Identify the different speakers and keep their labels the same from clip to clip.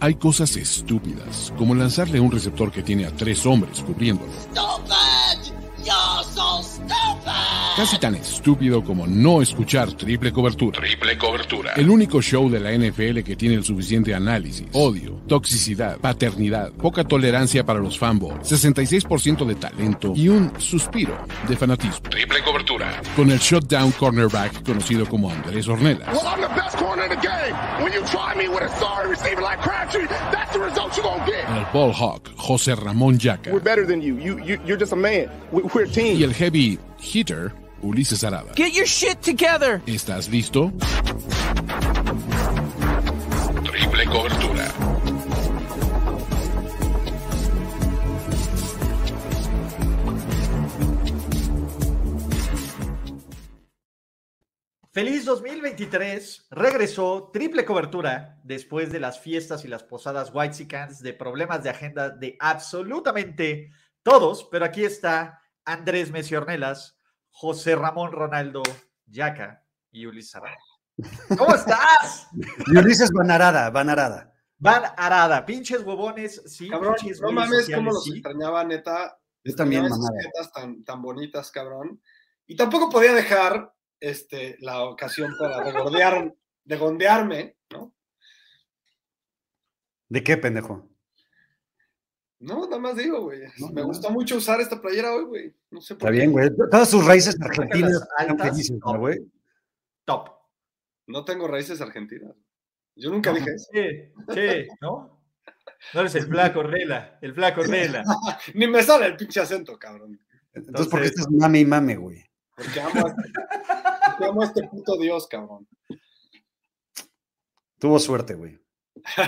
Speaker 1: Hay cosas estúpidas, como lanzarle un receptor que tiene a tres hombres cubriéndolo.
Speaker 2: Stupid! You're so stupid!
Speaker 1: Casi tan estúpido como no escuchar triple cobertura.
Speaker 3: Triple cobertura.
Speaker 1: El único show de la NFL que tiene el suficiente análisis, odio, toxicidad, paternidad, poca tolerancia para los fanboys, 66% de talento y un suspiro de fanatismo.
Speaker 3: Triple cobertura.
Speaker 1: Con el shutdown cornerback conocido como Andrés Ornelas.
Speaker 4: Well, I'm the best corner in the game. When you try me with a sorry receiver like Crabtree, that's the result you're going to get.
Speaker 1: El ball hawk José Ramón Yaca.
Speaker 5: We're better than you. You, you you're just a man. We, we're a team.
Speaker 1: Y el heavy hitter Ulises Arada.
Speaker 6: Get your shit together!
Speaker 1: ¿Estás listo?
Speaker 3: Triple cobertura.
Speaker 7: Feliz 2023. Regresó triple cobertura después de las fiestas y las posadas White de problemas de agenda de absolutamente todos. Pero aquí está Andrés Mesiornelas, José Ramón Ronaldo Yaca y Ulises Arada. ¿Cómo estás?
Speaker 8: Y Ulises Banarada, Banarada.
Speaker 7: Van Arada, pinches huevones, sí.
Speaker 9: Cabrón,
Speaker 7: pinches
Speaker 9: no
Speaker 7: redes
Speaker 9: mames
Speaker 7: sociales,
Speaker 9: cómo los
Speaker 7: sí.
Speaker 9: extrañaba, neta.
Speaker 8: Yo también,
Speaker 9: Extrañaba esas
Speaker 8: mamada.
Speaker 9: tetas tan, tan bonitas, cabrón. Y tampoco podía dejar este, la ocasión para regordear, de gondearme, ¿no?
Speaker 8: ¿De qué, pendejo?
Speaker 9: No, nada más digo, güey.
Speaker 8: No,
Speaker 9: Me
Speaker 8: no.
Speaker 9: gusta mucho usar esta playera hoy, güey. No sé por
Speaker 8: Está
Speaker 9: qué.
Speaker 8: bien, güey. Todas sus raíces argentinas
Speaker 7: Las
Speaker 8: están
Speaker 7: altas,
Speaker 8: felices,
Speaker 7: no.
Speaker 8: ¿no, güey.
Speaker 7: Top.
Speaker 9: No tengo raíces argentinas. Yo nunca dije eso.
Speaker 7: Sí, sí, ¿no? No eres el flaco Rela, el flaco Rela.
Speaker 9: Ni me sale el pinche acento, cabrón.
Speaker 8: Entonces, ¿por qué
Speaker 7: Entonces-
Speaker 8: estás mame y mame, güey?
Speaker 9: Porque amo a este, porque amo a este puto Dios, cabrón.
Speaker 8: Tuvo suerte, güey.
Speaker 9: ¿Qué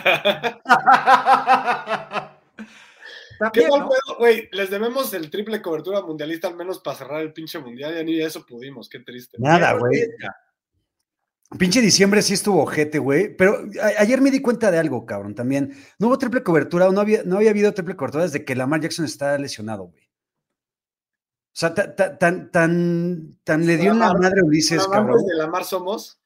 Speaker 7: También,
Speaker 9: mal
Speaker 7: ¿no?
Speaker 9: pedo, güey? Les debemos el triple cobertura mundialista al menos para cerrar el pinche mundial. Ya ni eso pudimos, qué triste.
Speaker 8: Nada, güey. Pinche diciembre sí estuvo ojete, güey. Pero a- ayer me di cuenta de algo, cabrón, también. No hubo triple cobertura, o no había, no había habido triple cobertura desde que Lamar Jackson está lesionado, güey. O sea, ta- ta- tan, tan, tan le dio una
Speaker 9: Lamar-
Speaker 8: madre a Ulises, cabrón.
Speaker 9: Amantes de la mar somos.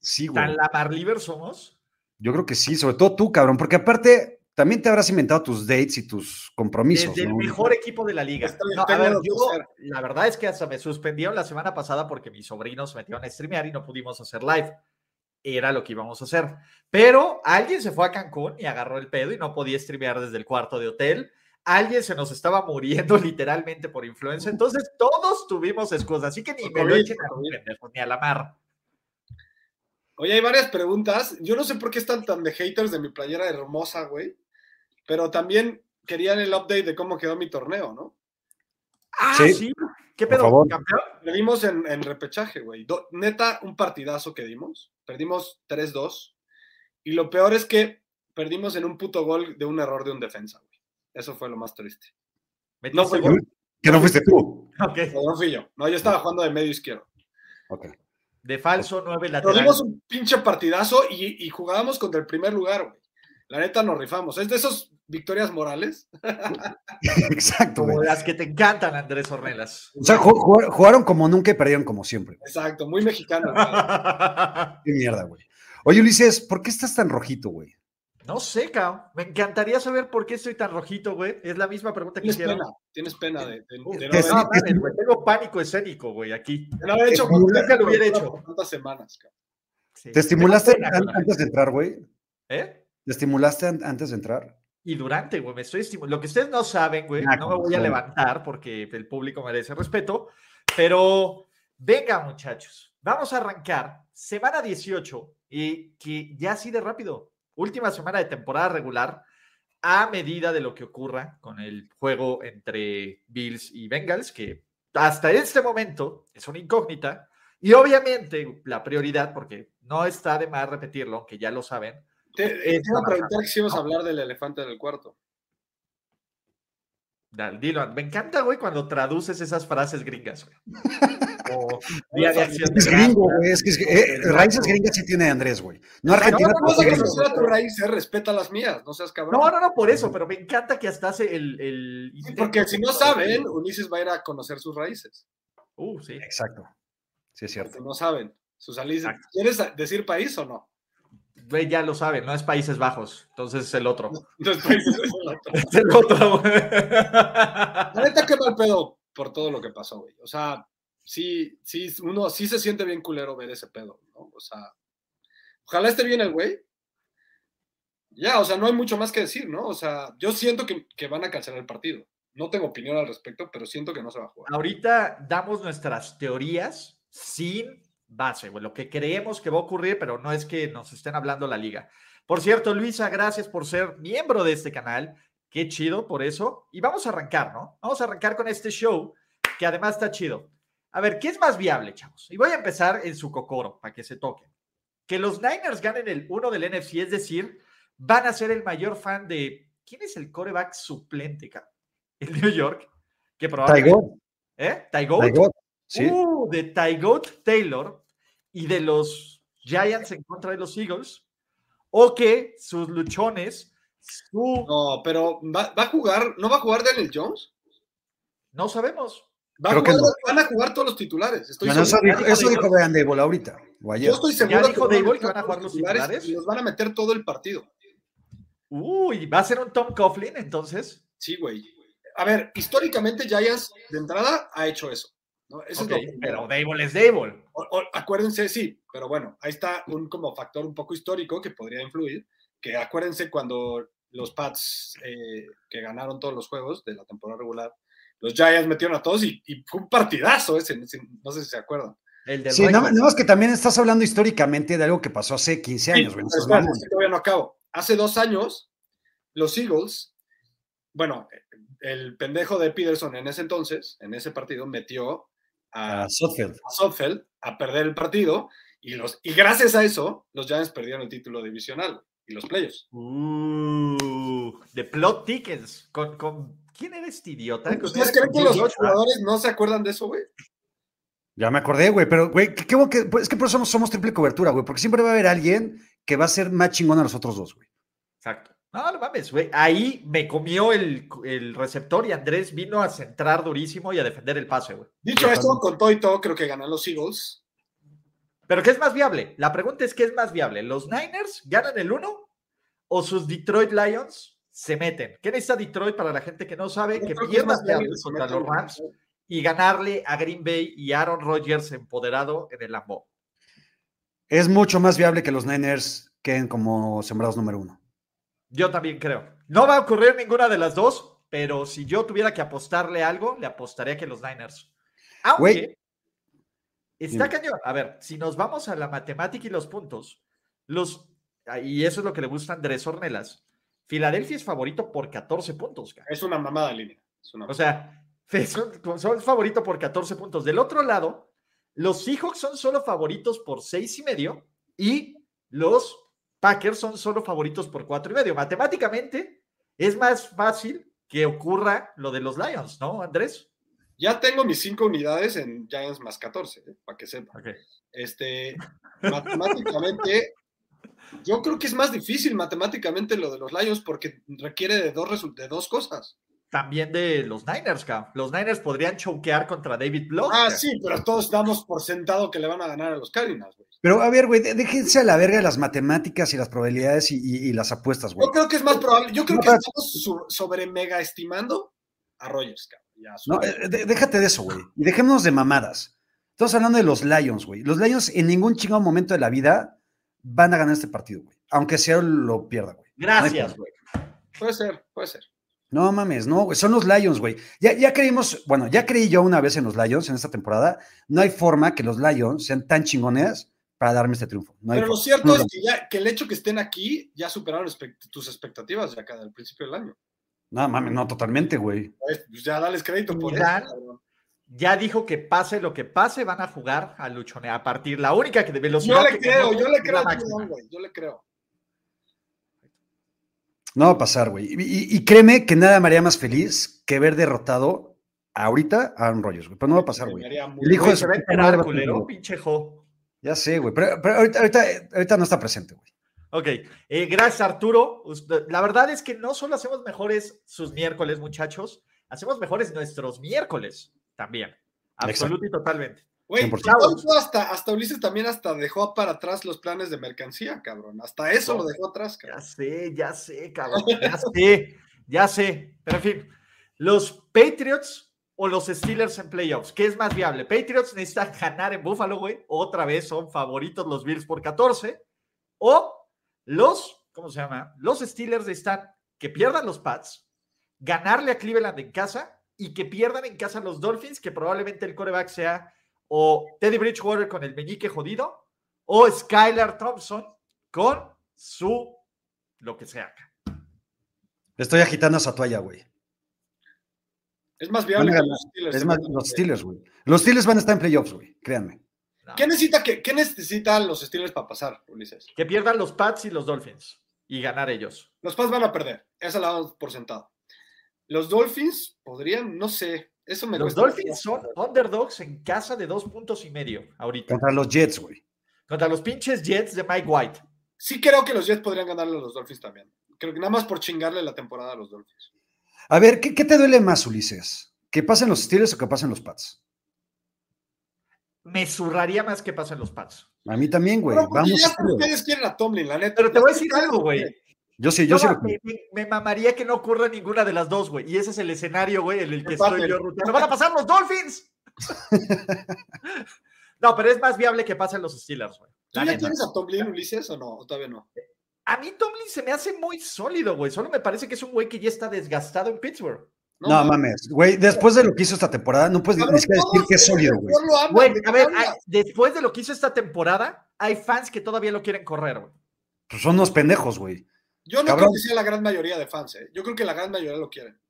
Speaker 8: Sí, güey.
Speaker 7: ¿Tan la Marliver somos?
Speaker 8: Yo creo que sí, sobre todo tú, cabrón, porque aparte también te habrás inventado tus dates y tus compromisos.
Speaker 7: Desde el
Speaker 8: ¿no?
Speaker 7: mejor equipo de la liga.
Speaker 9: Está bien,
Speaker 7: No, a
Speaker 9: tengo
Speaker 7: ver,
Speaker 9: algo que
Speaker 7: yo-
Speaker 9: hacer.
Speaker 7: la verdad es que hasta me suspendieron la semana pasada porque mis sobrinos se metieron a streamear y no pudimos hacer live. Era lo que íbamos a hacer. Pero alguien se fue a Cancún y agarró el pedo y no podía streamear desde el cuarto de hotel. Alguien se nos estaba muriendo literalmente por influenza. Entonces todos tuvimos excusas. Así que ni
Speaker 9: Por
Speaker 7: me lo
Speaker 9: COVID,
Speaker 7: echen a
Speaker 9: por
Speaker 7: los
Speaker 9: COVID.
Speaker 7: pendejos, ni a la mar.
Speaker 9: Oye, hay varias preguntas. Yo no sé por qué están tan de haters de mi playera hermosa, güey. Pero también querían el update de cómo quedó mi torneo, ¿no?
Speaker 7: Ah, sí.
Speaker 8: Sí.
Speaker 7: ¿Qué
Speaker 8: Por
Speaker 7: pedo?
Speaker 8: favor.
Speaker 7: ¿Campeón?
Speaker 9: Perdimos en, en repechaje, güey. Do- Neta, un partidazo que dimos. Perdimos 3-2. Y lo peor es que perdimos en un puto gol de un error de un defensa, güey. Eso fue lo más triste.
Speaker 7: ¿Metiste
Speaker 9: No fue
Speaker 7: gol?
Speaker 9: gol,
Speaker 8: Que no fuiste tú.
Speaker 7: Ok.
Speaker 9: no, no fui yo. No, yo estaba jugando de medio izquierdo.
Speaker 8: Ok.
Speaker 7: De falso 9
Speaker 9: Nos
Speaker 7: lateral.
Speaker 9: dimos un pinche partidazo y, y jugábamos contra el primer lugar, güey. La neta nos rifamos. Es de esos victorias morales.
Speaker 8: Exacto,
Speaker 7: Como
Speaker 8: güey.
Speaker 7: las que te encantan, Andrés Ornelas.
Speaker 8: O sea, ju- ju- jugaron como nunca y perdieron como siempre.
Speaker 9: Exacto, muy mexicano. güey.
Speaker 8: Qué mierda, güey. Oye, Ulises, ¿por qué estás tan rojito, güey?
Speaker 7: No sé, cabrón. Me encantaría saber por qué estoy tan rojito, güey. Es la misma pregunta que
Speaker 9: Tienes
Speaker 7: hicieron.
Speaker 9: pena, tienes pena de, de- de no,
Speaker 7: Uf,
Speaker 9: haber,
Speaker 7: que no,
Speaker 8: sí, que
Speaker 7: mames, güey, Tengo pánico escénico, güey, aquí.
Speaker 9: de no haber hecho
Speaker 8: que sí,
Speaker 7: nunca lo hubiera
Speaker 9: por
Speaker 7: hecho.
Speaker 9: tantas semanas. cabrón.
Speaker 7: Sí,
Speaker 8: ¿Te estimulaste
Speaker 7: tengo pena
Speaker 8: an-
Speaker 7: con la
Speaker 8: antes de entrar, güey?
Speaker 7: gente, ¿eh?
Speaker 8: ¿Te estimulaste an- antes de entrar?
Speaker 7: Y durante, güey, me estoy estimulando. Lo que ustedes no saben, güey,
Speaker 8: Ah,
Speaker 7: no me
Speaker 8: con
Speaker 7: voy a
Speaker 8: razón.
Speaker 7: levantar porque el público merece respeto. Pero venga, muchachos, vamos a arrancar semana 18 y que ya así de rápido, última semana de temporada regular, a medida de lo que ocurra con el juego entre Bills y Bengals, que hasta este momento es una incógnita. Y obviamente la prioridad, porque no está de más repetirlo, que ya lo saben,
Speaker 9: Te, te iba a preguntar que si íbamos a
Speaker 7: No.
Speaker 9: hablar del elefante del cuarto.
Speaker 7: Dale, dilo. Me encanta, güey, cuando traduces esas frases gringas, güey. O Día de Acción de
Speaker 8: Es
Speaker 7: Gracias.
Speaker 8: gringo, güey. Es que es- eh, raíces gringas sí tiene Andrés, güey. No Argentina.
Speaker 9: no, no, vas a
Speaker 8: pero Ah, sí
Speaker 9: conocer
Speaker 8: gringo.
Speaker 9: a tu raíz, eh, respeta las mías, no seas cabrón.
Speaker 7: No, no, no, por eso, pero me encanta que hasta hace el. el
Speaker 9: Sí, porque si no saben, Ulises va a ir a conocer sus raíces.
Speaker 7: Uh, sí.
Speaker 8: Exacto. Sí, es cierto.
Speaker 9: Porque no saben. Sus raíces.
Speaker 7: Exacto.
Speaker 9: ¿Quieres decir país o no?
Speaker 7: Güey, ya lo saben, no es Países Bajos, entonces es el otro.
Speaker 9: Entonces, pues, es el otro.
Speaker 7: Es el otro. güey.
Speaker 9: La neta, qué mal pedo por todo lo que pasó, güey. O sea, sí, sí, uno sí se siente bien culero ver ese pedo, ¿no? O sea, ojalá esté bien el güey. Ya, o sea, no hay mucho más que decir, ¿no? O sea, yo siento que, que van a cancelar el partido. No tengo opinión al respecto, pero siento que no se va a jugar.
Speaker 7: Ahorita damos nuestras teorías sin base, güey, lo que creemos que va a ocurrir, pero no es que nos estén hablando la liga. Por cierto, Luisa, gracias por ser miembro de este canal. Qué chido por eso. Y vamos a arrancar, ¿no? Vamos a arrancar con este show que además está chido. A ver, ¿qué es más viable, chavos? Y voy a empezar en su cocoro para que se toquen. Que los Niners ganen el uno del NFC, es decir, van a ser el mayor fan de. ¿Quién es el coreback suplente, cabrón? El New York. Que probablemente.
Speaker 8: Tiger,
Speaker 7: ¿Eh? ¿Taigo?
Speaker 8: Tiger, sí.
Speaker 7: Uh, de Tygoat Taylor y de los Giants en contra de los Eagles, o que sus luchones, su- no,
Speaker 9: No, pero ¿va, va a jugar, ¿no va a jugar Daniel Jones?
Speaker 7: sabemos.
Speaker 9: Va a
Speaker 8: Creo que
Speaker 9: jugar-
Speaker 8: no.
Speaker 9: Van a jugar todos los titulares. Estoy
Speaker 8: Bueno, eso
Speaker 9: seguro.
Speaker 8: dijo, eso dijo Brian Dable ahorita, o ayer.
Speaker 9: Yo estoy seguro
Speaker 7: dijo
Speaker 9: van a
Speaker 7: Dable que van a
Speaker 9: todos
Speaker 7: jugar los titulares.
Speaker 9: y los van a meter todo el partido.
Speaker 7: Uy, va a ser un Tom Coughlin entonces.
Speaker 9: Sí, güey. A ver, históricamente Giants de entrada ha hecho eso. ¿no? Eso
Speaker 7: Ok,
Speaker 9: es lo
Speaker 7: pero
Speaker 9: primero.
Speaker 7: Dable es Dable.
Speaker 9: O- o- acuérdense, sí, pero bueno, ahí está un como factor un poco histórico que podría influir, que acuérdense cuando los Pats eh, que ganaron todos los juegos de la temporada regular, los Giants metieron a todos y, y fue un partidazo ese, ese, no sé si se acuerdan.
Speaker 7: El del
Speaker 8: Sí, nada más-
Speaker 7: récord.
Speaker 8: nada más que también estás hablando históricamente de algo que pasó hace 15 años, güey. no
Speaker 9: Pero
Speaker 8: seas
Speaker 9: espérate,
Speaker 8: mamón.
Speaker 9: es que todavía no acabo. Hace dos años, los Eagles, bueno, el pendejo de Peterson en ese entonces, en ese partido, metió a
Speaker 8: Ah, Sudfeld.
Speaker 9: a Sudfeld a perder el partido y, los, y gracias a eso los Giants perdieron el título divisional y los playoffs.
Speaker 7: Uh, de Plot Tickets. Con, con- ¿Quién era este idiota?
Speaker 9: ¿Ustedes creen Pues que
Speaker 8: Ah.
Speaker 9: los jugadores no se acuerdan de eso, güey?
Speaker 8: Ya me acordé, güey, pero, güey, qué, qué bueno que, pues, es que por eso somos, somos triple cobertura, güey, porque siempre va a haber alguien que va a ser más chingón a los otros dos, güey.
Speaker 7: Exacto. No, no mames, güey. Ahí me comió el, el receptor y Andrés vino a centrar durísimo y a defender el pase, güey.
Speaker 9: Dicho esto, con todo y todo, creo que ganan los Eagles.
Speaker 7: Pero ¿qué es más viable? La pregunta es ¿qué es más viable? ¿Los Niners ganan el 1 o sus Detroit Lions se meten? ¿Qué necesita Detroit para la gente que no sabe
Speaker 9: Yo
Speaker 7: que
Speaker 9: creo que
Speaker 7: pierda
Speaker 9: es más
Speaker 7: este año
Speaker 9: viable si
Speaker 7: contra
Speaker 9: meten
Speaker 7: los
Speaker 9: los
Speaker 7: Rams y ganarle a Green Bay y Aaron Rodgers empoderado en el Lambeau?
Speaker 8: Es mucho más viable que los Niners queden como sembrados número uno.
Speaker 7: Yo también creo. No va a ocurrir ninguna de las dos, pero si yo tuviera que apostarle algo, le apostaría que los Niners. Aunque
Speaker 8: Güey.
Speaker 7: está
Speaker 8: Dime.
Speaker 7: cañón. A ver, si nos vamos a la matemática y los puntos, los ah, y eso es lo que le gusta a Andrés Ornelas. Filadelfia es favorito por 14 puntos. cara.
Speaker 9: Es una mamada línea. Es una
Speaker 7: O
Speaker 9: mamada.
Speaker 7: sea, fe- son, son favorito por 14 puntos. Del otro lado, los Seahawks son solo favoritos por 6 y medio y los Packers son solo favoritos por 4 y medio. Matemáticamente, es más fácil que ocurra lo de los Lions, ¿no, Andrés?
Speaker 9: Ya tengo mis cinco unidades en Giants más 14, ¿eh? para que sepan. Este, matemáticamente, yo creo que es más difícil matemáticamente lo de los Lions porque requiere de dos, resu- de dos cosas.
Speaker 7: También de los Niners, cabrón. Los Niners podrían choquear contra David Block.
Speaker 9: Ah,
Speaker 7: cabrón.
Speaker 9: sí, pero todos damos por sentado que le van a ganar a los Cardinals, güey.
Speaker 8: Pero a ver, güey, de- déjense a la verga las matemáticas y las probabilidades y, y- y las apuestas, güey.
Speaker 9: Yo creo que es más probable. Yo creo
Speaker 8: No,
Speaker 9: que
Speaker 8: pero-
Speaker 9: estamos so- sobre mega estimando a Rogers, cabrón. y a su-
Speaker 8: No, eh, de- déjate de eso, güey. Y dejémonos de mamadas. Estamos hablando de los Lions, güey. Los Lions en ningún chingado momento de la vida van a ganar este partido, güey. Aunque Seattle lo pierda, güey. No hay
Speaker 7: Gracias,
Speaker 8: pedo.
Speaker 7: güey.
Speaker 9: Puede ser, puede ser.
Speaker 8: No mames, no, güey. Son los Lions, güey. Ya, ya creímos, bueno, ya creí yo una vez en los Lions en esta temporada. No hay forma que los Lions sean tan chingones para darme este triunfo. No hay
Speaker 9: Pero lo
Speaker 8: forma.
Speaker 9: cierto
Speaker 8: No,
Speaker 9: es
Speaker 8: no.
Speaker 9: que, ya, que el hecho que estén aquí ya superaron expect- tus expectativas de acá del principio del año.
Speaker 8: No mames, no, totalmente, güey.
Speaker 9: Pues, pues ya dales crédito por eso.
Speaker 7: Mirar.
Speaker 9: cabrón.
Speaker 7: Ya dijo que pase lo que pase, van a jugar a Luchone a partir. La única que de
Speaker 8: Pues,
Speaker 7: velocidad.
Speaker 9: Yo le
Speaker 7: que
Speaker 9: creo,
Speaker 7: conoce
Speaker 9: yo le
Speaker 7: es la
Speaker 9: creo, a
Speaker 7: máxima.
Speaker 9: Jordan, güey, yo le creo.
Speaker 8: No va a pasar, güey. Y, y- y créeme que nada me haría más feliz que ver derrotado ahorita a Aaron Rodgers, güey. Pero no va a pasar,
Speaker 9: Me
Speaker 8: güey.
Speaker 9: haría muy-
Speaker 8: El hijo
Speaker 7: Güey,
Speaker 8: de
Speaker 7: se
Speaker 8: su
Speaker 7: va a
Speaker 8: puta
Speaker 7: enterar,
Speaker 8: madre va a
Speaker 7: culero,
Speaker 8: perder, güey.
Speaker 7: pinche jo.
Speaker 8: Ya sé, güey. Pero, pero ahorita, ahorita, ahorita no está presente, güey.
Speaker 7: Ok, eh, gracias Arturo. Usted- La verdad es que no solo hacemos mejores sus miércoles, muchachos, hacemos mejores nuestros miércoles también. Absoluto y totalmente.
Speaker 9: Güey,
Speaker 8: 100%.
Speaker 9: Adolfo hasta, hasta Ulises también hasta dejó para atrás los planes de mercancía, cabrón. Hasta eso
Speaker 7: Oh.
Speaker 9: lo dejó atrás,
Speaker 7: Ya
Speaker 9: cabrón.
Speaker 7: sé, ya sé, cabrón. Ya sé, ya sé. Pero en fin, los Patriots o los Steelers en playoffs, ¿qué es más viable? Patriots necesita ganar en Buffalo, güey. Otra vez son favoritos los Bills por 14. O los, ¿cómo se llama? Los Steelers necesitan que pierdan los Pats, ganarle a Cleveland en casa y que pierdan en casa los Dolphins, que probablemente el coreback sea o Teddy Bridgewater con el meñique jodido o Skylar Thompson con su lo que sea.
Speaker 8: Le estoy agitando esa toalla, güey.
Speaker 9: Es más viable
Speaker 8: Van a
Speaker 9: que los Steelers.
Speaker 8: Es más, los Steelers, güey. Los Steelers van a estar en playoffs, güey. Créanme.
Speaker 7: No.
Speaker 9: ¿Qué, necesita, que- ¿Qué necesitan los Steelers para pasar, Ulises?
Speaker 7: Que pierdan los Pats y los Dolphins y ganar ellos.
Speaker 9: Los Pats van a perder. Esa la damos por sentado. Los Dolphins podrían, no sé. Eso me
Speaker 7: Los
Speaker 9: cuesta
Speaker 7: Dolphins son
Speaker 9: trabajo.
Speaker 7: underdogs en casa de dos puntos y medio ahorita.
Speaker 8: Contra los Jets, güey.
Speaker 7: Contra los pinches Jets de Mike White.
Speaker 9: Sí creo que los Jets podrían ganarle a los Dolphins también. Creo que nada más por chingarle la temporada a los Dolphins.
Speaker 8: A ver, ¿qué, qué te duele más, Ulises? ¿Que pasen los Steelers o que pasen los Pats?
Speaker 7: Me zurraría más que pasen los Pats.
Speaker 8: A mí también, güey.
Speaker 9: Pero porque
Speaker 8: Vamos.
Speaker 9: ya
Speaker 8: Steelers.
Speaker 9: ustedes quieren a Tomlin, la neta.
Speaker 7: Pero te
Speaker 9: Ya
Speaker 7: voy a
Speaker 9: está
Speaker 7: decir
Speaker 9: claro,
Speaker 7: algo, güey.
Speaker 8: Yo sí, yo sí
Speaker 7: No,
Speaker 8: lo
Speaker 7: me, me- me mamaría que no ocurra ninguna de las dos, güey. Y ese es el escenario, güey, en el que
Speaker 9: Empate.
Speaker 7: estoy yo ruteando. ¡Van a pasar los Dolphins! no, pero es más viable que pasen los Steelers, güey.
Speaker 9: ¿Tú
Speaker 7: La
Speaker 9: ya
Speaker 7: neta.
Speaker 9: tienes a Tomlin, Ulises, o no? ¿O todavía no?
Speaker 7: A mí Tomlin se me hace muy sólido, güey. Solo me parece que es un güey que ya está desgastado en Pittsburgh.
Speaker 8: No, mames, güey, después de lo que hizo esta temporada, no puedes ni- ni
Speaker 9: Cabrón,
Speaker 8: siquiera decir
Speaker 9: todos
Speaker 8: que es
Speaker 9: en el
Speaker 8: sólido, güey.
Speaker 9: sector lo aman,
Speaker 7: Güey,
Speaker 9: ¿de
Speaker 7: a
Speaker 9: qué
Speaker 7: ver,
Speaker 9: hablas?
Speaker 7: hay- después de lo que hizo esta temporada, hay fans que todavía lo quieren correr, güey.
Speaker 8: Pues son unos pendejos, güey.
Speaker 9: Yo no
Speaker 8: cabrón.
Speaker 9: creo que sea la gran mayoría de fans, ¿eh? Yo creo que la gran mayoría lo quieren.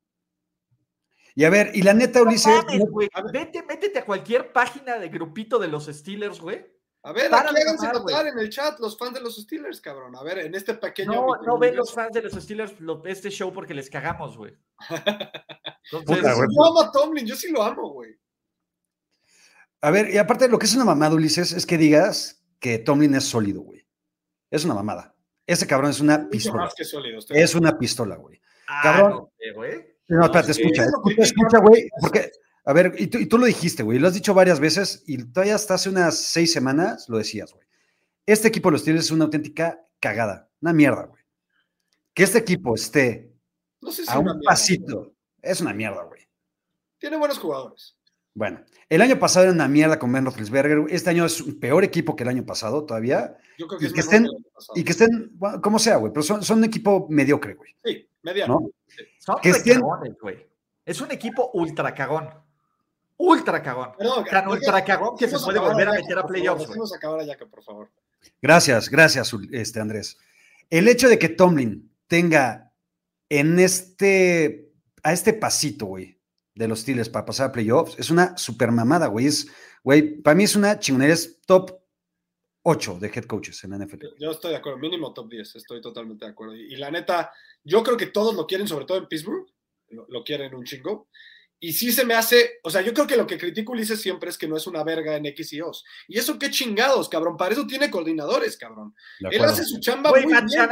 Speaker 8: Y a ver, y la neta,
Speaker 7: No
Speaker 8: Ulises,
Speaker 7: mames,
Speaker 8: no-
Speaker 7: güey.
Speaker 9: a ver.
Speaker 7: Vete, métete a cualquier página de grupito de los Steelers, güey.
Speaker 9: A ver,
Speaker 7: Para
Speaker 9: aquí
Speaker 7: de
Speaker 9: háganse
Speaker 7: mamar,
Speaker 9: notar en el chat los fans de los Steelers, cabrón. A ver, en este pequeño.
Speaker 7: No, no ven los
Speaker 9: fans.
Speaker 7: fans de los Steelers lo- este show porque les cagamos, güey. Entonces,
Speaker 8: Puta, güey.
Speaker 9: Yo amo a Tomlin, yo sí lo amo, güey.
Speaker 8: a ver, y aparte lo que es una mamada, Ulises, es que digas que Tomlin es sólido, güey. Es una mamada. Ese cabrón es una
Speaker 9: Mucho
Speaker 8: pistola.
Speaker 9: más que sólido. estoy-
Speaker 8: Es una pistola, güey.
Speaker 7: ah,
Speaker 8: cabrón.
Speaker 7: no sé, güey.
Speaker 8: No, espérate,
Speaker 9: sí,
Speaker 8: escucha,
Speaker 9: eso lo
Speaker 8: escucha,
Speaker 9: critican.
Speaker 8: escucha, güey, porque, a ver, y tú, y tú lo dijiste, güey, lo has dicho varias veces y todavía hasta hace unas seis semanas lo decías, güey. Este equipo de los Steelers es una auténtica cagada, una mierda, güey. Que este equipo esté
Speaker 9: No sé si
Speaker 8: a
Speaker 9: una
Speaker 8: un
Speaker 9: mierda,
Speaker 8: pasito es una mierda, güey.
Speaker 9: Tiene buenos jugadores.
Speaker 8: Bueno, el año pasado era una mierda con Ben Roethlisberger, güey, este año es un peor equipo que el año pasado todavía,
Speaker 9: Yo creo que
Speaker 8: Y
Speaker 9: es
Speaker 8: que
Speaker 9: mejor
Speaker 8: estén-
Speaker 9: el año pasado.
Speaker 8: y que estén, bueno, como sea, güey, pero son, son un equipo mediocre, güey,
Speaker 9: Sí, mediano.
Speaker 8: ¿no?
Speaker 7: Son
Speaker 8: Que estén-
Speaker 7: recagones, güey. Es un equipo ultra cagón. Ultra cagón.
Speaker 9: Perdón,
Speaker 7: Tan
Speaker 9: no,
Speaker 7: ultra cagón que se
Speaker 9: dejemos
Speaker 7: puede
Speaker 9: acabar
Speaker 7: volver a
Speaker 9: Yaka,
Speaker 7: meter a
Speaker 9: por favor,
Speaker 7: playoffs, güey.
Speaker 9: Dejemos acabar a Yaka, por favor.
Speaker 8: Gracias, gracias, Ul- este, Andrés. El hecho de que Tomlin tenga en este, a este pasito, güey, de los Steelers para pasar a playoffs, es una super mamada, güey. Es, güey, para mí es una chingonera, es top 8 de head coaches en la NFL.
Speaker 9: Yo estoy de acuerdo, mínimo top 10, estoy totalmente de acuerdo. Y, y la neta, yo creo que todos lo quieren, sobre todo en Pittsburgh, lo, lo quieren un chingo. Y sí se me hace, o sea, yo creo que lo que critico Ulises siempre es que no es una verga en X y O's. Y eso qué chingados, cabrón, para eso tiene coordinadores, cabrón.
Speaker 8: De
Speaker 9: Él
Speaker 8: acuerdo.
Speaker 9: hace su chamba
Speaker 7: Güey,
Speaker 9: muy
Speaker 7: Matt,
Speaker 9: bien.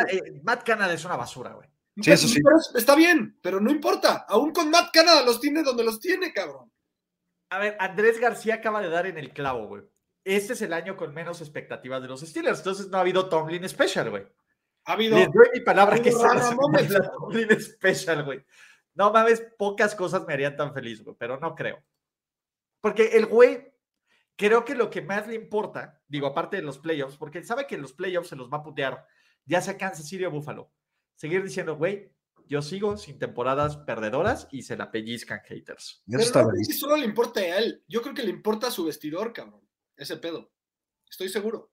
Speaker 7: Canada
Speaker 9: güey.
Speaker 7: es una basura, güey.
Speaker 8: Sí, eso sí.
Speaker 9: Pero es- está bien, pero no importa. Aún con Matt Canada los tiene donde los tiene, cabrón.
Speaker 7: A ver, Andrés García acaba de dar en el clavo, güey. Este es el año con menos expectativas de los Steelers, entonces no ha habido Tomlin Special, güey.
Speaker 9: Ha habido
Speaker 7: Les doy mi palabra
Speaker 9: no,
Speaker 7: que
Speaker 9: no,
Speaker 7: esta
Speaker 9: no,
Speaker 7: es
Speaker 9: no,
Speaker 7: la
Speaker 9: no.
Speaker 7: Tomlin Special, güey. No mames, pocas cosas me harían tan feliz, güey, pero no creo. Porque el güey, creo que lo que más le importa, digo, aparte de los playoffs, porque él sabe que en los playoffs se los va a putear, ya sea Kansas City o Buffalo. Seguir diciendo, güey, yo sigo sin temporadas perdedoras y se la pellizcan haters.
Speaker 8: Eso
Speaker 9: Pero
Speaker 8: está
Speaker 9: no creo
Speaker 8: bien.
Speaker 9: que solo le importa a él. Yo creo que le importa a su vestidor, cabrón. Ese pedo. Estoy seguro.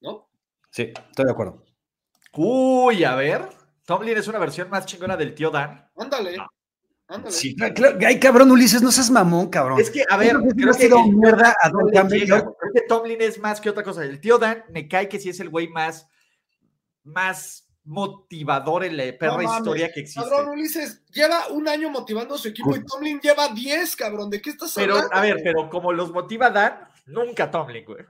Speaker 9: ¿No?
Speaker 8: Sí, estoy de acuerdo.
Speaker 7: Uy, a ver. Tomlin es una versión más chingona del tío Dan.
Speaker 9: Ándale.
Speaker 7: No.
Speaker 9: Ándale.
Speaker 8: Sí, cla- claro, ay, cabrón, Ulises, no seas mamón, cabrón.
Speaker 7: Es que, a ver,
Speaker 8: Creo que
Speaker 7: creo
Speaker 8: ha
Speaker 7: que,
Speaker 8: sido
Speaker 7: el tío
Speaker 8: mierda a
Speaker 7: Dan no
Speaker 8: Don
Speaker 7: le
Speaker 8: Campbell,
Speaker 7: llega,
Speaker 8: ¿no?
Speaker 7: güey. Creo que Tomlin es más que otra cosa. El tío Dan me cae que sí es el güey más, más motivador en la perra
Speaker 9: mames,
Speaker 7: historia que existe.
Speaker 9: Cabrón, Ulises, lleva un año motivando a su equipo
Speaker 8: Pues
Speaker 9: y Tomlin lleva 10, cabrón. ¿De qué estás
Speaker 7: Pero,
Speaker 9: hablando?
Speaker 7: a ver, pero como los motiva Dan, nunca Tomlin, güey.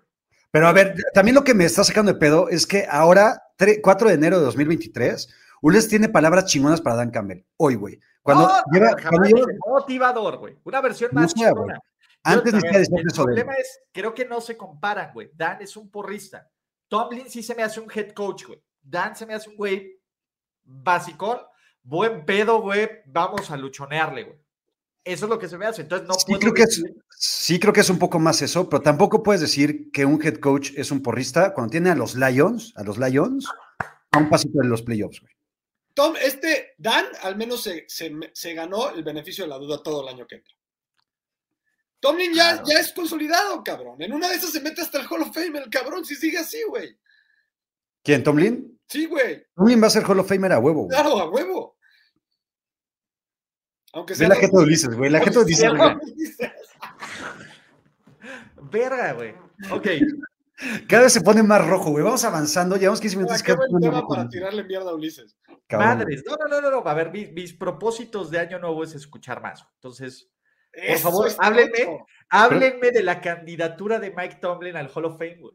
Speaker 8: Pero a ver, también lo que me está sacando de pedo es que ahora, tre- 4 de enero de 2023, Ulises tiene palabras chingonas para Dan Campbell. Hoy, güey. Cuando
Speaker 7: No, no,
Speaker 8: lleva-
Speaker 7: jamás
Speaker 8: cuando lleva-
Speaker 7: dije motivador, güey. Una versión
Speaker 8: No
Speaker 7: más
Speaker 8: sea, güey.
Speaker 7: chingona.
Speaker 8: Antes
Speaker 7: Yo-
Speaker 8: decía decir
Speaker 7: el
Speaker 8: eso de él.
Speaker 7: problema es, creo que no se comparan, güey. Dan es un porrista. Tomlin sí se me hace un head coach, güey. Dan se me hace un güey basicón, buen pedo, güey. Vamos a luchonearle, güey. Eso es lo que se me hace. Entonces no
Speaker 8: Sí
Speaker 7: puedo
Speaker 8: creo, que es,
Speaker 7: decir-
Speaker 8: sí, creo que es un poco más eso, pero tampoco puedes decir que un head coach es un porrista cuando tiene a los Lions, a los Lions, a un pasito de los playoffs, güey.
Speaker 9: Tom, este Dan al menos se, se- se ganó el beneficio de la duda todo el año que entra. Tomlin ya, ya es consolidado, cabrón. En una de esas se mete hasta el Hall of Fame, el cabrón, si sigue así, güey.
Speaker 8: ¿Quién, Tomlin?
Speaker 9: Sí, güey.
Speaker 8: Tomlin va a ser Hall of Famer a huevo, güey.
Speaker 9: Claro, a huevo. Aunque
Speaker 8: Ve
Speaker 9: sea.
Speaker 8: la gente de Ulises, güey. La gente de Ulises, güey.
Speaker 7: Verga, güey. Ok,
Speaker 8: Cada vez se pone más rojo, güey. Vamos avanzando. Llevamos 15 minutos. y
Speaker 9: Acaba
Speaker 8: cada vez
Speaker 9: el
Speaker 8: más
Speaker 9: tema
Speaker 8: rojo,
Speaker 9: para
Speaker 8: güey.
Speaker 9: tirarle mierda a Ulises.
Speaker 8: Cabrón.
Speaker 7: madres. No, no, no, no, no. A ver, mis, mis propósitos de año nuevo es escuchar más. Entonces,
Speaker 9: Eso
Speaker 7: favor,
Speaker 9: es
Speaker 7: háblenme.
Speaker 9: todo.
Speaker 7: háblenme de la candidatura de Mike Tomlin al Hall of Fame, güey.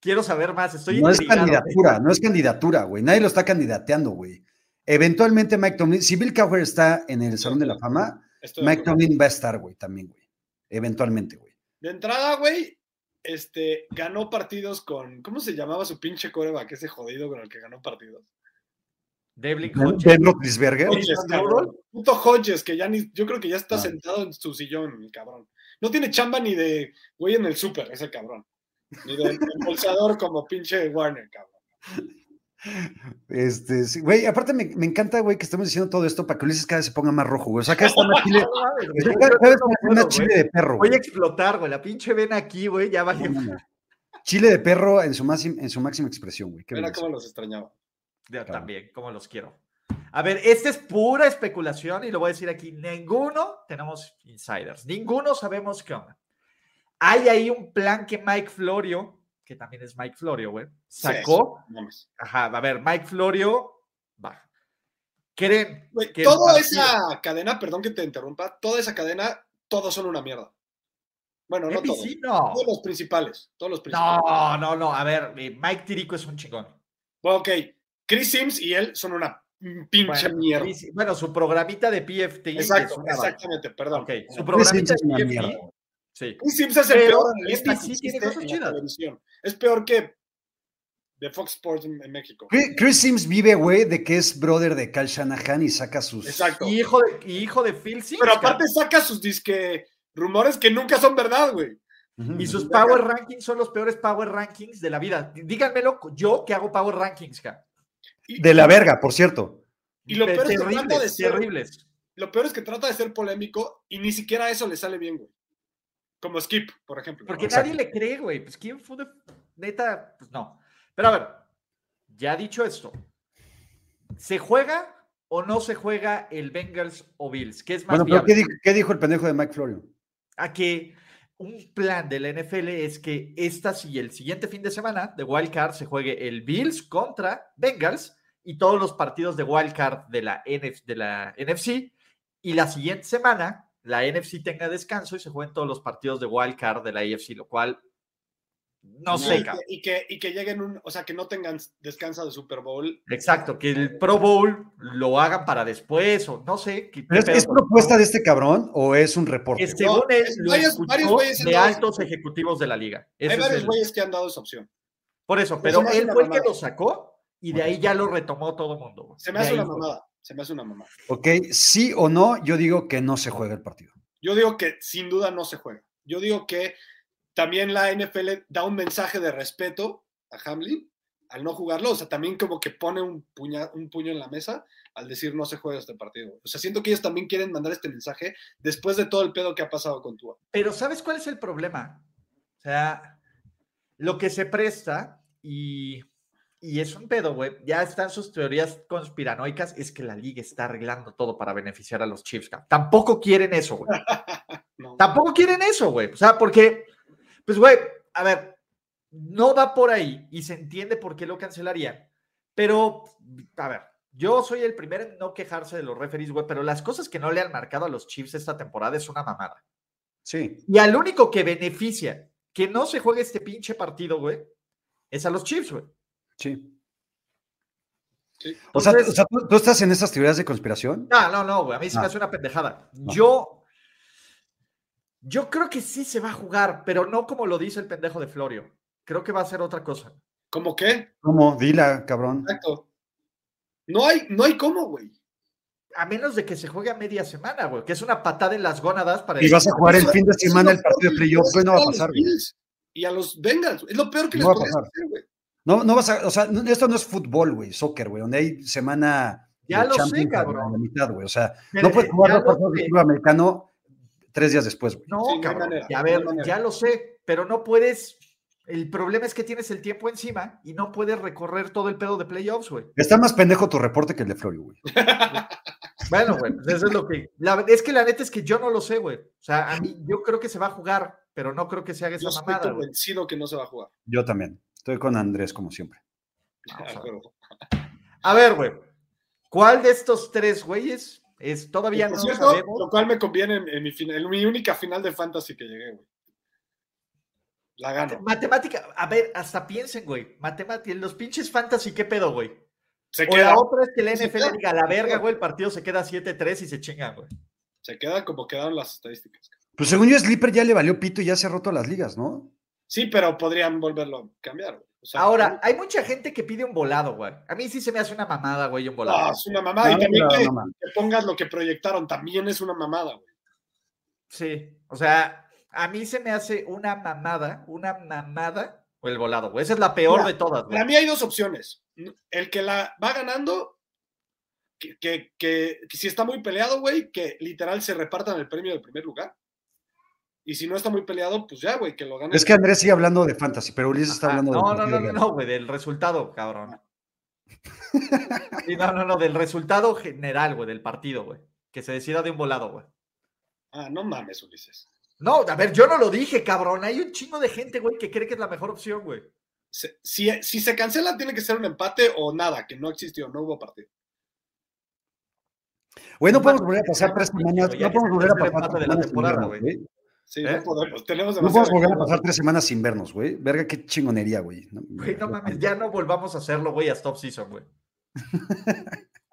Speaker 7: Quiero saber más. Estoy
Speaker 8: No es
Speaker 7: intrigado, eh. güey.
Speaker 8: candidatura, no es candidatura, güey. Nadie lo está candidateando, güey. Eventualmente Mike Tomlin, si Bill Cowher está en el Salón de la Fama,
Speaker 9: Estoy de
Speaker 8: Mike
Speaker 9: acuerdo.
Speaker 8: Tomlin va a estar, güey, también, güey. Eventualmente, güey.
Speaker 9: De entrada, güey, este, ganó partidos con. ¿Cómo se llamaba su pinche coreback? Ese jodido con el que ganó partidos.
Speaker 7: Devlin Hodges.
Speaker 8: Ben Roethlisberger.
Speaker 9: Hodges, cabrón. Puto Hodges, que ya ni. Yo creo que ya está
Speaker 8: Ah.
Speaker 9: sentado en su sillón, el cabrón. No tiene chamba ni de güey en el súper, ese cabrón. Ni de embolsador como pinche Warner, cabrón.
Speaker 8: Este, sí, güey, aparte me, me encanta, güey, que estemos diciendo todo esto para que Ulises cada vez se ponga más rojo, güey. O sea, cada vez está más chile,
Speaker 7: No mames, güey.
Speaker 8: o sea, cada- cada vez
Speaker 7: No
Speaker 8: está más
Speaker 7: puedo,
Speaker 8: chile
Speaker 7: güey.
Speaker 8: de perro,
Speaker 7: Voy
Speaker 8: güey.
Speaker 7: a explotar, güey. La pinche vena aquí, güey. Ya valió.
Speaker 8: No, no, no. Chile de perro en su, máxim- en su máxima expresión, güey. Qué
Speaker 9: Era
Speaker 8: belleza.
Speaker 9: como los extrañaba.
Speaker 7: Yo
Speaker 8: Cabrón.
Speaker 7: también, como los quiero. A ver, esta es pura especulación y lo voy a decir aquí. Ninguno tenemos insiders. Ninguno sabemos qué onda. Hay ahí un plan que Mike Florio, que también es Mike Florio, güey, sacó.
Speaker 9: Sí, mames.
Speaker 7: Ajá, a ver, Mike Florio, va. ¿Creen
Speaker 9: Güey,
Speaker 7: que el
Speaker 9: toda
Speaker 7: partido-
Speaker 9: esa cadena, perdón que te interrumpa, toda esa cadena, todos son una mierda. Bueno, no todos.
Speaker 7: NBC? No.
Speaker 9: Todos los principales. Todos los principales.
Speaker 7: No, no, no. A ver, eh, Mike Tirico es un chingón.
Speaker 9: Bueno, ok. Chris Sims y él son una pinche
Speaker 7: Bueno,
Speaker 9: mierda.
Speaker 7: dice- bueno, su programita de PFT. es
Speaker 9: Exacto,
Speaker 7: una barbaridad.
Speaker 9: exactamente, perdón.
Speaker 7: Ok, su
Speaker 8: Chris
Speaker 7: programita
Speaker 8: Sims
Speaker 7: de
Speaker 8: es una
Speaker 7: PFT,
Speaker 8: mierda, güey.
Speaker 7: Sí.
Speaker 9: Chris Sims es el
Speaker 7: Pero
Speaker 9: peor analista
Speaker 7: NBC
Speaker 9: que
Speaker 7: tiene
Speaker 9: existe
Speaker 7: cosas
Speaker 9: en
Speaker 7: chidas.
Speaker 9: la televisión. Es peor que de Fox Sports en en México.
Speaker 8: Chris, Chris Sims vive, güey, de que es brother de Cal Shanahan y saca sus.
Speaker 9: Exacto.
Speaker 7: Y hijo de, y hijo de Phil Sims.
Speaker 9: Pero
Speaker 7: cabrón.
Speaker 9: aparte saca sus disque rumores que nunca son verdad, güey.
Speaker 8: Ujú.
Speaker 7: Y sus power rankings son los peores power rankings de la vida. Díganmelo, yo que hago power rankings, cabrón.
Speaker 9: Y,
Speaker 8: De la verga, por cierto.
Speaker 9: y lo peor es que trata de
Speaker 7: terribles,
Speaker 9: ser,
Speaker 7: terribles.
Speaker 9: lo peor es que trata de ser polémico y ni siquiera eso le sale bien, güey. Como Skip, por ejemplo.
Speaker 7: Porque
Speaker 8: Exacto.
Speaker 7: nadie le cree, güey. Pues quién fue de... Neta, pues no. Pero a ver, ya dicho esto, ¿se juega o no se juega el Bengals o Bills? ¿Qué es más
Speaker 8: Bueno, pero
Speaker 7: viable?
Speaker 8: ¿qué dijo, qué dijo el pendejo de Mike Florio?
Speaker 7: a que un plan de la NFL es que esta y el siguiente fin de semana de Wild Card se juegue el Bills contra Bengals y todos los partidos de Wild Card de la, NF de la NFC y la siguiente semana la NFC tenga descanso y se jueguen todos los partidos de Wild Card de la AFC, lo cual no
Speaker 9: Y
Speaker 7: sé,
Speaker 9: que-
Speaker 7: cabrón.
Speaker 9: y, que, y que lleguen un, o sea, que no tengan descanso de Super Bowl.
Speaker 7: Exacto, que el Pro Bowl lo hagan para después o no sé. qué-
Speaker 8: ¿Pero es,
Speaker 7: qué
Speaker 8: es
Speaker 7: pedo.
Speaker 8: propuesta de este cabrón o es un reporte?
Speaker 7: Que
Speaker 8: güey?
Speaker 7: según él,
Speaker 9: es-
Speaker 7: lo
Speaker 9: varios-
Speaker 7: escuchó
Speaker 9: varios güeyes han
Speaker 7: de
Speaker 9: dado-
Speaker 7: altos ejecutivos de la liga. Ese
Speaker 9: Hay
Speaker 7: es
Speaker 9: varios
Speaker 7: el-
Speaker 9: güeyes que han dado esa opción.
Speaker 7: Por eso,
Speaker 9: Se
Speaker 7: pero
Speaker 9: me hace
Speaker 7: él
Speaker 9: una
Speaker 7: fue el que
Speaker 9: mamada.
Speaker 7: lo sacó y de ahí ya lo retomó todo el mundo. güey.
Speaker 9: Se me
Speaker 7: De
Speaker 9: hace
Speaker 7: ahí
Speaker 9: una
Speaker 7: fue.
Speaker 9: mamada. Se me hace una mamada.
Speaker 8: Ok, sí o no, yo digo que no se juega el partido.
Speaker 9: Yo digo que sin duda no se juega. Yo digo que también la NFL da un mensaje de respeto a Hamlin al no jugarlo. O sea, también como que pone un, puña- un puño en la mesa al decir no se juega este partido. O sea, siento que ellos también quieren mandar este mensaje después de todo el pedo que ha pasado con Tua.
Speaker 7: Pero ¿sabes cuál es el problema? O sea, lo que se presta y, y es un pedo, güey. Ya están sus teorías conspiranoicas, es que la liga está arreglando todo para beneficiar a los Chiefs. cabrón. Tampoco quieren eso, güey.
Speaker 9: No.
Speaker 7: Tampoco quieren eso, güey. O sea, porque, pues, güey, a ver, no va por ahí y se entiende por qué lo cancelarían. Pero, a ver, yo soy el primero en no quejarse de los referees, güey, pero las cosas que no le han marcado a los Chiefs esta temporada es una mamada.
Speaker 8: Sí.
Speaker 7: Y al único que beneficia que no se juegue este pinche partido, güey, es a los Chiefs, güey.
Speaker 8: Sí.
Speaker 9: Sí.
Speaker 8: O sea,
Speaker 7: Entonces-
Speaker 8: o sea, ¿tú, tú estás en esas teorías de conspiración?
Speaker 7: No, no, no, güey. A mí se me
Speaker 8: Ah.
Speaker 7: hace una pendejada.
Speaker 8: Ah.
Speaker 7: Yo. Yo creo que sí se va a jugar, pero no como lo dice el pendejo de Florio. Creo que va a ser otra cosa.
Speaker 9: ¿Cómo qué?
Speaker 8: ¿Cómo? Dila, cabrón.
Speaker 9: Exacto. No hay, no hay cómo, güey.
Speaker 7: A menos de que se juegue a media semana, güey, que es una patada en las gónadas para
Speaker 8: Y
Speaker 7: el-
Speaker 8: vas a jugar el
Speaker 9: Eso-
Speaker 8: fin de semana el partido de playoff, pues no va a
Speaker 9: los
Speaker 8: pasar. güey.
Speaker 9: Bills Y a los Bengals. Es lo peor que
Speaker 8: No
Speaker 9: les
Speaker 8: va a
Speaker 9: podías
Speaker 8: pasar.
Speaker 9: hacer, güey.
Speaker 8: No, no vas a, o sea, no- esto no es fútbol, güey, soccer, güey, donde hay semana
Speaker 7: Ya
Speaker 8: de
Speaker 7: lo sé,
Speaker 8: Champions a-
Speaker 7: cabrón.
Speaker 8: a la mitad, güey. O sea,
Speaker 7: Pero,
Speaker 8: no puedes
Speaker 7: eh,
Speaker 8: jugar
Speaker 7: ya
Speaker 8: dos
Speaker 7: lo
Speaker 8: partidos de
Speaker 7: sé.
Speaker 8: fútbol americano tres días después, güey.
Speaker 7: No,
Speaker 9: Sí, no hay
Speaker 7: cabrón.
Speaker 9: manera,
Speaker 7: ya,
Speaker 9: no
Speaker 7: a
Speaker 9: hay
Speaker 7: ver,
Speaker 9: manera.
Speaker 7: ya lo sé, pero no puedes. El problema es que tienes el tiempo encima y no puedes recorrer todo el pedo de playoffs, güey.
Speaker 8: Está más pendejo tu reporte que el de Florio, güey.
Speaker 7: Bueno, güey, pues eso es lo que. la- es que la neta es que yo no lo sé, güey. O sea, a mí yo creo que se va a jugar, pero no creo que se haga esa
Speaker 9: Yo estoy
Speaker 7: mamada, güey.
Speaker 9: convencido que no se va a jugar.
Speaker 8: Yo también. Estoy con Andrés, como siempre.
Speaker 7: Vamos a ver.
Speaker 9: Pero-
Speaker 7: A ver, güey. ¿Cuál de estos tres güeyes es todavía
Speaker 9: Por
Speaker 7: no
Speaker 9: cierto,
Speaker 7: sabemos?
Speaker 9: lo cual me conviene en, en mi, final, en mi única final de fantasy que llegué, güey. La gano.
Speaker 7: Matemática, a ver, hasta piensen, güey. Matemática, los pinches fantasy, ¿qué pedo, güey?
Speaker 9: Se
Speaker 7: O la
Speaker 9: queda,
Speaker 7: otra es que la
Speaker 9: se
Speaker 7: NFL
Speaker 9: queda.
Speaker 7: diga, la verga, güey, el partido se queda 7-3 y se chingan, güey.
Speaker 9: se queda como quedaron las estadísticas.
Speaker 8: Pues según yo, Slipper ya le valió pito y ya se ha roto las ligas, ¿no?
Speaker 9: Sí, pero podrían volverlo a cambiar. güey. O sea,
Speaker 7: Ahora, hay mucha gente que pide un volado, güey. A mí sí se me hace una mamada, güey, un volado.
Speaker 9: no, ah, es una
Speaker 7: Ah,
Speaker 9: mamada.
Speaker 8: No,
Speaker 9: y también
Speaker 8: no,
Speaker 9: que,
Speaker 8: no, man.
Speaker 9: que pongas lo que proyectaron también es una mamada, güey.
Speaker 7: Sí, o sea, a mí se me hace una mamada, una mamada o el volado, güey. Esa es la peor
Speaker 9: Mira,
Speaker 7: de todas, güey.
Speaker 9: Para mí hay dos opciones. El que la va ganando, que, que, que- que si está muy peleado, güey, que literal se repartan el premio del primer lugar. Y si no está muy peleado, pues ya, güey, que lo gane.
Speaker 8: Es que Andrés sigue hablando de fantasy, pero Ulises está
Speaker 7: Ah,
Speaker 8: hablando de
Speaker 7: no, no, no,
Speaker 8: partido
Speaker 7: no,
Speaker 8: de-
Speaker 7: no, güey, del resultado, cabrón. Sí, no, no, no, del resultado general, güey, del partido, güey. Que se decida de un volado, güey.
Speaker 9: Ah, no mames, Ulises.
Speaker 7: No, a ver, yo no lo dije, cabrón. Hay un chingo de gente, güey, que cree que es la mejor opción, güey.
Speaker 9: Se- si, si se cancela, tiene que ser un empate o nada, que no existió, no hubo partido.
Speaker 8: Güey, no
Speaker 7: No,
Speaker 8: podemos
Speaker 7: man,
Speaker 8: volver a pasar
Speaker 7: ya
Speaker 8: tres
Speaker 7: que-
Speaker 8: semanas.
Speaker 7: ya
Speaker 8: No
Speaker 7: que
Speaker 8: podemos
Speaker 7: se
Speaker 8: volver a
Speaker 7: tercer
Speaker 8: pasar
Speaker 7: empate
Speaker 8: tres
Speaker 7: de la
Speaker 8: semanas sin
Speaker 7: temporada,
Speaker 8: vernos,
Speaker 7: güey.
Speaker 8: güey.
Speaker 9: Sí,
Speaker 7: ¿Eh?
Speaker 9: no podemos. Tenemos
Speaker 8: No podemos
Speaker 9: demasiado-
Speaker 8: volver a pasar tres semanas sin vernos, güey. Verga, qué chingonería, güey. No,
Speaker 7: Güey, no
Speaker 8: no,
Speaker 7: mames, ya no volvamos a hacerlo, güey, hasta off-season, güey.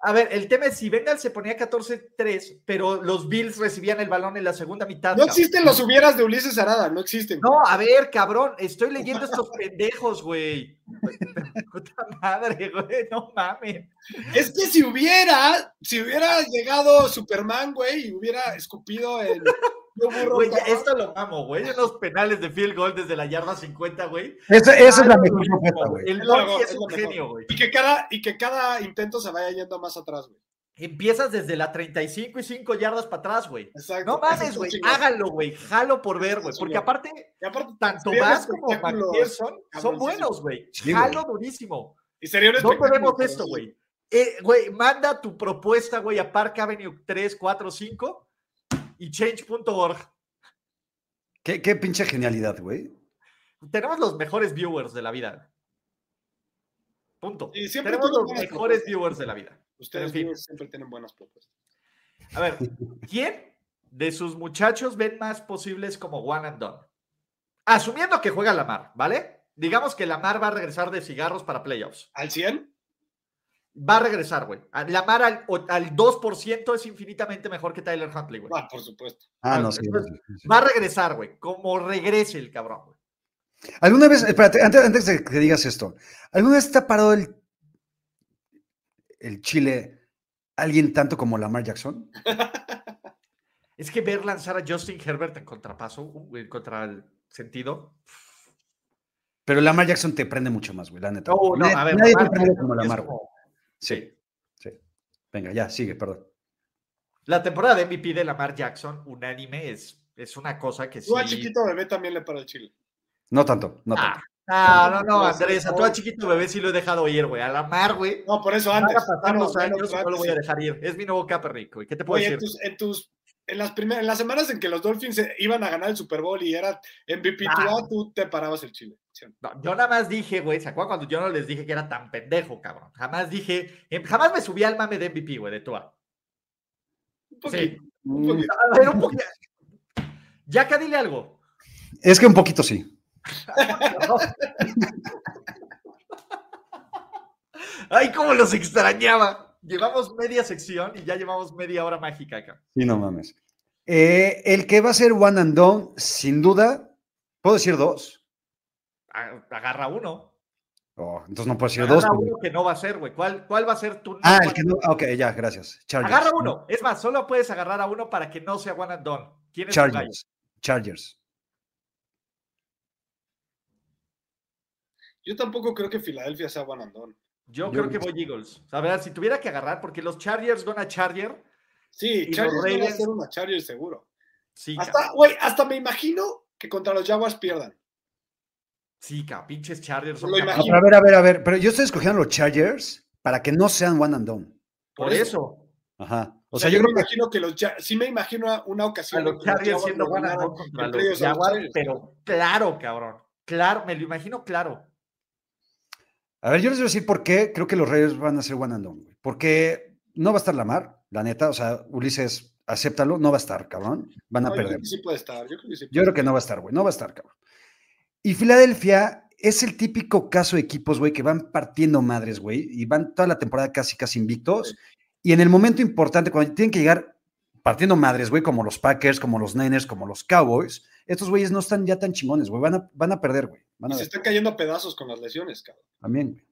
Speaker 7: A ver, el tema es si Bengals se ponía 14-3, pero los Bills recibían el balón en la segunda mitad.
Speaker 9: No
Speaker 7: cabrón.
Speaker 9: existen los hubieras de Ulises Arada, no existen.
Speaker 7: No, a ver, cabrón, estoy leyendo estos pendejos, güey. Puta madre, güey, no mames.
Speaker 9: Es que si hubiera, si hubiera llegado Superman, güey, y hubiera escupido el. Yo burro,
Speaker 7: Güey, ya,
Speaker 9: cabrón.
Speaker 7: esto lo mamo, güey. En los penales de field goal desde la yarda 50, güey.
Speaker 8: Esa, esa es la
Speaker 7: Ah,
Speaker 8: mejor
Speaker 7: güey,
Speaker 8: propuesta, güey.
Speaker 7: El
Speaker 9: Es lo
Speaker 7: Donkey
Speaker 9: mejor,
Speaker 7: es
Speaker 9: es
Speaker 7: un
Speaker 9: lo mejor.
Speaker 7: genio, güey.
Speaker 9: Y que, cada, y que cada intento se vaya yendo más atrás, güey.
Speaker 7: Empiezas desde la 35 y 5 yardas para atrás, güey.
Speaker 9: Exacto.
Speaker 7: No
Speaker 9: Eso
Speaker 7: mames,
Speaker 9: está
Speaker 7: güey.
Speaker 9: chingón.
Speaker 7: Háganlo, güey. Jalo por ver, güey.
Speaker 9: Eso
Speaker 7: Porque
Speaker 9: chingón.
Speaker 7: aparte,
Speaker 9: Y aparte,
Speaker 7: tanto
Speaker 9: sería un
Speaker 7: Bass como
Speaker 9: espectáculo
Speaker 7: McPherson son
Speaker 9: cabroncísimo.
Speaker 7: buenos, güey.
Speaker 8: Sí, güey.
Speaker 7: Jalo durísimo.
Speaker 9: y sería un
Speaker 7: No
Speaker 9: espectáculo,
Speaker 7: podemos
Speaker 9: pero
Speaker 7: esto,
Speaker 9: sí.
Speaker 7: güey. Eh, Güey, manda tu propuesta, güey, a Park Avenue 345 y change.org.
Speaker 8: Qué, qué pinche genialidad, güey.
Speaker 7: Tenemos los mejores viewers de la vida. Punto.
Speaker 9: Y siempre
Speaker 7: Tenemos
Speaker 9: tienen
Speaker 7: los
Speaker 9: buenas
Speaker 7: mejores
Speaker 9: propuestas.
Speaker 7: viewers de la vida.
Speaker 9: Ustedes
Speaker 7: En fin.
Speaker 9: güey, siempre tienen buenas propuestas.
Speaker 7: A ver, ¿quién de sus muchachos ven más posibles como one and done? Asumiendo que juega Lamar, ¿vale? Digamos que Lamar va a regresar de cigarros para playoffs.
Speaker 9: ¿Al 100?
Speaker 7: Va a regresar, güey. A- Lamar al, o- al 2% es infinitamente mejor que Tyler Huntley, güey.
Speaker 9: Ah, por supuesto.
Speaker 8: Ah,
Speaker 7: Ah,
Speaker 8: no, sí,
Speaker 7: entonces-
Speaker 8: sí, sí.
Speaker 7: Va a regresar, güey. Como regrese el cabrón, güey.
Speaker 8: ¿Alguna vez, espérate, antes, antes de que digas esto, ¿alguna vez te ha parado el, el chile alguien tanto como Lamar Jackson?
Speaker 7: Es que ver lanzar a Justin Herbert en contrapaso, uh, en contra el sentido.
Speaker 8: Pero Lamar Jackson te prende mucho más, güey, la neta.
Speaker 7: No, Oh, no,
Speaker 8: Nadie-
Speaker 7: a ver.
Speaker 8: nadie te
Speaker 7: Lamar-
Speaker 8: prende como
Speaker 7: es
Speaker 8: Lamar,
Speaker 7: como-
Speaker 8: güey. Sí, sí. Venga, ya, sigue, perdón.
Speaker 7: La temporada de MVP de Lamar Jackson, unánime, es, es una cosa que sí.
Speaker 9: Tú al chiquito bebé también le para el chile.
Speaker 8: No tanto, no
Speaker 7: Ah,
Speaker 8: tanto.
Speaker 7: ah, no, no,
Speaker 9: No,
Speaker 7: Andrés, a
Speaker 9: no.
Speaker 7: tu chiquito bebé sí lo he dejado ir, güey. A la mar, güey.
Speaker 9: No, por eso
Speaker 7: Van
Speaker 9: antes.
Speaker 7: a pasar
Speaker 9: Ah,
Speaker 7: los
Speaker 9: bueno,
Speaker 7: años y
Speaker 9: pero
Speaker 7: no lo
Speaker 9: antes
Speaker 7: voy
Speaker 9: sí.
Speaker 7: a dejar ir. Es mi nuevo Kaepernick, güey. ¿Qué te puedo
Speaker 9: Oye, en
Speaker 7: decir?
Speaker 9: tus, en tus- en las primeras, en las semanas en que los Dolphins eh, iban a ganar el Super Bowl y era MVP, tú,
Speaker 7: Ah.
Speaker 9: ah, tú te parabas el chile. Sí.
Speaker 7: No, yo nada más dije, güey, ¿se acuerdan cuando yo no les dije que era tan pendejo, cabrón? Jamás dije, em, jamás me subí al mame de MVP, güey, de Tua.
Speaker 9: Un
Speaker 7: Sí.
Speaker 9: poquito, un poquito.
Speaker 7: A ver, un poquito. Yaka, dile algo.
Speaker 8: Es que un poquito sí.
Speaker 7: Ay, cómo los extrañaba. Llevamos media sección y ya llevamos media hora mágica acá.
Speaker 8: Sí, no mames. Eh, el que va a ser one and done, sin duda, ¿puedo decir dos?
Speaker 7: A- Agarra uno.
Speaker 8: Oh, entonces no puedo decir
Speaker 7: Agarra
Speaker 8: dos.
Speaker 7: uno
Speaker 8: güey.
Speaker 7: que no va a ser, güey. ¿Cuál, ¿Cuál va a ser tu
Speaker 8: Ah,
Speaker 7: número?
Speaker 8: el que no. ah, Ok, ya, gracias. Chargers.
Speaker 7: Agarra uno. Es más, solo puedes agarrar a uno para que no sea one and done. ¿Quién es tu gallo?
Speaker 8: Chargers. Chargers.
Speaker 9: Yo tampoco creo que Filadelfia sea one and done.
Speaker 7: Yo,
Speaker 8: Yo
Speaker 7: creo
Speaker 8: creo
Speaker 7: que
Speaker 8: que
Speaker 7: voy Eagles. A ver, si tuviera que agarrar, porque los Chargers van a Charger.
Speaker 9: Sí,
Speaker 7: Y
Speaker 9: Chargers
Speaker 7: los
Speaker 9: no va a
Speaker 7: Ravens.
Speaker 9: ser una Chargers seguro.
Speaker 7: Sí,
Speaker 9: Hasta, güey, hasta me imagino que contra los Jaguars pierdan.
Speaker 7: Sí, ca, pinches Chargers.
Speaker 9: Lo
Speaker 7: son
Speaker 9: imagino.
Speaker 7: capaces-
Speaker 8: Ah, pero a ver, a ver, a ver. Pero yo estoy escogiendo los Chargers para que no sean one and done.
Speaker 7: Por eso.
Speaker 8: Ajá.
Speaker 9: O
Speaker 8: O
Speaker 9: sea,
Speaker 8: sea,
Speaker 9: yo,
Speaker 8: yo
Speaker 9: me
Speaker 8: creo que.
Speaker 9: imagino que los Ja- sí me imagino una- una
Speaker 7: A
Speaker 9: ocasión en
Speaker 7: los
Speaker 9: que los
Speaker 7: Chargers
Speaker 9: Jaguars
Speaker 7: siendo
Speaker 9: le
Speaker 7: one and
Speaker 9: ganaron
Speaker 7: done contra
Speaker 9: entre ellos
Speaker 7: los
Speaker 9: a los
Speaker 7: Jaguars,
Speaker 9: Chargers.
Speaker 7: pero claro, cabrón. Claro, me lo imagino claro.
Speaker 8: A ver, yo les voy a decir por qué creo que los Reyes van a ser one and done. güey. Porque no va a estar Lamar, la neta. O sea, Ulises, acéptalo, no va a estar, cabrón. Van a
Speaker 9: No, yo creo
Speaker 8: perder.
Speaker 9: que sí puede estar. Yo creo que sí
Speaker 8: Yo
Speaker 9: puede
Speaker 8: creo que no va a estar, güey. No va a estar, cabrón. Y Filadelfia es el típico caso de equipos, güey, que van partiendo madres, güey, y van toda la temporada casi, casi invictos. Y en el momento importante, cuando tienen que llegar partiendo madres, güey, como los Packers, como los Niners, como los Cowboys, estos güeyes no están ya tan chingones, güey. Van a, van a perder, güey. Van
Speaker 9: Y
Speaker 8: a
Speaker 7: Pues
Speaker 9: se están cayendo a pedazos con las lesiones, cabrón.
Speaker 8: también, güey.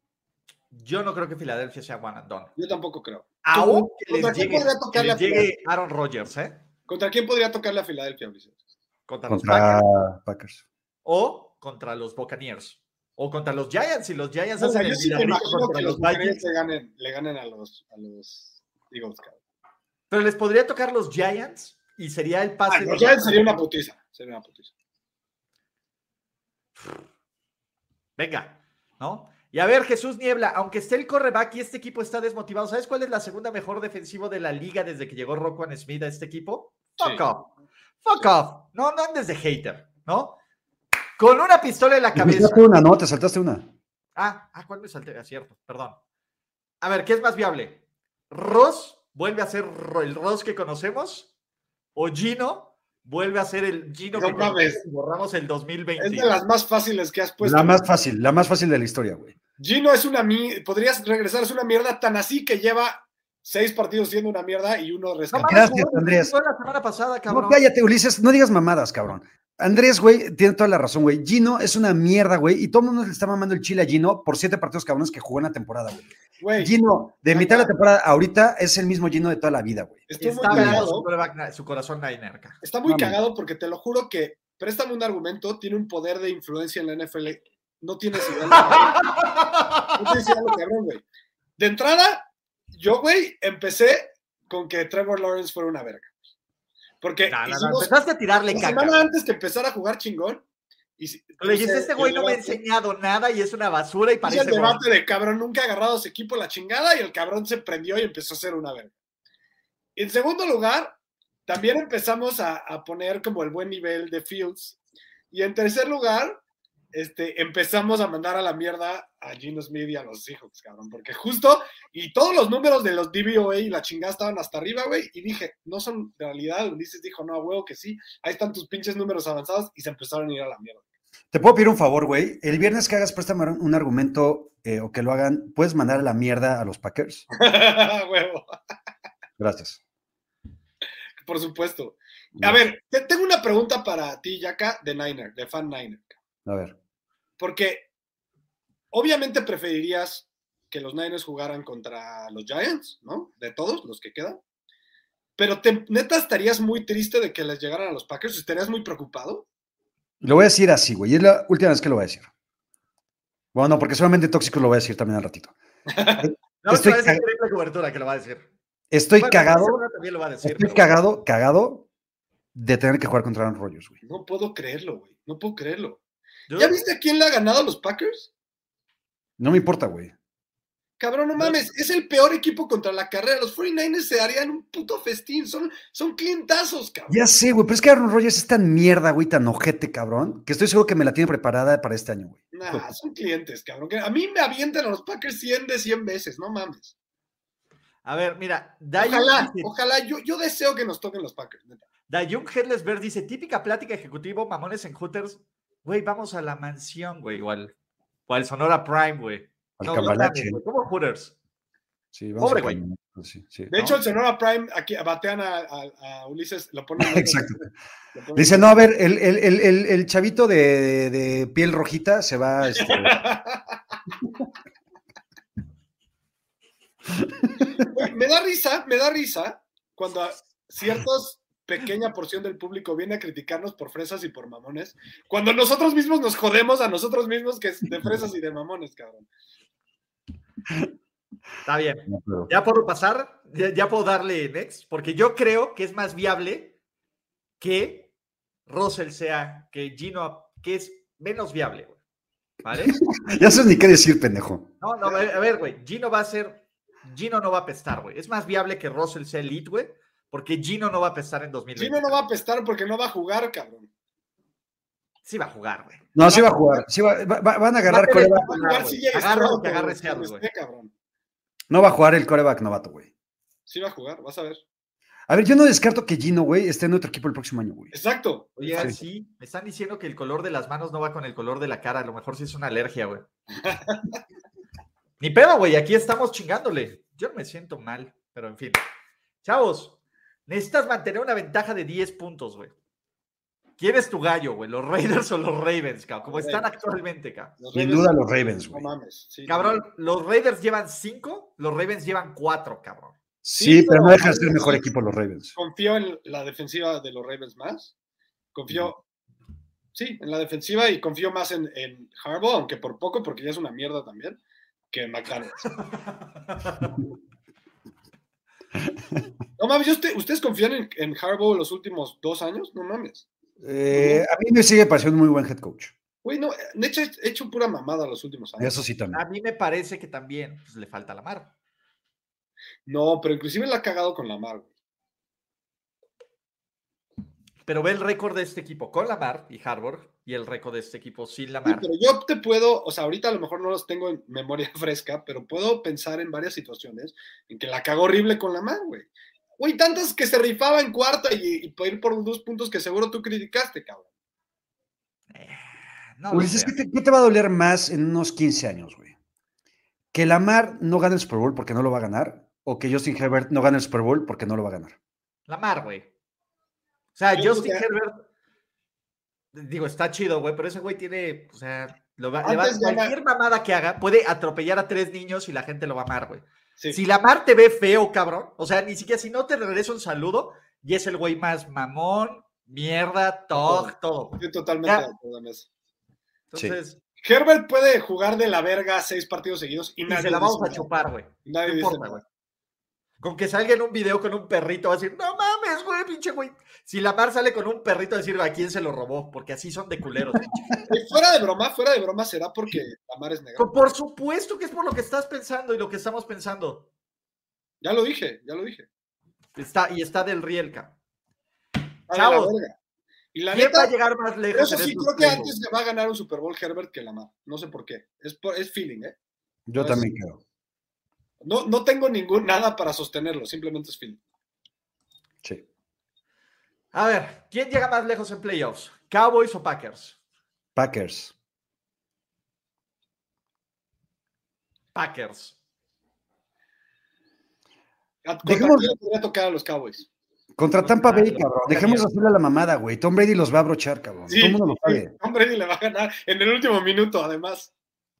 Speaker 7: Yo no creo que Filadelfia sea one and done.
Speaker 9: Yo tampoco creo.
Speaker 7: Aunque
Speaker 9: ¿Contra
Speaker 7: les
Speaker 9: quién
Speaker 7: llegue,
Speaker 9: podría tocar
Speaker 7: que
Speaker 9: la
Speaker 7: les llegue Aaron Rodgers, ¿eh?
Speaker 9: ¿Contra quién podría tocarle a Filadelfia, Ulises?
Speaker 7: Contra, los
Speaker 8: Contra
Speaker 7: Packers
Speaker 8: Packers.
Speaker 7: o contra los Buccaneers. O contra los Giants. Si los Giants
Speaker 9: O sea,
Speaker 7: hacen
Speaker 9: yo
Speaker 7: el
Speaker 9: sí me
Speaker 7: milagrito
Speaker 9: imagino
Speaker 7: contra
Speaker 9: que
Speaker 7: los
Speaker 9: los
Speaker 7: Vikings.
Speaker 9: Buccaneers le ganen, le ganen a los, a los Eagles, cabrón.
Speaker 7: Pero les podría tocar los Giants y sería el pase.
Speaker 9: Ah,
Speaker 7: de-
Speaker 9: los Giants sería una putiza. Sería una putiza.
Speaker 7: Venga, ¿no? Y a ver, Jesús Niebla, aunque esté el correback y este equipo está desmotivado, ¿sabes cuál es la segunda mejor defensivo de la liga desde que llegó Roquan Smith a este equipo? Fuck
Speaker 9: Sí.
Speaker 7: off. Fuck off. No, no andes de hater, ¿no? Con una pistola en la
Speaker 8: Te
Speaker 7: cabeza.
Speaker 8: saltaste una, ¿no? Te saltaste una.
Speaker 7: Ah, ah, ¿cuál me salté? Ah, cierto, perdón. A ver, ¿qué es más viable? ¿Ross vuelve a ser ro- el Ross que conocemos? ¿O Gino vuelve a ser el Gino
Speaker 9: No
Speaker 7: que conocemos
Speaker 9: mames.
Speaker 7: y borramos el 2020?
Speaker 9: Es de las más fáciles que has
Speaker 7: Pues
Speaker 9: puesto.
Speaker 8: la más fácil, la más fácil de la historia, güey.
Speaker 9: Gino es una mierda. Podrías regresar, es una mierda tan así que lleva seis partidos siendo una mierda y uno
Speaker 7: No
Speaker 9: rescatado.
Speaker 7: mames,
Speaker 8: Gracias,
Speaker 7: jugó el
Speaker 8: Andrés.
Speaker 7: partido La semana pasada, cabrón.
Speaker 8: No, cállate, Ulises, no digas mamadas, cabrón. Andrés, güey, tiene toda la razón, güey. Gino es una mierda, güey. Y todo el mundo le está mamando el chile a Gino por siete partidos cabrones que jugó en la temporada, güey.
Speaker 9: Güey,
Speaker 8: Gino, de mitad de la temporada ahorita, es el mismo Gino de toda la vida, güey.
Speaker 9: estoy muy
Speaker 7: Está pegado
Speaker 9: cagado.
Speaker 7: su, quarterback na- su corazón Niner. ca.
Speaker 9: Está muy
Speaker 8: Mames.
Speaker 9: cagado porque te lo juro que préstame un argumento, tiene un poder de influencia en la NFL. No tienes idea. lo cabrón. No tienes idea lo cabrón, güey. De entrada, yo, güey, empecé con que Trevor Lawrence fuera una verga. Porque
Speaker 7: No, no, no,
Speaker 9: hicimos
Speaker 7: Empezaste a tirarle
Speaker 9: la
Speaker 7: caca.
Speaker 9: semana antes que empezara a jugar chingón. Y si-
Speaker 7: Le dijiste,
Speaker 9: se-
Speaker 7: este güey no me ha
Speaker 9: debate-
Speaker 7: enseñado nada y es una basura y
Speaker 9: hice
Speaker 7: parece...
Speaker 9: el debate de cabrón nunca ha agarrado a su equipo la chingada y el cabrón se prendió y empezó a ser una verga. En segundo lugar, también empezamos a, a poner como el buen nivel de Fields. Y en tercer lugar, este, empezamos a mandar a la mierda a Gino Smith y a los Seahawks, cabrón, porque justo, y todos los números de los DVOA y la chingada estaban hasta arriba, güey, y dije, no son de realidad, Ulises dijo, no, a huevo que sí, ahí están tus pinches números avanzados, y se empezaron a ir a la mierda.
Speaker 8: Te puedo pedir un favor, güey. El viernes que hagas préstame un- un argumento eh, o que lo hagan, ¿puedes mandar a la mierda a los Packers?
Speaker 9: A huevo,
Speaker 8: Gracias.
Speaker 9: por supuesto. A ver, te- tengo una pregunta para ti, Yaka, de Niner, de fan Niner.
Speaker 8: A ver.
Speaker 9: Porque obviamente preferirías que los Niners jugaran contra los Giants, ¿no? De todos los que quedan. Pero te- neta estarías muy triste de que les llegaran a los Packers, estarías muy preocupado.
Speaker 8: Lo voy a decir así, güey. y Es la última vez que lo voy a decir. Bueno, no, porque solamente tóxico lo voy a decir también al ratito.
Speaker 7: No,
Speaker 8: Estoy
Speaker 7: esto es
Speaker 8: ca-
Speaker 7: triple cobertura que lo va a decir.
Speaker 8: Estoy
Speaker 7: Bueno,
Speaker 8: cagado,
Speaker 7: seguro También lo va a decir.
Speaker 8: estoy
Speaker 7: pero-
Speaker 8: cagado, cagado de tener que jugar contra Aaron Rodgers, güey.
Speaker 9: No puedo creerlo, güey. No puedo creerlo.
Speaker 7: Yo-
Speaker 9: ¿Ya viste a quién le ha ganado a los Packers?
Speaker 8: No me importa, güey.
Speaker 9: Cabrón, no mames, es el peor equipo contra la carrera. Los 49ers se harían un puto festín. Son, son clientazos, cabrón.
Speaker 8: Ya sé, güey, pero es que Aaron Rodgers es tan mierda, güey, tan ojete, cabrón, que estoy seguro que me la tiene preparada para este año, güey.
Speaker 9: Nah, son clientes, cabrón. que A mí me avientan a los Packers 100 de 100 veces, no mames.
Speaker 7: A ver, mira, Dayun
Speaker 9: Ojalá,
Speaker 7: dice-
Speaker 9: ojalá, yo, yo deseo que nos toquen los Packers. neta.
Speaker 7: Dayun Headless Bear dice, típica plática ejecutivo, mamones en Hooters. Güey, vamos a la mansión, güey, o al, o al Sonora Prime, güey.
Speaker 8: Al
Speaker 7: No, no
Speaker 8: cambalache.
Speaker 7: mames, güey, ¿Cómo Hooters?
Speaker 8: Sí, vamos
Speaker 7: Pobre
Speaker 8: a
Speaker 7: güey.
Speaker 8: caminar. Sí, sí.
Speaker 9: De hecho, el Sonora Prime, aquí batean a, a- a Ulises, lo ponen.
Speaker 8: Exacto.
Speaker 9: lo ponen-
Speaker 8: Dice, no, a ver, el, el- el- el- el chavito de, de piel rojita se va. este,
Speaker 9: Güey, Me da risa, me da risa cuando a ciertos pequeña porción del público viene a criticarnos por fresas y por mamones, cuando nosotros mismos nos jodemos a nosotros mismos que es de fresas y de mamones, cabrón.
Speaker 7: Está bien. Ya puedo pasar, ya, ya puedo darle next, porque yo creo que es más viable que Russell sea, que Gino, que es menos viable, güey. ¿Vale?
Speaker 8: ya sabes ni qué decir, pendejo.
Speaker 7: No, no, a ver, a ver, güey. Gino va a ser. Gino no va a pestar, güey. Es más viable que Russell sea elite, güey. Porque Gino no va a pestar en 2020.
Speaker 9: Gino no va a apestar porque no va a jugar, cabrón.
Speaker 7: Sí va a jugar, güey.
Speaker 8: No, sí va a jugar. sí va- va- va- van a
Speaker 9: Va a
Speaker 8: agarrar
Speaker 9: tener-
Speaker 8: coreback.
Speaker 9: va a jugar si llega
Speaker 7: Ah, Agarra
Speaker 9: Stroud,
Speaker 7: lo que
Speaker 9: cabrón,
Speaker 7: agarre Seattle,
Speaker 9: donde esté, cabrón.
Speaker 8: No va a jugar el coreback novato, güey.
Speaker 9: Sí va a jugar, vas a ver.
Speaker 8: A ver, yo no descarto que Gino, güey, esté en otro equipo el próximo año, güey.
Speaker 9: Exacto.
Speaker 7: Oye,
Speaker 8: Sí.
Speaker 7: sí. me están diciendo que el color de las manos no va con el color de la cara. A lo mejor sí es una alergia, güey. Ni pedo, güey. Aquí estamos chingándole. Yo no me siento mal, pero en fin. Chavos, necesitas mantener una ventaja de 10 puntos, güey. ¿Quién es tu gallo, güey? ¿Los Raiders o los Ravens, cabrón? Como están
Speaker 9: Ravens.
Speaker 7: actualmente, cabrón.
Speaker 9: Los
Speaker 8: Sin
Speaker 9: Ravens-
Speaker 8: duda los Ravens,
Speaker 9: No
Speaker 8: güey.
Speaker 9: mames. sí,
Speaker 7: Cabrón, los Raiders llevan 5, los Ravens llevan 4, cabrón.
Speaker 8: Sí,
Speaker 9: Sí,
Speaker 8: pero
Speaker 9: pero-
Speaker 8: no deja de ser el mejor equipo los Ravens.
Speaker 9: confío en la defensiva de los Ravens más. Confío, sí, en la defensiva y confío más en, en Harbaugh, aunque por poco, porque ya es una mierda también, que en McDaniels. No mames, ¿yo usted- ¿ustedes confían en, en Harbaugh los últimos dos años? No mames.
Speaker 8: Eh, a mí me sigue pareciendo un muy buen head coach.
Speaker 9: Güey, no, de hecho, he hecho pura mamada los últimos años.
Speaker 8: Eso sí
Speaker 7: A
Speaker 8: también.
Speaker 7: mí me parece que también pues, le falta la mar.
Speaker 9: No, pero inclusive la ha cagado con la mar, güey.
Speaker 7: Pero ve el récord de este equipo con Lamar y Harvard y el récord de este equipo sin
Speaker 9: Sí,
Speaker 7: Lamar.
Speaker 9: pero yo te puedo, o sea, ahorita a lo mejor no los tengo en memoria fresca, pero puedo pensar en varias situaciones en que la cagó horrible con la mar, güey. Güey, tantas que se rifaba en cuarta y, y pa' ir por dos puntos que seguro tú criticaste, cabrón. Ah,
Speaker 7: No, lo
Speaker 9: pues,
Speaker 8: Ulises,
Speaker 7: sé.
Speaker 8: ¿qué te, qué te va a doler más en unos 15 años, güey? ¿Que Lamar no gane el Super Bowl porque no lo va a ganar? ¿O que Justin Herbert no gane el Super Bowl porque no lo va a ganar?
Speaker 7: Lamar, güey. O sea,
Speaker 9: Yo
Speaker 7: Justin
Speaker 9: creo que-
Speaker 7: Herbert, digo, está chido, güey, pero ese güey tiene, o sea, lo va- le va-
Speaker 9: Antes de
Speaker 7: cualquier mamada que haga puede atropellar a tres niños y la gente lo va a amar, güey.
Speaker 9: Sí.
Speaker 7: Si Lamar te ve feo, cabrón, o sea, ni siquiera si no te regresa un saludo, y es el güey más mamón, mierda, tog, todo. güey.
Speaker 9: Estoy totalmente
Speaker 7: Ya.
Speaker 9: de acuerdo en eso.
Speaker 8: Sí.
Speaker 7: Entonces,
Speaker 9: Herbert puede jugar de la verga seis partidos seguidos
Speaker 7: y
Speaker 9: y nadie
Speaker 7: se la
Speaker 9: dice
Speaker 7: vamos a
Speaker 9: nada.
Speaker 7: chupar, güey.
Speaker 9: Nadie
Speaker 7: No
Speaker 9: dice
Speaker 7: importa,
Speaker 9: nada.
Speaker 7: güey. Con que salga en un video con un perrito, va a decir, no mames, güey, pinche güey. Si Lamar sale con un perrito, va a decir, ¿a quién se lo robó? Porque así son de culeros. pinche.
Speaker 9: Güey, fuera de broma, fuera de broma será porque la mar es negra.
Speaker 7: Pero por supuesto que es por lo que estás pensando y lo que estamos pensando.
Speaker 9: Ya lo dije, ya lo dije.
Speaker 7: Está, y está del rielca.
Speaker 9: Está de la
Speaker 7: Chavos.
Speaker 9: verga. Y la
Speaker 7: ¿Quién va a
Speaker 9: neta,
Speaker 7: llegar más lejos?
Speaker 9: eso
Speaker 7: en
Speaker 9: sí,
Speaker 7: estos
Speaker 9: creo que
Speaker 7: juegos?
Speaker 9: antes le va a ganar un Super Bowl Herbert que la mar. No sé por qué. Es, por- es feeling, ¿eh?
Speaker 8: Yo
Speaker 9: Pues-
Speaker 8: también creo.
Speaker 9: No, no tengo ningún nada para sostenerlo, simplemente es film.
Speaker 8: Sí.
Speaker 7: A ver, ¿quién llega más lejos en playoffs? ¿Cowboys o Packers?
Speaker 8: Packers.
Speaker 7: Packers.
Speaker 9: A- contra
Speaker 8: Dejemos-
Speaker 9: quién le podría tocar a los Cowboys. Pues
Speaker 8: Contra Tampa
Speaker 7: claro,
Speaker 8: Bay, cabrón.
Speaker 7: qué
Speaker 8: Dejemos
Speaker 7: miedo.
Speaker 8: hacerle la mamada, güey. Tom Brady los va a abrochar, cabrón.
Speaker 9: Sí,
Speaker 8: Todo el mundo lo
Speaker 9: sí,
Speaker 8: sabe.
Speaker 9: Tom Brady le va a ganar en el último minuto, además.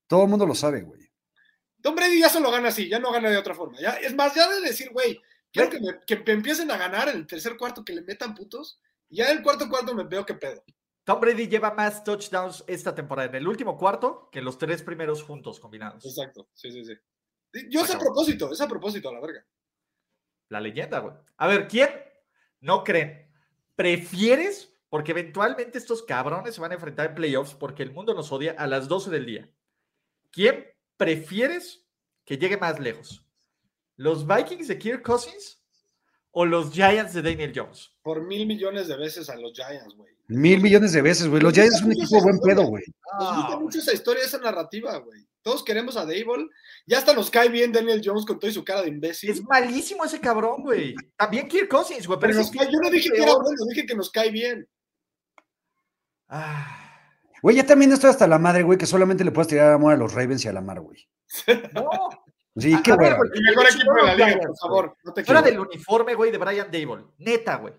Speaker 8: Todo el mundo lo sabe, güey.
Speaker 9: Tom Brady ya se lo gana así, ya no gana de otra forma. Ya, es más, ya de decir, güey, quiero que me, que me empiecen a ganar en el tercer cuarto, que le metan putos. y Ya en el cuarto cuarto me veo que pedo.
Speaker 7: Tom Brady lleva más touchdowns esta temporada en el último cuarto que los tres primeros juntos combinados.
Speaker 9: Exacto, sí, sí, sí. Y- Yo es a
Speaker 7: Acabó.
Speaker 9: propósito, es a propósito, a la verga.
Speaker 7: La leyenda, güey. A ver, ¿quién no creen? ¿Prefieres? Porque eventualmente estos cabrones se van a enfrentar en playoffs porque el mundo nos odia a las 12 del día. ¿Quién prefieres que llegue más lejos? ¿Los Vikings de Kirk Cousins o los Giants de Daniel Jones?
Speaker 9: Por mil millones de veces a los Giants, güey.
Speaker 8: Mil millones de veces, güey.
Speaker 9: Pues
Speaker 8: Los Giants son un equipo buen pedo, güey.
Speaker 9: Nos gusta
Speaker 7: Ah,
Speaker 9: mucho esa historia, esa narrativa, güey. Todos queremos a Dable. Ya hasta nos cae bien Daniel Jones con toda su cara de imbécil.
Speaker 7: es malísimo ese cabrón, güey. También Kirk Cousins, güey.
Speaker 9: Pero
Speaker 7: Pero,
Speaker 9: nos
Speaker 7: ese
Speaker 9: cae- yo no
Speaker 7: tipo es
Speaker 9: dije que era
Speaker 7: peor.
Speaker 9: bueno, dije que nos cae bien.
Speaker 7: Ah.
Speaker 8: Güey, ya también estoy hasta la madre, güey, que solamente le puedes tirar amor a los Ravens y a Lamar, güey.
Speaker 7: No,
Speaker 8: Sí, qué
Speaker 7: a ver,
Speaker 8: hueva.
Speaker 7: güey,
Speaker 9: El mejor
Speaker 7: pinche
Speaker 9: equipo de la
Speaker 7: Brandon
Speaker 9: liga,
Speaker 7: Bryant,
Speaker 9: por favor. No te
Speaker 7: güey. Fuera
Speaker 9: equivoques.
Speaker 7: del uniforme, güey, de Brian Dable. Neta, güey.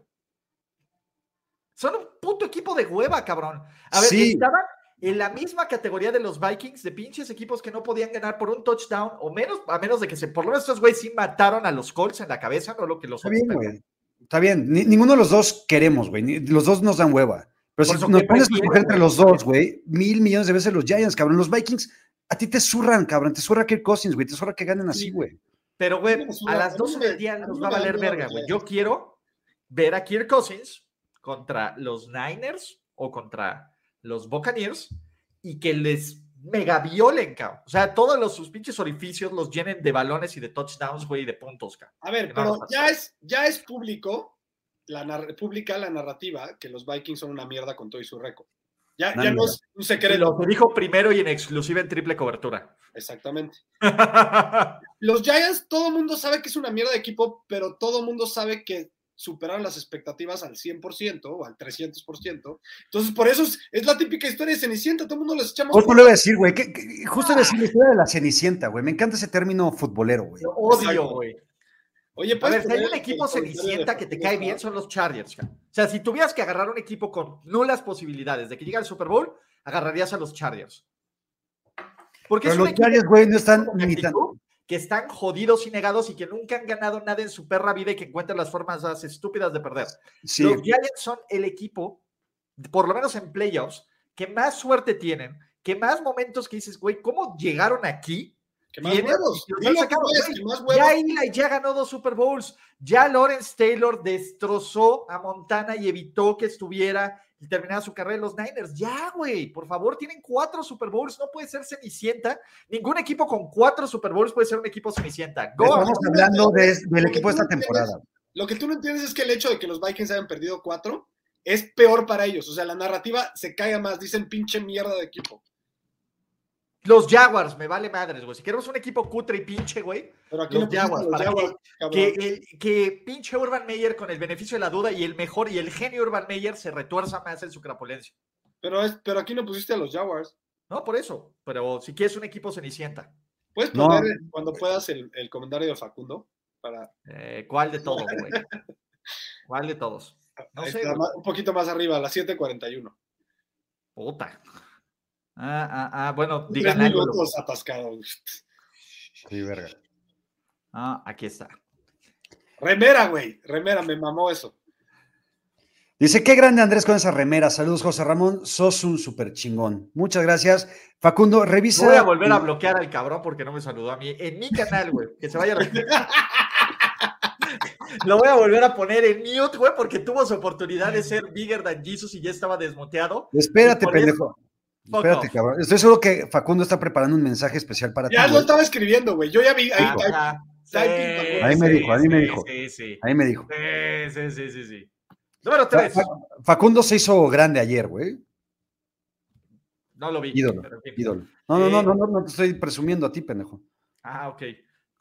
Speaker 7: Son un puto equipo de hueva, cabrón. A ver,
Speaker 8: Sí.
Speaker 7: estaban en la misma categoría de los Vikings, de pinches equipos que no podían ganar por un touchdown, o menos, a menos de que se, por lo menos estos güey sí mataron a los Colts en la cabeza, no lo que los
Speaker 8: Está
Speaker 7: otros,
Speaker 8: bien,
Speaker 7: pero-
Speaker 8: güey. Está bien. Ni- ninguno de los dos queremos, güey. Ni- Los dos nos dan hueva. Pero
Speaker 7: Por
Speaker 8: si
Speaker 7: eso,
Speaker 8: nos
Speaker 7: ¿qué
Speaker 8: pones a
Speaker 7: prefieres,
Speaker 8: escoger entre
Speaker 7: güey?
Speaker 8: los dos, güey, mil millones de veces los Giants, cabrón. Los Vikings, a ti te zurran, cabrón. Te zurra Kirk Cousins, güey. Te zurra que ganen así,
Speaker 9: Sí.
Speaker 8: güey.
Speaker 7: Pero, güey,
Speaker 9: mí me suda,
Speaker 7: a
Speaker 9: a
Speaker 7: las
Speaker 9: mí
Speaker 7: 12
Speaker 9: me-
Speaker 7: del día
Speaker 9: a mí
Speaker 7: nos
Speaker 9: me
Speaker 7: va a
Speaker 9: vale
Speaker 7: valer
Speaker 9: madre,
Speaker 7: verga, güey.
Speaker 9: güey.
Speaker 7: Yo quiero ver a Kirk Cousins contra los Niners o contra los Buccaneers y que les mega violen, cabrón. O sea, todos los, sus pinches orificios los llenen de balones y de touchdowns, güey, y de puntos, cabrón.
Speaker 9: A ver,
Speaker 7: Que no
Speaker 9: pero
Speaker 7: nos pasa.
Speaker 9: ya es, ya es público, la nar- pública la narrativa que los Vikings son una mierda con todo y su récord. Ya,
Speaker 8: Una
Speaker 9: ya no
Speaker 8: mierda.
Speaker 9: es un
Speaker 7: Y Lo
Speaker 9: secreto.
Speaker 7: que dijo primero y en exclusiva en triple cobertura.
Speaker 9: Exactamente. Los Giants, todo el mundo sabe que es una mierda de equipo, pero todo el mundo sabe que superaron las expectativas al 100% o al 300%. Entonces, por eso es, es la típica historia de Cenicienta. Todo el mundo les echamos.
Speaker 8: Justo le iba a decir, güey. que- que- Justo le iba a decir la historia de la Cenicienta, güey. Me encanta ese término futbolero, güey.
Speaker 7: Lo odio,
Speaker 9: Exacto.
Speaker 7: güey.
Speaker 9: Oye,
Speaker 7: A
Speaker 9: pues,
Speaker 7: ver, si hay un equipo cenicienta que te cae bien, son los Chargers. cabrón. O sea, si tuvieras que agarrar un equipo con nulas posibilidades de que llegue al Super Bowl, agarrarías a los Chargers. Porque
Speaker 8: Pero
Speaker 7: es un
Speaker 8: los
Speaker 7: equipo
Speaker 8: Giants, güey, no están
Speaker 7: con
Speaker 8: ni tan.
Speaker 7: actitud, que están jodidos y negados y que nunca han ganado nada en su perra vida y que encuentran las formas más estúpidas de perder.
Speaker 8: Sí,
Speaker 7: Los Giants son el equipo, por lo menos en playoffs, que más suerte tienen, que más momentos que dices, güey, ¿cómo llegaron aquí?
Speaker 9: Que más
Speaker 7: Tiene-
Speaker 9: huevos.
Speaker 7: lo
Speaker 9: Dilo
Speaker 7: han
Speaker 9: que
Speaker 7: sacado,
Speaker 9: puedes,
Speaker 7: güey.
Speaker 9: que más
Speaker 7: Ya
Speaker 9: huevos.
Speaker 7: Eli ya ganó dos Super Bowls. Ya Lawrence Taylor destrozó a Montana y evitó que estuviera y terminara su carrera en los Niners. Ya, güey, por favor, tienen cuatro Super Bowls. No puede ser Cenicienta. Ningún equipo con cuatro Super Bowls puede ser un equipo Cenicienta. Go,
Speaker 8: estamos
Speaker 7: Arizona.
Speaker 8: hablando de- del
Speaker 9: Porque
Speaker 8: equipo de
Speaker 9: tú no
Speaker 8: esta
Speaker 9: tienes-
Speaker 8: temporada.
Speaker 9: Lo que tú no entiendes es que el hecho de que los Vikings hayan perdido cuatro es peor para ellos. O sea, la narrativa se caga más. Dicen pinche mierda de equipo.
Speaker 7: Los Jaguars, me vale madres, güey. Si queremos un equipo cutre y pinche, güey,
Speaker 9: Pero aquí
Speaker 7: Los
Speaker 9: no pusiste
Speaker 7: Jaguars,
Speaker 9: a los
Speaker 7: ¿para
Speaker 9: Jaguars, cabrón.
Speaker 7: que, el- que pinche Urban Meyer con el beneficio de la duda y el mejor y el genio Urban Meyer se retuerza más en su crapulencia.
Speaker 9: Pero, es, pero aquí no pusiste a los Jaguars.
Speaker 7: No, por eso. Pero si quieres un equipo Cenicienta.
Speaker 9: Puedes
Speaker 8: No.
Speaker 9: poner eh, cuando puedas el, el comentario de Facundo para
Speaker 7: Eh, ¿Cuál de todos, güey? ¿Cuál de todos? No
Speaker 9: ahí
Speaker 7: sé,
Speaker 9: está,
Speaker 7: güey.
Speaker 9: ma- un poquito más arriba, a las 7:41.
Speaker 7: Puta. Ah, ah, ah, bueno,
Speaker 9: Tres
Speaker 7: digan algo.
Speaker 9: minutos atascado.
Speaker 8: Sí, verga.
Speaker 7: Ah, aquí está.
Speaker 9: Remera, güey. Remera, me mamó eso.
Speaker 8: Dice, qué grande Andrés con esa remera. Saludos, José Ramón. Sos un super chingón. Muchas gracias. Facundo, revisa.
Speaker 7: No voy a volver a bloquear al cabrón porque no me saludó a mí. En mi canal, güey. Que se vaya. a la- Lo voy a volver a poner en mute, güey, porque tuvo su oportunidad de ser bigger than Jesus y ya estaba desmuteado.
Speaker 8: Espérate,
Speaker 7: Y por eso-
Speaker 8: pendejo.
Speaker 7: Fuck
Speaker 8: Espérate,
Speaker 7: off.
Speaker 8: cabrón. Estoy seguro que Facundo está preparando un mensaje especial para ti.
Speaker 9: Ya lo
Speaker 8: güey.
Speaker 9: estaba escribiendo, güey. Yo ya vi. Ahí,
Speaker 7: Ah,
Speaker 9: ahí-
Speaker 7: ah,
Speaker 9: ahí-
Speaker 7: sí,
Speaker 8: ahí me
Speaker 7: sí,
Speaker 8: dijo, ahí me
Speaker 7: sí,
Speaker 8: dijo.
Speaker 7: Sí, sí.
Speaker 8: Ahí me dijo.
Speaker 7: Sí, sí, sí, sí, sí. Número
Speaker 8: Fa-
Speaker 7: 3.
Speaker 8: Fa- Facundo se hizo grande ayer, güey.
Speaker 7: No lo vi.
Speaker 8: Ídolo,
Speaker 7: pero en fin.
Speaker 8: Ídolo. No, no, no,
Speaker 9: Eh.
Speaker 8: no, no, no te estoy presumiendo a ti, pendejo.
Speaker 7: Ah, ok.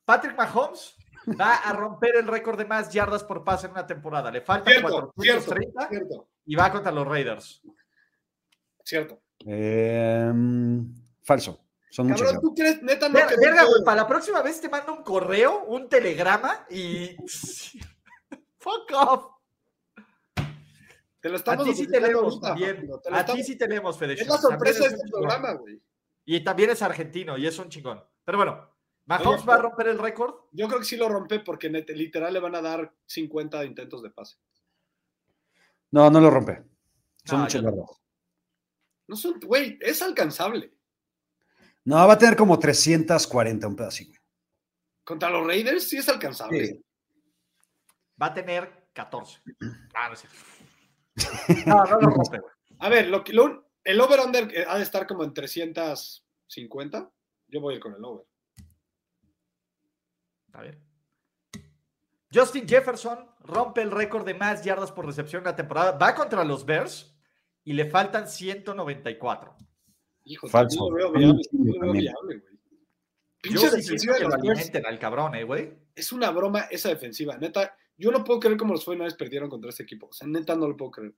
Speaker 7: Patrick Mahomes va a romper el récord de más yardas por pase en una temporada. Le faltan
Speaker 9: Cierto, cierto,
Speaker 7: 430
Speaker 9: cierto,
Speaker 7: y va contra los Raiders.
Speaker 9: cierto.
Speaker 8: Eh, mm, falso. Son muchas
Speaker 9: Cabrón,
Speaker 8: gracias.
Speaker 9: ¿tú crees neta no
Speaker 7: Ver-
Speaker 9: que-
Speaker 7: Verga, güey, para la próxima vez te mando un correo, un telegrama y. Fuck off.
Speaker 9: Te lo
Speaker 7: A
Speaker 9: estamos
Speaker 7: ti sí te
Speaker 9: notificando
Speaker 7: leemos
Speaker 9: ahorita,
Speaker 7: también.
Speaker 9: Facundo, te lo
Speaker 7: A ti
Speaker 9: estamos-
Speaker 7: sí te leemos, Fede.
Speaker 9: Es la
Speaker 7: También
Speaker 9: sorpresa de
Speaker 7: es un
Speaker 9: este
Speaker 7: chingón.
Speaker 9: programa, güey.
Speaker 7: Y también es argentino y es un chingón. Pero bueno, Mahomes
Speaker 9: Oye,
Speaker 7: va a romper el récord.
Speaker 9: Yo creo que sí lo rompe porque neta- literal le van a dar 50 intentos de pase.
Speaker 8: No, no lo rompe. Son
Speaker 7: No,
Speaker 8: muchas
Speaker 7: yo-
Speaker 8: yardas.
Speaker 9: No son, güey, es alcanzable.
Speaker 8: No, va a tener como 340, un pedacito. güey.
Speaker 9: Contra los Raiders sí es alcanzable.
Speaker 8: Sí.
Speaker 7: Va a tener 14. Ah, no, es cierto. no, no lo rompe, güey.
Speaker 9: A ver, lo, que- lo- el over-under eh, ha de estar como en 350. Yo voy a ir con el over.
Speaker 7: Está bien. Justin Jefferson rompe el récord de más yardas por recepción en la temporada. Va contra los Bears y le faltan 194.
Speaker 9: Hijo,
Speaker 8: Falso.
Speaker 9: también lo veo
Speaker 8: También,
Speaker 9: viable, también lo veo
Speaker 8: también.
Speaker 9: viable, güey.
Speaker 7: Yo
Speaker 9: Pinche
Speaker 7: sí quiero
Speaker 9: defensiva de
Speaker 7: que lo
Speaker 9: los Bears.
Speaker 7: alimenten al cabrón, eh, güey.
Speaker 9: Es una broma esa defensiva. Neta, yo no puedo creer cómo los 49 perdieron contra este equipo. O sea, neta, no lo puedo creer.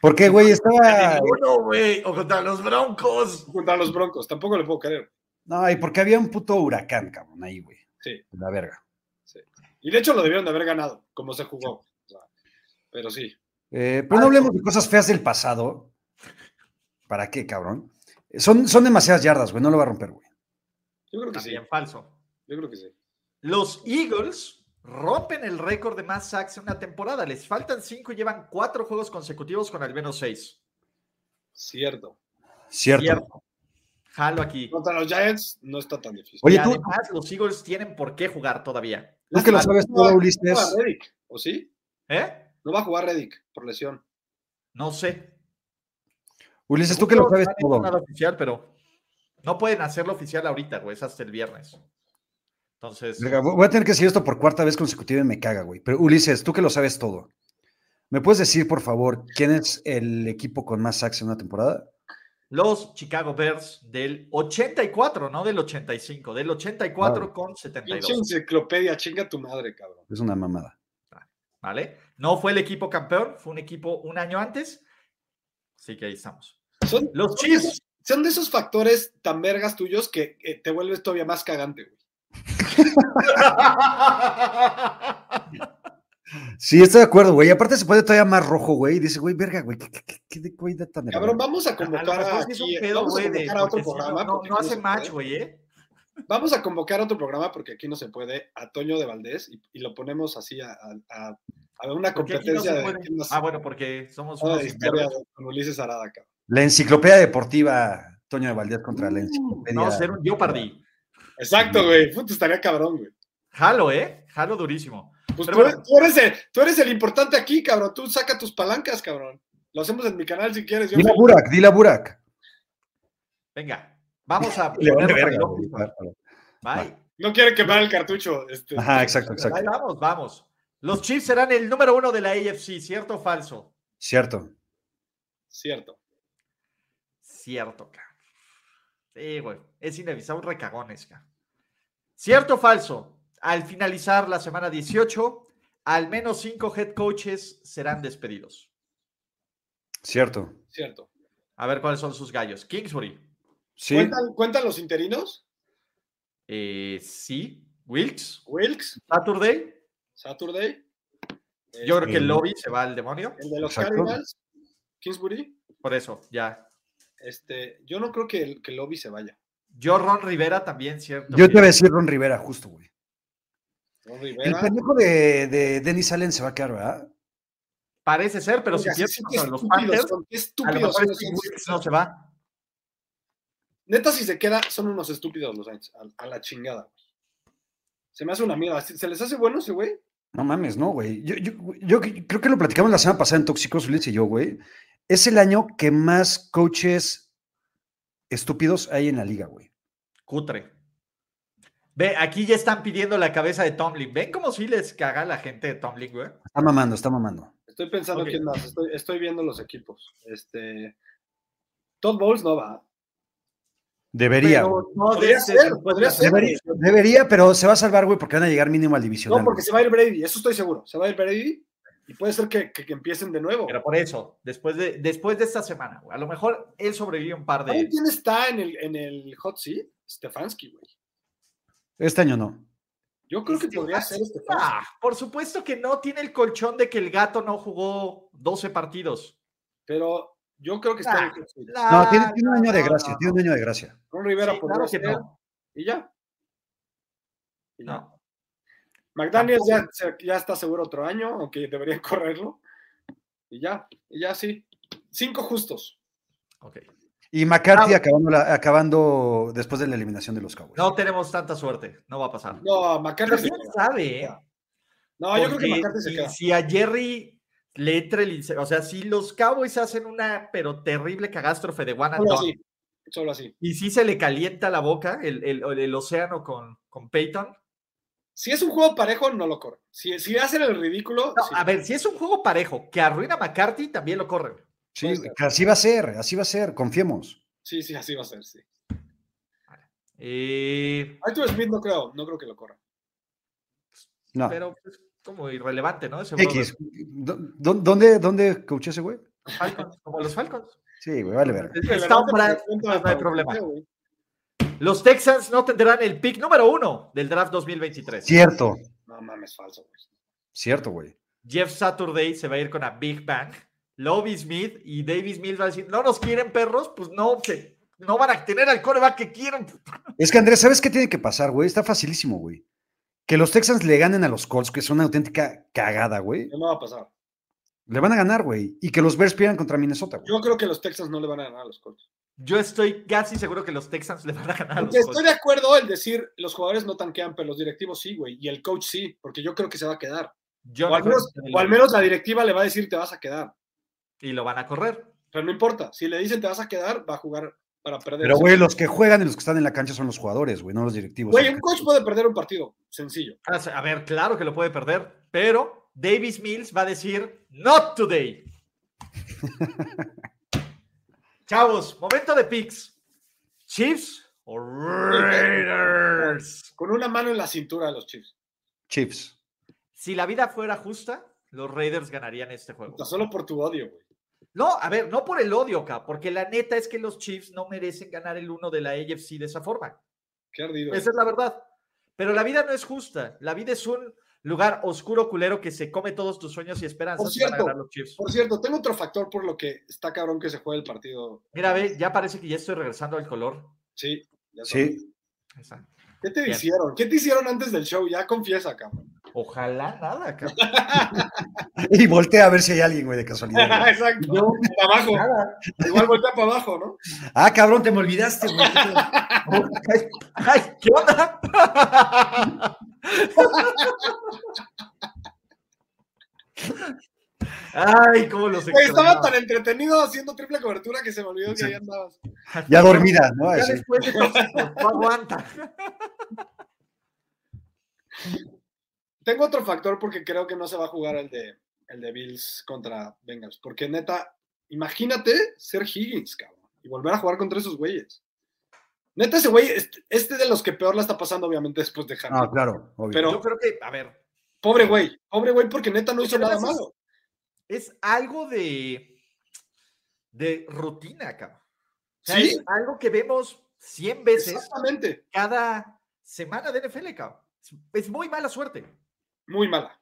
Speaker 8: Porque, güey, estaba.
Speaker 7: Ninguno, güey. O contra los Broncos.
Speaker 9: Contra los Broncos, tampoco lo puedo creer.
Speaker 8: No, y porque había un puto huracán, cabrón, ahí, güey.
Speaker 9: Sí.
Speaker 8: La verga.
Speaker 9: Y de hecho lo debieron de haber ganado, como se jugó. O sea, pero sí.
Speaker 8: Eh, pero no hablemos de cosas feas del pasado. ¿Para qué, cabrón? Son, son demasiadas yardas, güey. No lo va a romper, güey.
Speaker 9: Yo creo que sí.
Speaker 7: También falso.
Speaker 9: Yo creo que sí.
Speaker 7: Los Eagles rompen el récord de más sacks en una temporada. Les faltan cinco y llevan cuatro juegos consecutivos con al menos seis.
Speaker 9: Cierto.
Speaker 8: Cierto.
Speaker 7: Cierto. Jalo aquí.
Speaker 9: Contra los Giants no está tan difícil.
Speaker 8: Oye,
Speaker 7: y
Speaker 8: tú,
Speaker 7: además, los Eagles tienen por qué jugar todavía.
Speaker 8: tú que lo sabes
Speaker 9: No va-
Speaker 8: todo,
Speaker 9: no
Speaker 8: Ulises.
Speaker 9: va a Reddick, ¿O sí?
Speaker 7: ¿Eh?
Speaker 9: No va a jugar Reddick por lesión.
Speaker 7: No sé.
Speaker 8: Ulises, tú que lo
Speaker 7: No
Speaker 8: sabes
Speaker 7: han hecho
Speaker 8: todo.
Speaker 7: nada oficial, pero no pueden hacerlo oficial ahorita, güey. Es hasta el viernes. Entonces,
Speaker 8: Verga, Voy voy a tener que decir esto por cuarta vez consecutiva y me caga, güey. Pero Ulises, tú que lo sabes todo. ¿Me puedes decir, por favor, quién es el equipo con más sacks en una temporada?
Speaker 7: los Chicago Bears del 84, no del 85, del 84
Speaker 8: Vale.
Speaker 7: con
Speaker 9: Pinche
Speaker 7: 72.
Speaker 9: enciclopedia, chinga tu madre, cabrón.
Speaker 8: Es una mamada.
Speaker 7: ¿Vale? No fue el equipo campeón, fue un equipo un año antes. Así que ahí estamos.
Speaker 9: Son,
Speaker 7: Los
Speaker 9: son de
Speaker 7: Chiefs.
Speaker 9: esos- Son de esos factores tan vergas tuyos que eh, te vuelves todavía más cagante, güey.
Speaker 8: Sí, estoy de acuerdo, güey. Y aparte se pone todavía más rojo, güey. Y Dice, güey, verga, güey. ¿Qué, qué, qué, qué de- güey da tan de la
Speaker 9: Cabrón,
Speaker 8: verga?
Speaker 9: vamos a
Speaker 7: A lo
Speaker 9: convocar a,
Speaker 7: mejor sí es
Speaker 9: aquí- eh,
Speaker 7: un pedo,
Speaker 9: vamos a
Speaker 7: güey, de-
Speaker 9: convocar a otro
Speaker 7: porque si no,
Speaker 9: programa.
Speaker 7: no,
Speaker 9: porque
Speaker 7: no
Speaker 9: aquí
Speaker 7: hace
Speaker 9: se
Speaker 7: match,
Speaker 9: puede.
Speaker 7: güey, ¿eh?
Speaker 9: Vamos a convocar a otro programa porque aquí no se puede a Toño de Valdés y, y lo ponemos así a, a- a- a una
Speaker 7: Porque aquí no
Speaker 9: competencia
Speaker 7: se
Speaker 9: de,
Speaker 7: puede.
Speaker 9: quién nos-
Speaker 7: Ah, bueno, porque somos
Speaker 9: una
Speaker 7: unos
Speaker 9: historia
Speaker 7: invernos.
Speaker 9: con Ulises Arada, cabrón.
Speaker 8: La enciclopedia deportiva Toño de Valdés contra la enciclopedia.
Speaker 7: Mm, No, ser un Jeopardy.
Speaker 9: Exacto, güey. Puta, estaría cabrón, güey.
Speaker 7: Jalo, ¿eh? Jalo durísimo.
Speaker 9: Pues
Speaker 7: Pero
Speaker 9: tú,
Speaker 7: bueno.
Speaker 9: tú eres el, tú eres el importante aquí, cabrón. Tú saca tus palancas, cabrón. Lo hacemos en mi canal si quieres. yo
Speaker 8: Dile a
Speaker 9: feliz.
Speaker 8: Burak, dile a Burak.
Speaker 7: Venga, vamos a
Speaker 8: Le vale
Speaker 7: ponernos al
Speaker 8: verga,
Speaker 7: ojo.
Speaker 8: güey.
Speaker 7: Bye.
Speaker 9: No quiere quemar el cartucho. Este,
Speaker 8: Ajá, exacto,
Speaker 7: Ahí
Speaker 8: exacto.
Speaker 7: vamos, vamos. Los Chiefs serán el número uno de la AFC, ¿cierto o falso?
Speaker 8: Cierto.
Speaker 9: Cierto.
Speaker 7: Cierto, cabrón. Sí, güey. Es inevitable, un recagones, cabrón. ¿Cierto o falso? Al finalizar la semana 18, al menos cinco head coaches serán despedidos.
Speaker 8: Cierto.
Speaker 9: Cierto.
Speaker 7: A ver cuáles son sus gallos. Kingsbury.
Speaker 8: Sí.
Speaker 9: ¿Cuentan, cuentan los interinos?
Speaker 7: Eh, sí. Wilkes.
Speaker 9: Wilkes,
Speaker 7: Saturday.
Speaker 9: Saturday. eh,
Speaker 7: Yo creo que el
Speaker 8: Sí.
Speaker 7: lobby se va al demonio.
Speaker 9: El de los
Speaker 8: Exacto.
Speaker 9: Cardinals. Kingsbury.
Speaker 7: Por eso, ya.
Speaker 9: Este, yo no creo que el, que el lobby se vaya.
Speaker 7: Yo, Ron Rivera, también, ¿cierto?
Speaker 8: Yo te
Speaker 7: que-
Speaker 8: voy a decir Ron Rivera, justo, güey.
Speaker 9: Ron
Speaker 8: El
Speaker 9: Rivera.
Speaker 8: pendejo de, de Dennis Allen se va a quedar, ¿verdad?
Speaker 7: Parece ser, pero
Speaker 9: Oiga,
Speaker 7: si
Speaker 9: sí,
Speaker 7: pierden
Speaker 9: qué
Speaker 7: contra los
Speaker 9: estúpidos
Speaker 7: Panthers,
Speaker 9: son,
Speaker 7: a lo
Speaker 9: qué estúpidos
Speaker 7: mejor
Speaker 9: son
Speaker 7: es
Speaker 9: los
Speaker 7: que Wilkes
Speaker 9: Saints.
Speaker 7: no se va.
Speaker 9: Neta, si se queda, son unos estúpidos los Saints. A, a la chingada. güey. Se me hace una mierda. ¿Se se les hace bueno ese güey?
Speaker 8: No mames, no, güey. Yo, yo- yo que- creo que lo platicamos la semana pasada en Tóxicos, Ulises y yo, güey. Es el año que más coaches estúpidos hay en la liga, güey.
Speaker 7: Cutre. Ve, aquí ya están pidiendo la cabeza de Tomlin. ¿Ven cómo sí les caga la gente de Tomlin, güey?
Speaker 8: Está mamando, está mamando.
Speaker 9: Estoy pensando
Speaker 7: Ok.
Speaker 9: quién más. Estoy, estoy viendo los equipos. Este, Todd Bowles no va.
Speaker 8: Debería. güey.
Speaker 7: Pero no
Speaker 9: Podría
Speaker 7: desde
Speaker 9: ser,
Speaker 7: después de
Speaker 9: podría
Speaker 7: la-
Speaker 9: ser.
Speaker 8: Debería, debería, pero se va a salvar, güey, porque van a llegar mínimo al divisional.
Speaker 9: No, porque
Speaker 8: güey.
Speaker 9: se va a ir Brady. Eso estoy seguro. Se va a ir Brady y puede ser que, que- que empiecen de nuevo.
Speaker 7: Pero por eso, después de, después de esta semana, güey. A lo mejor él sobrevive un par
Speaker 9: ¿Saben
Speaker 7: de.
Speaker 9: quién está en el, en el hot seat? Stefanski, güey.
Speaker 8: Este año no.
Speaker 9: Yo creo que podría
Speaker 7: Stefanski.
Speaker 9: ser Stefanski.
Speaker 7: Ah, por supuesto que no tiene el colchón de que el gato no jugó 12 partidos.
Speaker 9: Pero yo creo que está en
Speaker 7: Ah,
Speaker 9: el hot seat.
Speaker 8: No,
Speaker 7: La-
Speaker 8: tiene, tiene un
Speaker 7: no,
Speaker 8: año de
Speaker 7: no,
Speaker 8: gracia,
Speaker 7: no,
Speaker 8: tiene un año de gracia.
Speaker 9: Ron Rivera
Speaker 7: Sí,
Speaker 9: podría
Speaker 7: claro que
Speaker 9: ser.
Speaker 7: no.
Speaker 9: Y ya. Y ya.
Speaker 7: no.
Speaker 9: McDaniels ya, se- ya está seguro otro año, aunque deberían correrlo. Y ya, y ya sí. Cinco justos.
Speaker 7: Ok.
Speaker 8: Y McCarthy
Speaker 7: Ah,
Speaker 8: acabando, la- acabando después de la eliminación de los Cowboys.
Speaker 7: No tenemos tanta suerte. No va a pasar.
Speaker 9: No, McCarthy
Speaker 7: Pero
Speaker 9: se
Speaker 7: quién
Speaker 9: queda.
Speaker 7: sabe, ¿eh?
Speaker 9: No, yo creo
Speaker 7: Porque
Speaker 9: que McCarthy se
Speaker 7: si-
Speaker 9: queda.
Speaker 7: Si a Jerry le entra el ince- o sea, si los Cowboys hacen una pero terrible catástrofe de one and
Speaker 9: Solo
Speaker 7: done,
Speaker 9: así. Solo así.
Speaker 7: y si se le calienta la boca el, el- el océano con, con Peyton.
Speaker 9: Si es un juego parejo, no lo corre. Si, si hacen el ridículo,
Speaker 7: No,
Speaker 9: sí.
Speaker 7: a ver, si es un juego parejo que arruina a McCarthy, también lo corren.
Speaker 8: Sí,
Speaker 9: puede ser.
Speaker 8: que así va a ser, así va a ser, confiemos.
Speaker 9: sí, sí, así va a ser. Sí.
Speaker 7: Eh,
Speaker 9: Arthur Smith no creo, no creo que lo corra.
Speaker 8: No.
Speaker 7: Pero es como irrelevante, ¿no? Ese
Speaker 8: Ah. X. ¿Dó- dó- ¿Dónde, dónde coachó ese güey?
Speaker 7: brother, Falcons, como los Falcons.
Speaker 8: Sí, güey, vale verga.
Speaker 7: Está un Brad, ah,
Speaker 9: Cuéntame,
Speaker 7: no hay
Speaker 9: Pablo,
Speaker 7: problema.
Speaker 9: güey.
Speaker 7: Los Texans no tendrán el pick número uno del draft 2023.
Speaker 8: Cierto,
Speaker 9: No mames, falso, güey.
Speaker 8: cierto, güey.
Speaker 7: Jeff Saturday se va a ir con a Big Bang. Lobby Smith y Davis Mills va a decir, no nos quieren perros, pues no, se- no van a tener al coreback que quieren.
Speaker 8: Es que Andrés, ¿sabes qué tiene que pasar, güey? Está facilísimo, güey. Que los Texans le ganen a los Colts, que es una auténtica cagada, güey.
Speaker 9: No va a pasar.
Speaker 8: Le van a ganar, güey. Y que los Bears pierdan contra Minnesota, güey.
Speaker 9: Yo creo que los Texans no le van a ganar a los Colts.
Speaker 7: Yo estoy casi seguro que los Texans le van a ganar a los
Speaker 9: Porque estoy
Speaker 7: Colts.
Speaker 9: de acuerdo el decir los jugadores no tanquean, pero los directivos sí, güey. Y el coach sí, porque yo creo que se va a quedar.
Speaker 7: Yo
Speaker 9: O
Speaker 7: no
Speaker 9: al, menos,
Speaker 7: creo que
Speaker 9: o al menos la directiva le va a decir te vas a quedar.
Speaker 7: Y lo van a correr.
Speaker 9: Pero no importa. Si le dicen te vas a quedar, va a jugar para perder.
Speaker 8: Pero, güey, los que juegan y los que están en la cancha son los jugadores, güey, no los directivos.
Speaker 7: pues,
Speaker 9: Güey, un coach puede perder un partido. Sencillo.
Speaker 7: Ah, sí, A ver, claro que lo puede perder, pero Davis Mills va a decir, not today. Chavos, momento de picks. Chiefs o Raiders.
Speaker 9: Con una mano en la cintura de los Chiefs.
Speaker 8: Chiefs.
Speaker 7: Si la vida fuera justa, los Raiders ganarían este juego.
Speaker 9: Puta, solo por tu odio, güey.
Speaker 7: No, a ver, no por el odio acá, porque la neta es que los Chiefs no merecen ganar el uno de la AFC de esa forma.
Speaker 9: Qué ardido.
Speaker 7: Esa es la verdad. Pero la vida no es justa. La vida es un lugar oscuro culero que se come todos tus sueños y esperanzas.
Speaker 9: Por
Speaker 7: y van a
Speaker 9: cierto,
Speaker 7: ganar los Chiefs.
Speaker 9: Por cierto, tengo otro factor por lo que está cabrón que se juegue el partido.
Speaker 7: Mira, ve, ya parece que ya estoy regresando al color.
Speaker 9: Sí. ya sabes.
Speaker 8: Sí.
Speaker 7: Esa.
Speaker 9: ¿Qué te
Speaker 7: Bien.
Speaker 9: hicieron? ¿Qué te hicieron antes del show? Ya confiesa, cabrón.
Speaker 7: Ojalá nada, cabrón.
Speaker 8: Y voltea a ver si hay alguien, güey, de casualidad. güey.
Speaker 9: Exacto. Para abajo. Igual voltea para abajo, ¿no?
Speaker 8: Ah, cabrón, te me olvidaste, güey.
Speaker 7: Ay, ¿qué onda? Ay, cómo los
Speaker 9: Güey, estaba
Speaker 7: extrañaba.
Speaker 9: tan entretenido haciendo triple cobertura que se me olvidó que ahí andabas.
Speaker 8: Ya dormida, ¿no?
Speaker 7: Ya
Speaker 8: Así.
Speaker 7: después de estos hijos, no aguanta.
Speaker 9: Tengo otro factor porque creo que no se va a jugar el de, el de Bills contra Bengals. Porque neta, imagínate ser Higgins, cabrón, y volver a jugar contra esos güeyes. Neta, ese güey, este, este de los que peor la está pasando, obviamente, después de Hamilton.
Speaker 8: Ah, claro, obvio.
Speaker 9: Pero-
Speaker 7: Yo creo que, a ver,
Speaker 9: Pobre güey, pobre güey, porque neta no hizo
Speaker 7: Pero
Speaker 9: nada
Speaker 7: eso es-
Speaker 9: malo.
Speaker 7: es algo de, de rutina, cabrón. O sea,
Speaker 9: Sí.
Speaker 7: es algo que vemos 100 veces
Speaker 9: Exactamente.
Speaker 7: cada semana de NFL, cabrón. Es- Es muy mala suerte.
Speaker 9: Muy mala.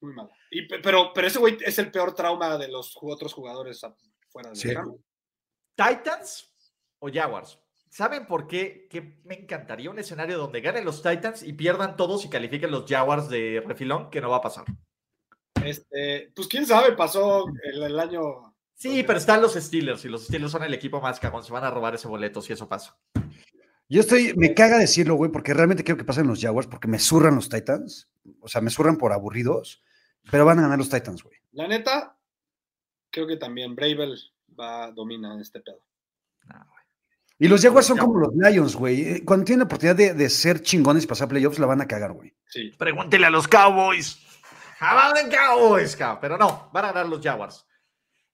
Speaker 9: Muy mala. Y, pe- pero, pero ese güey es el peor trauma de los ju- otros jugadores a- fuera de
Speaker 8: Sí.
Speaker 9: Hamilton.
Speaker 7: ¿Titans o Jaguars? ¿Saben por qué? Que me encantaría un escenario donde ganen los Titans y pierdan todos y califiquen los Jaguars de refilón, que no va a pasar.
Speaker 9: Este, pues quién sabe, pasó el, el año.
Speaker 7: Sí, pero están los Steelers y los Steelers son el equipo más cagón. Se van a robar ese boleto si eso pasa.
Speaker 8: Yo estoy, me caga decirlo, güey, porque realmente quiero que pasen los Jaguars, porque me zurran los Titans. O sea, me zurran por aburridos, pero van a ganar los Titans, güey.
Speaker 9: La neta, creo que también Bravel va domina este pedo.
Speaker 8: Y los Jaguars son como los Lions, güey. Eh, Cuando tienen la oportunidad de, de ser chingones y pasar playoffs, la van a cagar, güey.
Speaker 9: Sí.
Speaker 7: Pregúntele a los Cowboys. Jamás de Cowboys, cabrón. Pero no, van a ganar los Jaguars.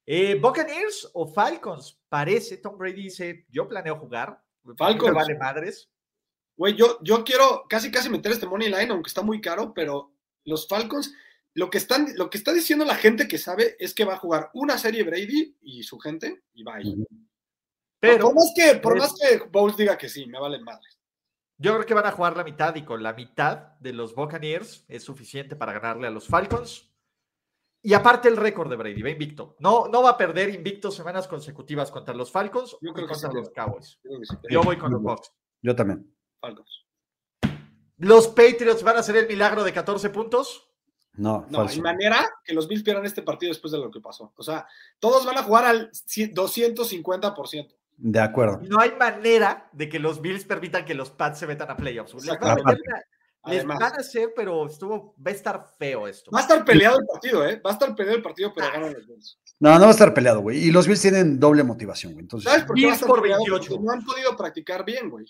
Speaker 7: Eh, ¿Buccaneers o Falcons? Parece, Tom Brady dice, yo planeo jugar. A mí me
Speaker 9: Falcons.
Speaker 7: Vale madres.
Speaker 9: Güey, yo, yo quiero casi casi meter este money line, aunque está muy caro, pero los Falcons, lo que están, lo que está diciendo la gente que sabe es que va a jugar una serie Brady y su gente y va ahí.
Speaker 8: Ujú.
Speaker 7: Pero...
Speaker 9: por más que, por
Speaker 7: es-
Speaker 9: más que Bowles diga que sí, me vale madre.
Speaker 7: Yo creo que van a jugar la mitad y con la mitad de los Buccaneers es suficiente para ganarle a los Falcons. Y aparte el récord de Brady, va invicto. No, no va a perder invicto semanas consecutivas contra los Falcons
Speaker 9: Yo
Speaker 7: y
Speaker 9: creo que
Speaker 7: contra
Speaker 9: sí,
Speaker 7: los Cowboys.
Speaker 9: Yo creo que sí,
Speaker 7: Yo voy con los
Speaker 8: Yo-
Speaker 7: Bucks.
Speaker 8: Yo también.
Speaker 9: Falcons.
Speaker 7: ¿Los Patriots van a hacer el milagro de 14 puntos?
Speaker 8: No,
Speaker 9: No, hay
Speaker 8: falso.
Speaker 9: manera que los Bills pierdan este partido después de lo que pasó. O sea, todos van a jugar al 100 250%.
Speaker 8: De acuerdo.
Speaker 7: No hay manera de que los Bills permitan que los Pats se metan a playoffs. Les van a,
Speaker 8: Exacto.
Speaker 7: meter una- les
Speaker 9: Además,
Speaker 7: van a hacer, pero estuvo, va a estar feo esto.
Speaker 9: va a estar peleado el partido, ¿eh? Va a estar peleado el partido, pero ganan los Bills.
Speaker 8: No, no va a estar peleado, güey. Y los Bills tienen doble motivación, güey. Entonces,
Speaker 9: ¿Sabes por qué va a
Speaker 7: Bills
Speaker 9: estar
Speaker 7: por
Speaker 9: peleado?
Speaker 7: 28.
Speaker 9: Porque no han podido practicar bien, güey.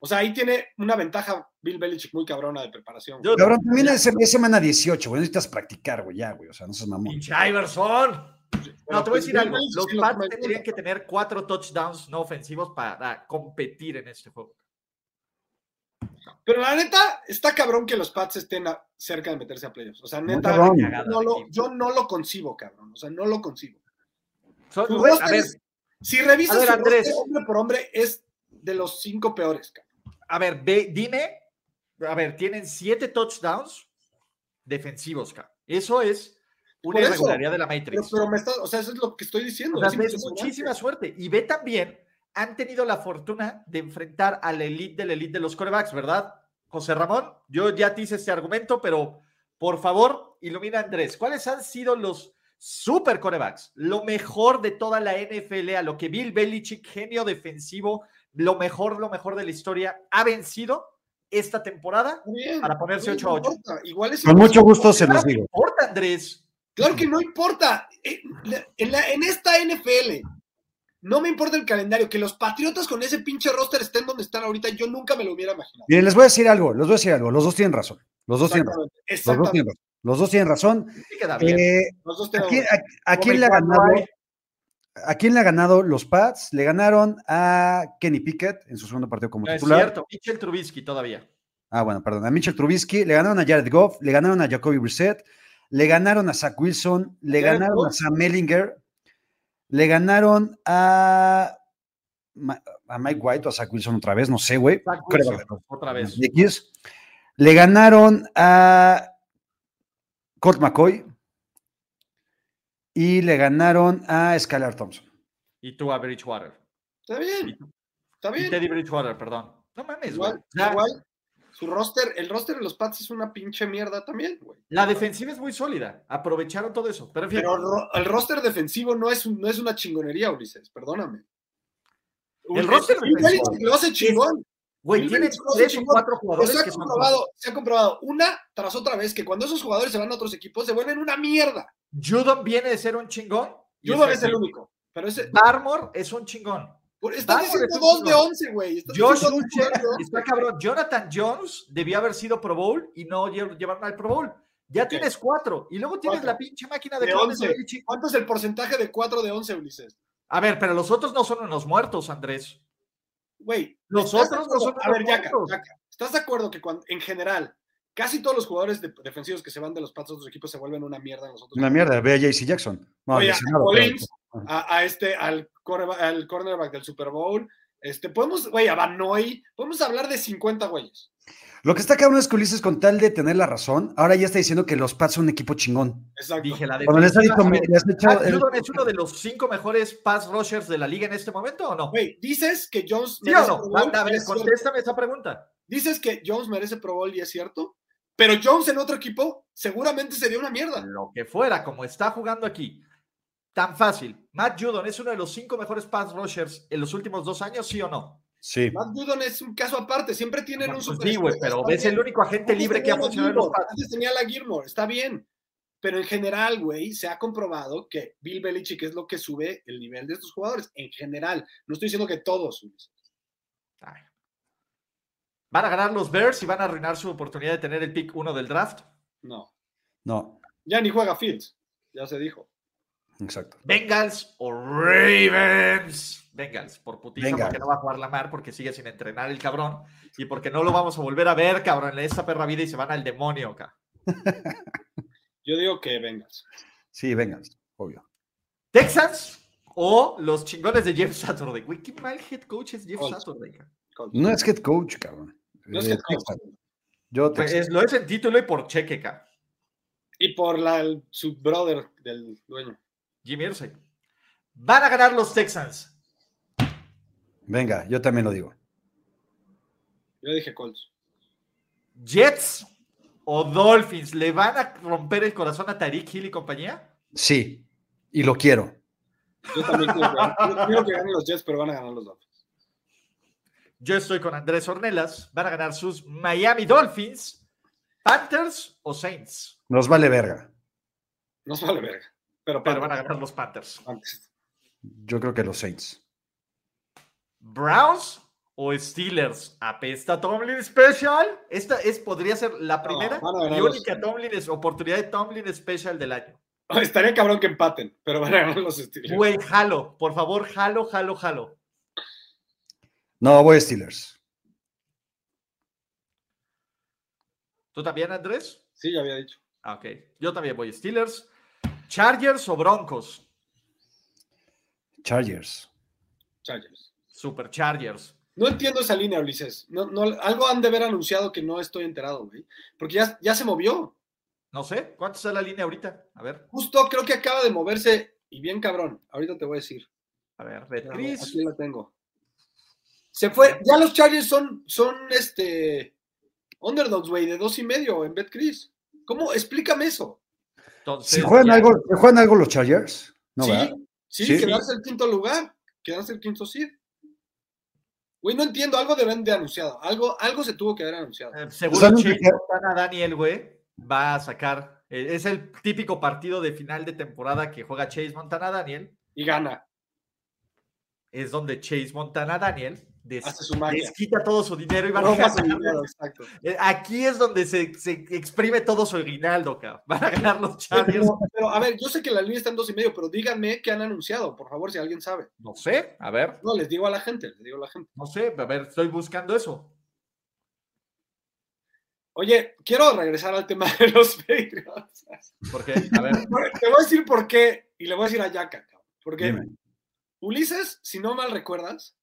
Speaker 9: O sea, ahí tiene una ventaja Bill Belichick muy cabrona de preparación. güey.
Speaker 7: Yo-
Speaker 8: cabrón, también es, es semana 18, güey. Necesitas practicar, güey, ya, güey. O sea, no seas mamón.
Speaker 7: ¡Pinche Iverson!
Speaker 9: Pero pues
Speaker 7: No, te voy a decir
Speaker 9: Bill
Speaker 7: algo.
Speaker 9: Belichick
Speaker 7: Los
Speaker 9: sí lo toma
Speaker 7: Pats
Speaker 9: en
Speaker 7: tendrían que
Speaker 9: cuenta.
Speaker 7: tener cuatro touchdowns no ofensivos para competir en este juego.
Speaker 9: Pero la neta, está cabrón que los Pats estén a- cerca de meterse a playoffs. O sea,
Speaker 8: No,
Speaker 9: neta,
Speaker 8: cabrón.
Speaker 9: yo no lo- yo no lo concibo, cabrón. O sea, no lo concibo.
Speaker 7: Son-
Speaker 9: Su
Speaker 7: güey, a
Speaker 9: roster
Speaker 7: ver,
Speaker 9: es- si revisas
Speaker 7: A ver,
Speaker 9: su roster
Speaker 7: Andrés.
Speaker 9: hombre por hombre, es de los cinco peores, cabrón.
Speaker 7: A ver, ve, dime. A ver, tienen siete touchdowns defensivos, cabrón. Eso es una
Speaker 9: Por eso,
Speaker 7: irregularidad de la
Speaker 9: Pero,
Speaker 7: Matrix.
Speaker 9: pero me está, o sea, eso es lo que estoy diciendo.
Speaker 7: O sea,
Speaker 9: es
Speaker 7: ves
Speaker 9: impresionante.
Speaker 7: muchísima suerte. Y ve también, han tenido la fortuna de enfrentar a la elite de la elite de los corebacks, ¿verdad? José Ramón, yo ya te hice este argumento, pero por favor, ilumina a Andrés. ¿Cuáles han sido los super corebacks? Lo mejor de toda la NFL, a lo que Bill Belichick, genio defensivo, lo mejor, lo mejor de la historia, ha vencido esta temporada.
Speaker 9: Está bien,
Speaker 7: para ponerse
Speaker 9: no
Speaker 7: 8 a 8.
Speaker 9: importa, Igual es
Speaker 8: Con mucho
Speaker 9: imposible.
Speaker 8: gusto se los digo.
Speaker 7: Importa, Andrés.
Speaker 9: Claro que no importa. Eh, la- En, la- en esta NFL, no me importa el calendario. Que los Patriotas con ese pinche roster estén donde están ahorita, yo nunca me lo hubiera imaginado.
Speaker 8: Miren, les voy a decir algo, les voy a decir algo. Los dos tienen razón. Los dos tienen razón.
Speaker 9: Exactamente.
Speaker 8: Los dos
Speaker 9: Exactamente.
Speaker 8: tienen razón. Los dos tienen razón.
Speaker 7: Sí queda bien.
Speaker 8: Eh,
Speaker 9: Los dos
Speaker 8: ¿A
Speaker 9: tenemos-
Speaker 8: quién, a- a
Speaker 7: Como
Speaker 8: quién le ha
Speaker 7: cuando
Speaker 8: ganado?
Speaker 7: hay-
Speaker 8: ¿A quién le ha ganado los Pats? Le ganaron a Kenny Pickett en su segundo partido como
Speaker 7: No es
Speaker 8: titular.
Speaker 7: cierto, Mitchell Trubisky todavía.
Speaker 8: Ah, bueno, perdón. A Mitchell Trubisky, le ganaron a Jared Goff, le ganaron a Jacoby Brissett, le ganaron a Zach Wilson, le
Speaker 9: Jared
Speaker 8: ganaron a
Speaker 9: Goff.
Speaker 8: Sam Ellinger, le ganaron a, Ma- a Mike White o a Zach Wilson otra vez, no sé, güey.
Speaker 7: Zach
Speaker 8: Creo-
Speaker 7: Wilson, otra vez.
Speaker 8: Yankees. Le ganaron a Colt McCoy y le ganaron a Skylar Thompson.
Speaker 7: Y tú a Bridgewater.
Speaker 9: Está bien. Está
Speaker 7: Y
Speaker 9: bien.
Speaker 7: Teddy Bridgewater, perdón. No mames, güey.
Speaker 9: Igual,
Speaker 7: O sea,
Speaker 9: igual, su roster, el roster de los Pats es una pinche mierda también, güey.
Speaker 7: La defensiva es muy sólida. Aprovecharon todo eso. Pero en fin,
Speaker 9: Pero ro- el roster defensivo no es, un- no es una chingonería, Ulises, perdóname.
Speaker 7: el roster
Speaker 9: Bill Belichick
Speaker 7: defensivo,
Speaker 9: lo hace chingón.
Speaker 7: güey,
Speaker 9: Bill
Speaker 7: tiene
Speaker 9: Belichick lo hace
Speaker 7: tres o
Speaker 9: chingón.
Speaker 7: cuatro jugadores
Speaker 9: Eso ha
Speaker 7: que son-
Speaker 9: comprobado, se ha comprobado una tras otra vez que cuando esos jugadores se van a otros equipos se vuelven una mierda.
Speaker 7: Judon viene de ser un chingón. y
Speaker 9: Judon es
Speaker 7: está
Speaker 9: el
Speaker 7: aquí.
Speaker 9: único. Pero ese,
Speaker 7: Barmore es un chingón.
Speaker 9: por- estás
Speaker 7: Barmore
Speaker 9: diciendo
Speaker 7: es un
Speaker 9: 2 de
Speaker 7: chingón.
Speaker 9: 11, güey. Estás
Speaker 7: Josh
Speaker 9: diciendo dos de
Speaker 7: Uche
Speaker 9: once.
Speaker 7: está cabrón. Jonathan Jones debió haber sido Pro Bowl y no lle- llevaron al Pro Bowl. Ya tienes cuatro. Y luego tienes
Speaker 9: Cuatro.
Speaker 7: la pinche máquina de,
Speaker 9: De
Speaker 7: Claudio
Speaker 9: once.
Speaker 7: Belichick.
Speaker 9: ¿Cuánto es el porcentaje de 4 de 11, Ulises?
Speaker 7: A ver, pero los otros no son unos muertos, Andrés.
Speaker 9: Güey.
Speaker 7: Los
Speaker 9: ¿estás
Speaker 7: otros
Speaker 9: de acuerdo?
Speaker 7: no son
Speaker 9: A ver,
Speaker 7: unos
Speaker 9: Yaka,
Speaker 7: muertos.
Speaker 9: Yaka, ¿estás de acuerdo que cuando, en general casi todos los jugadores de- defensivos que se van de los patos de otros equipos se vuelven una mierda en los otros
Speaker 8: Una
Speaker 9: equipos?
Speaker 8: mierda, ve a JC Jackson. No,
Speaker 9: Oye,
Speaker 8: lesionado,
Speaker 9: a
Speaker 8: pero-
Speaker 9: Collins, a, a este, al, cornerba- al cornerback del Super Bowl. Este, podemos, güey, a Banoy, podemos hablar de 50 güeyes.
Speaker 8: Lo que está cabrón es que Ulises, con tal de tener la razón, ahora ya está diciendo que los Pats son un equipo chingón.
Speaker 9: Exacto.
Speaker 7: Dije la
Speaker 8: Cuando les has
Speaker 7: defensiva,
Speaker 8: dicho,
Speaker 7: a ver,
Speaker 8: le has echado-
Speaker 9: Ah,
Speaker 7: Matt Ah, Judon es uno de los cinco mejores pass rushers de la liga en este momento o no?
Speaker 9: Güey, dices que Jones
Speaker 7: ¿Sí o
Speaker 9: merece Pro
Speaker 7: no?
Speaker 9: Bowl,
Speaker 7: Anda, a
Speaker 9: y
Speaker 7: ver,
Speaker 9: es cierto.
Speaker 7: contéstame esa pregunta.
Speaker 9: Dices que Jones merece Pro Bowl y es cierto. Pero Jones en otro equipo seguramente sería una mierda.
Speaker 7: Lo que fuera, como está jugando aquí, tan fácil. Matt Judon es uno de los cinco mejores pass rushers en los últimos dos años, ¿sí o no?
Speaker 8: Sí.
Speaker 9: Matt Judon es un caso aparte, siempre tienen
Speaker 7: Bueno,
Speaker 9: un
Speaker 7: pues
Speaker 9: super.
Speaker 7: sí, güey, pero ves el único agente libre que ha funcionado en los Pats.
Speaker 9: Antes tenía la Gilmore, está bien. Pero en general, güey, se ha comprobado que Bill Belichick es lo que sube el nivel de estos jugadores. En general, no estoy diciendo que todos. Ulises.
Speaker 7: Ay. Van a ganar los Bears y van a arruinar su oportunidad de tener el pick 1 del draft.
Speaker 9: No.
Speaker 8: No,
Speaker 9: Ya ni juega Fields, ya se dijo.
Speaker 8: exacto.
Speaker 7: Bengals o Ravens. Bengals, por putiza,
Speaker 8: Venga.
Speaker 7: porque no va a jugar la mar, porque sigue sin entrenar el cabrón y porque no lo vamos a volver a ver, cabrón, en esta perra vida y se van al demonio, acá.
Speaker 9: Yo digo que vengas.
Speaker 8: Sí, vengan, obvio.
Speaker 7: Texans o los chingones de Jeff Saturday. Güey, qué mal head coach es Jeff
Speaker 9: Colts.
Speaker 7: Saturday. ca.
Speaker 8: No es head coach, cabrón.
Speaker 9: No es
Speaker 8: Eh,
Speaker 9: head coach.
Speaker 8: Texas. Yo
Speaker 7: Pues
Speaker 8: Texas.
Speaker 7: es- lo es en título y por cheque, ca.
Speaker 9: Y por la, el- su brother del dueño.
Speaker 7: Jimmy Irsay. Van a ganar los Texans.
Speaker 8: Venga, yo también lo digo.
Speaker 9: Yo dije Colts.
Speaker 7: Jets o Dolphins. ¿Le van a romper el corazón a Tariq Hill y compañía?
Speaker 8: Sí, y lo quiero.
Speaker 9: Yo también quiero que, yo quiero que ganen los Jets, pero van a ganar los Dolphins.
Speaker 7: Yo estoy con Andrés Ornelas. Van a ganar sus Miami Dolphins, Panthers o Saints.
Speaker 8: Nos vale verga.
Speaker 9: No se vale verga. Pero,
Speaker 7: Pero van a ganar los Panthers.
Speaker 9: Antes.
Speaker 8: Yo creo que los Saints.
Speaker 7: Browns o Steelers. Apesta Tomlin Special. Esta es, podría ser la primera
Speaker 9: van a ganar
Speaker 7: y
Speaker 9: los
Speaker 7: única Tomlin es- oportunidad de Tomlin Special del año.
Speaker 9: Estaría cabrón que empaten, pero van a ganar los Steelers.
Speaker 7: Güey, jalo. Por favor, jalo, jalo, jalo.
Speaker 8: No, voy Steelers.
Speaker 7: ¿Tú también, Andrés?
Speaker 9: Sí, ya había dicho.
Speaker 7: Ah, Ok. Yo también voy Steelers. Chargers o Broncos.
Speaker 8: Chargers.
Speaker 9: Chargers.
Speaker 7: Super Chargers.
Speaker 9: No entiendo esa línea, Ulises. No, no, algo han de haber anunciado que no estoy enterado, güey. Porque ya, ya se movió.
Speaker 7: No sé, ¿cuánto está la línea ahorita? A ver,
Speaker 9: Justo creo que acaba de moverse y bien cabrón. Ahorita te voy a decir.
Speaker 7: a ver, Red
Speaker 9: Espérame,
Speaker 7: Chris.
Speaker 9: Aquí la tengo. Se fue. Ya los Chargers son, son este. Underdogs, güey, de dos y medio en BetCris. ¿Cómo? Explícame eso.
Speaker 7: Entonces,
Speaker 8: Si juegan
Speaker 7: ya-
Speaker 8: algo, si juegan algo los Chargers, ¿no?
Speaker 9: sí,
Speaker 8: ¿verdad?
Speaker 9: sí,
Speaker 8: Sí.
Speaker 9: quedarse el quinto lugar, quedarse el quinto seed. Güey, no entiendo, algo deben de anunciado, algo, algo se tuvo que haber anunciado.
Speaker 7: eh,
Speaker 8: O sea,
Speaker 7: seguro
Speaker 8: no
Speaker 7: Chiefs,
Speaker 8: entiendo.
Speaker 7: Montana, Daniel, güey, va a sacar. eh, es el típico partido de final de temporada que juega Chase Montana Daniel.
Speaker 9: Y gana,
Speaker 7: Es donde Chase Montana Daniel des-
Speaker 9: hace su magia.
Speaker 7: les quita todo su dinero y van a
Speaker 9: Roba su
Speaker 7: ganar.
Speaker 9: dinero, exacto.
Speaker 7: Eh, Aquí es donde se, se exprime todo su aguinaldo, cabrón. Van a ganar los Chargers.
Speaker 9: Pero, pero, a ver, yo sé que la línea está en dos y medio, pero díganme qué han anunciado, por favor, si alguien sabe.
Speaker 7: No sé, a ver,
Speaker 9: No, les digo a la gente, les digo a la gente.
Speaker 7: no sé, a ver, estoy buscando eso.
Speaker 9: Oye, quiero regresar al tema de los Patriots.
Speaker 7: Porque, a ver,
Speaker 9: Te voy a decir por qué, y le voy a decir a Yaka, cabrón, porque
Speaker 8: Dime.
Speaker 9: Ulises, si no mal recuerdas,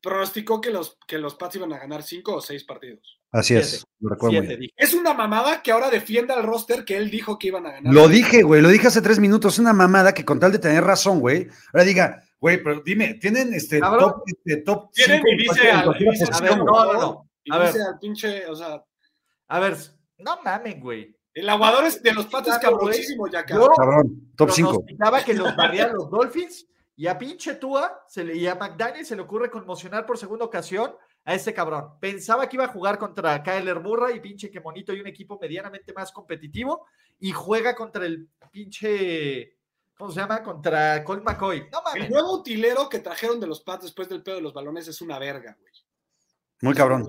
Speaker 9: pronosticó que los, que los Pats iban a ganar cinco o seis partidos.
Speaker 8: Así es,
Speaker 7: Siete.
Speaker 8: lo recuerdo muy
Speaker 7: siete,
Speaker 8: bien.
Speaker 7: dije.
Speaker 9: Es una mamada que ahora defienda al roster que él dijo que iban a ganar.
Speaker 8: Lo dije, güey, lo dije hace tres minutos, una mamada que con tal de tener razón, güey, ahora diga, güey, pero dime, ¿tienen este
Speaker 7: Cabrón.
Speaker 8: top, este, top
Speaker 9: Tienen
Speaker 8: cinco
Speaker 9: y dice
Speaker 8: en
Speaker 9: al-
Speaker 8: cualquier
Speaker 9: dice al-
Speaker 7: A
Speaker 8: posición,
Speaker 7: ver,
Speaker 8: güey?
Speaker 7: no, no, no.
Speaker 9: Y
Speaker 7: A ver.
Speaker 9: dice al pinche, o sea,
Speaker 7: A ver, no mamen, güey.
Speaker 9: el aguador es de los Pats es
Speaker 7: Claro, güey.
Speaker 9: cabroncísimo, Yaka.
Speaker 7: Yo-
Speaker 8: Cabrón, top 5.
Speaker 7: Pronosticaba que los barrían los Dolphins y a pinche Tua se le, y a McDaniel se le ocurre conmocionar por segunda ocasión a este cabrón. Pensaba que iba a jugar contra Kyler Murray y pinche que monito y un equipo medianamente más competitivo y juega contra el pinche, ¿cómo se llama? Contra Colt McCoy. No
Speaker 9: El
Speaker 7: mames.
Speaker 9: nuevo utilero que trajeron de los Pats después del pedo de los balones es una verga, güey.
Speaker 8: Muy cabrón.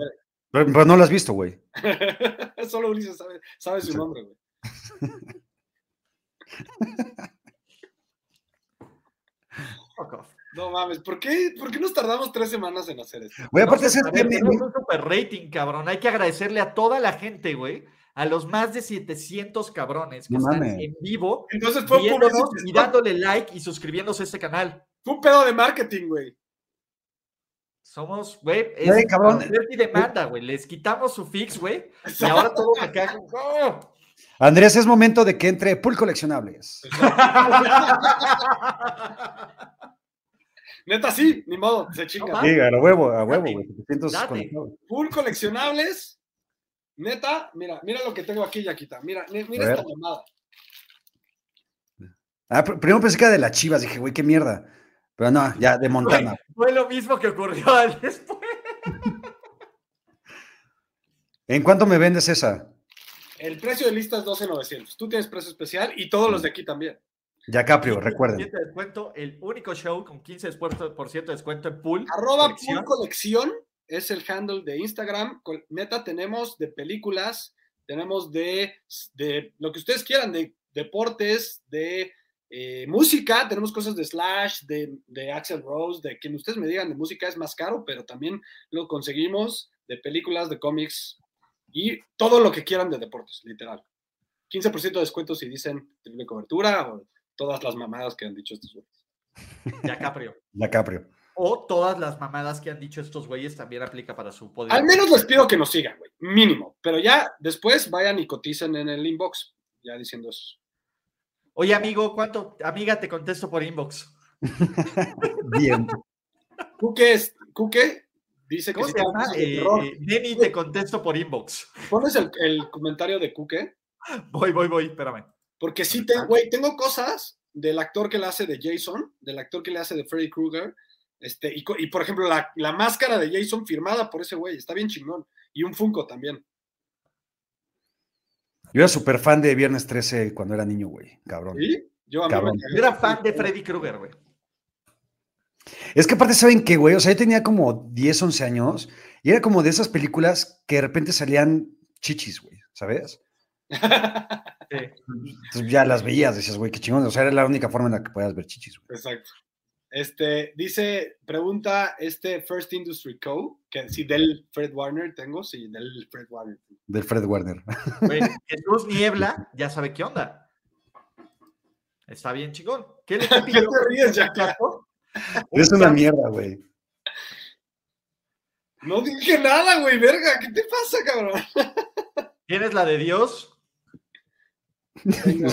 Speaker 8: Pero, pero no lo has visto, güey.
Speaker 9: Solo Ulises sabe, sabe su nombre, güey.
Speaker 7: Fuck off.
Speaker 9: No mames, ¿por qué, ¿por qué nos tardamos tres semanas en hacer esto?
Speaker 8: Güey, aparte,
Speaker 7: No,
Speaker 8: ¿sabes
Speaker 7: a
Speaker 8: qué?
Speaker 7: ver,
Speaker 8: Me-
Speaker 7: tenemos
Speaker 8: me-
Speaker 7: un super rating, cabrón. Hay que agradecerle a toda la gente, güey. A los más de 700 cabrones que
Speaker 8: No
Speaker 7: están
Speaker 8: mames.
Speaker 7: en vivo
Speaker 9: Entonces fue un,
Speaker 7: viéndonos
Speaker 9: publicity
Speaker 7: y
Speaker 9: spot,
Speaker 7: dándole like y suscribiéndose a este canal.
Speaker 9: fue un pedo de marketing, güey.
Speaker 7: Somos, güey,
Speaker 8: Güey,
Speaker 7: es
Speaker 8: cabrón.
Speaker 7: oferta y demanda, güey. Les quitamos su fix, güey. Y ahora todo me caga. ¡Oh!
Speaker 8: Andrés, es momento de que entre Pool Coleccionables.
Speaker 9: Neta, sí, ni modo, se chinga.
Speaker 7: mames.
Speaker 8: Sí, a la huevo, a huevo,
Speaker 7: Ah. Date,
Speaker 8: güey. 700
Speaker 7: date.
Speaker 8: conectados.
Speaker 9: Full coleccionables. Neta, mira, mira lo que tengo aquí, Yaquita. Mira, mi-
Speaker 8: A
Speaker 9: mira
Speaker 8: ver.
Speaker 9: esta mamada.
Speaker 8: Ah, pr- primero pensé que era de las chivas, dije, güey, qué mierda. Pero no, ya, de Montana.
Speaker 7: Fue lo mismo que ocurrió al después.
Speaker 8: ¿En cuánto me vendes esa?
Speaker 9: El precio de lista es 12,900. Tú tienes precio especial y todos los de aquí también.
Speaker 8: Ya Caprio, recuerden.
Speaker 7: 15% de descuento, el único show con 15% de descuento en pool.
Speaker 9: Arroba
Speaker 7: Colección.
Speaker 9: Full Colección es el handle de Instagram. Col- Neta, tenemos de películas, tenemos de, de lo que ustedes quieran, de deportes, de eh, música, tenemos cosas de Slash, de, de Axel Rose, de quien ustedes me digan de música es más caro, pero también lo conseguimos de películas, de cómics y todo lo que quieran de deportes, literal. 15% de descuento si dicen triple cobertura o todas las mamadas que han dicho estos güeyes.
Speaker 7: Ya Caprio.
Speaker 8: Ya Caprio.
Speaker 7: O todas las mamadas que han dicho estos güeyes también aplica para su podio.
Speaker 9: Al menos les pido que nos sigan, güey. Mínimo. Pero ya después vayan y coticen en el inbox. Ya diciendo eso.
Speaker 7: Oye, amigo, ¿cuánto? Amiga, te contesto por inbox.
Speaker 8: Bien.
Speaker 9: Cuque, es, Cuque dice que
Speaker 7: ¿Cómo
Speaker 9: sí
Speaker 7: se
Speaker 9: te
Speaker 7: llama?
Speaker 9: gusta el
Speaker 7: Eh,
Speaker 9: terror.
Speaker 7: eh, Neni, te contesto por inbox.
Speaker 9: Pones el, el comentario de Cuque.
Speaker 7: Voy, voy, voy, espérame.
Speaker 9: Porque sí, te, güey, tengo cosas del actor que le hace de Jason, del actor que le hace de Freddy Krueger. Este, y, co- y, por ejemplo, la, la máscara de Jason firmada por ese güey. Está bien chingón. Y un Funko también.
Speaker 8: Yo era súper fan de Viernes 13 cuando era niño, güey. Cabrón.
Speaker 9: ¿Sí? Yo a mí
Speaker 8: Cabrón.
Speaker 9: me cagué.
Speaker 7: Yo era fan de Freddy Krueger, güey.
Speaker 8: Es que aparte, ¿saben qué, güey? O sea, yo tenía como 10, 11 años y era como de esas películas que de repente salían chichis, güey, ¿sabes?
Speaker 7: Sí.
Speaker 8: Entonces ya las veías, decías, güey, qué chingón. O sea, era la única forma en la que podías ver chichis, güey.
Speaker 9: Exacto. Este, dice, pregunta este First Industry Co. que si del Fred Warner tengo, sí, del Fred Warner.
Speaker 8: Del Fred Werner.
Speaker 7: Güey, Jesús Niebla ya sabe qué onda. Está bien, chingón. ¿Qué le
Speaker 9: ¿Qué te ríes, Jack?
Speaker 8: es una mierda, güey.
Speaker 9: No dije nada, güey, verga. ¿Qué te pasa, cabrón?
Speaker 7: ¿Tienes la de Dios?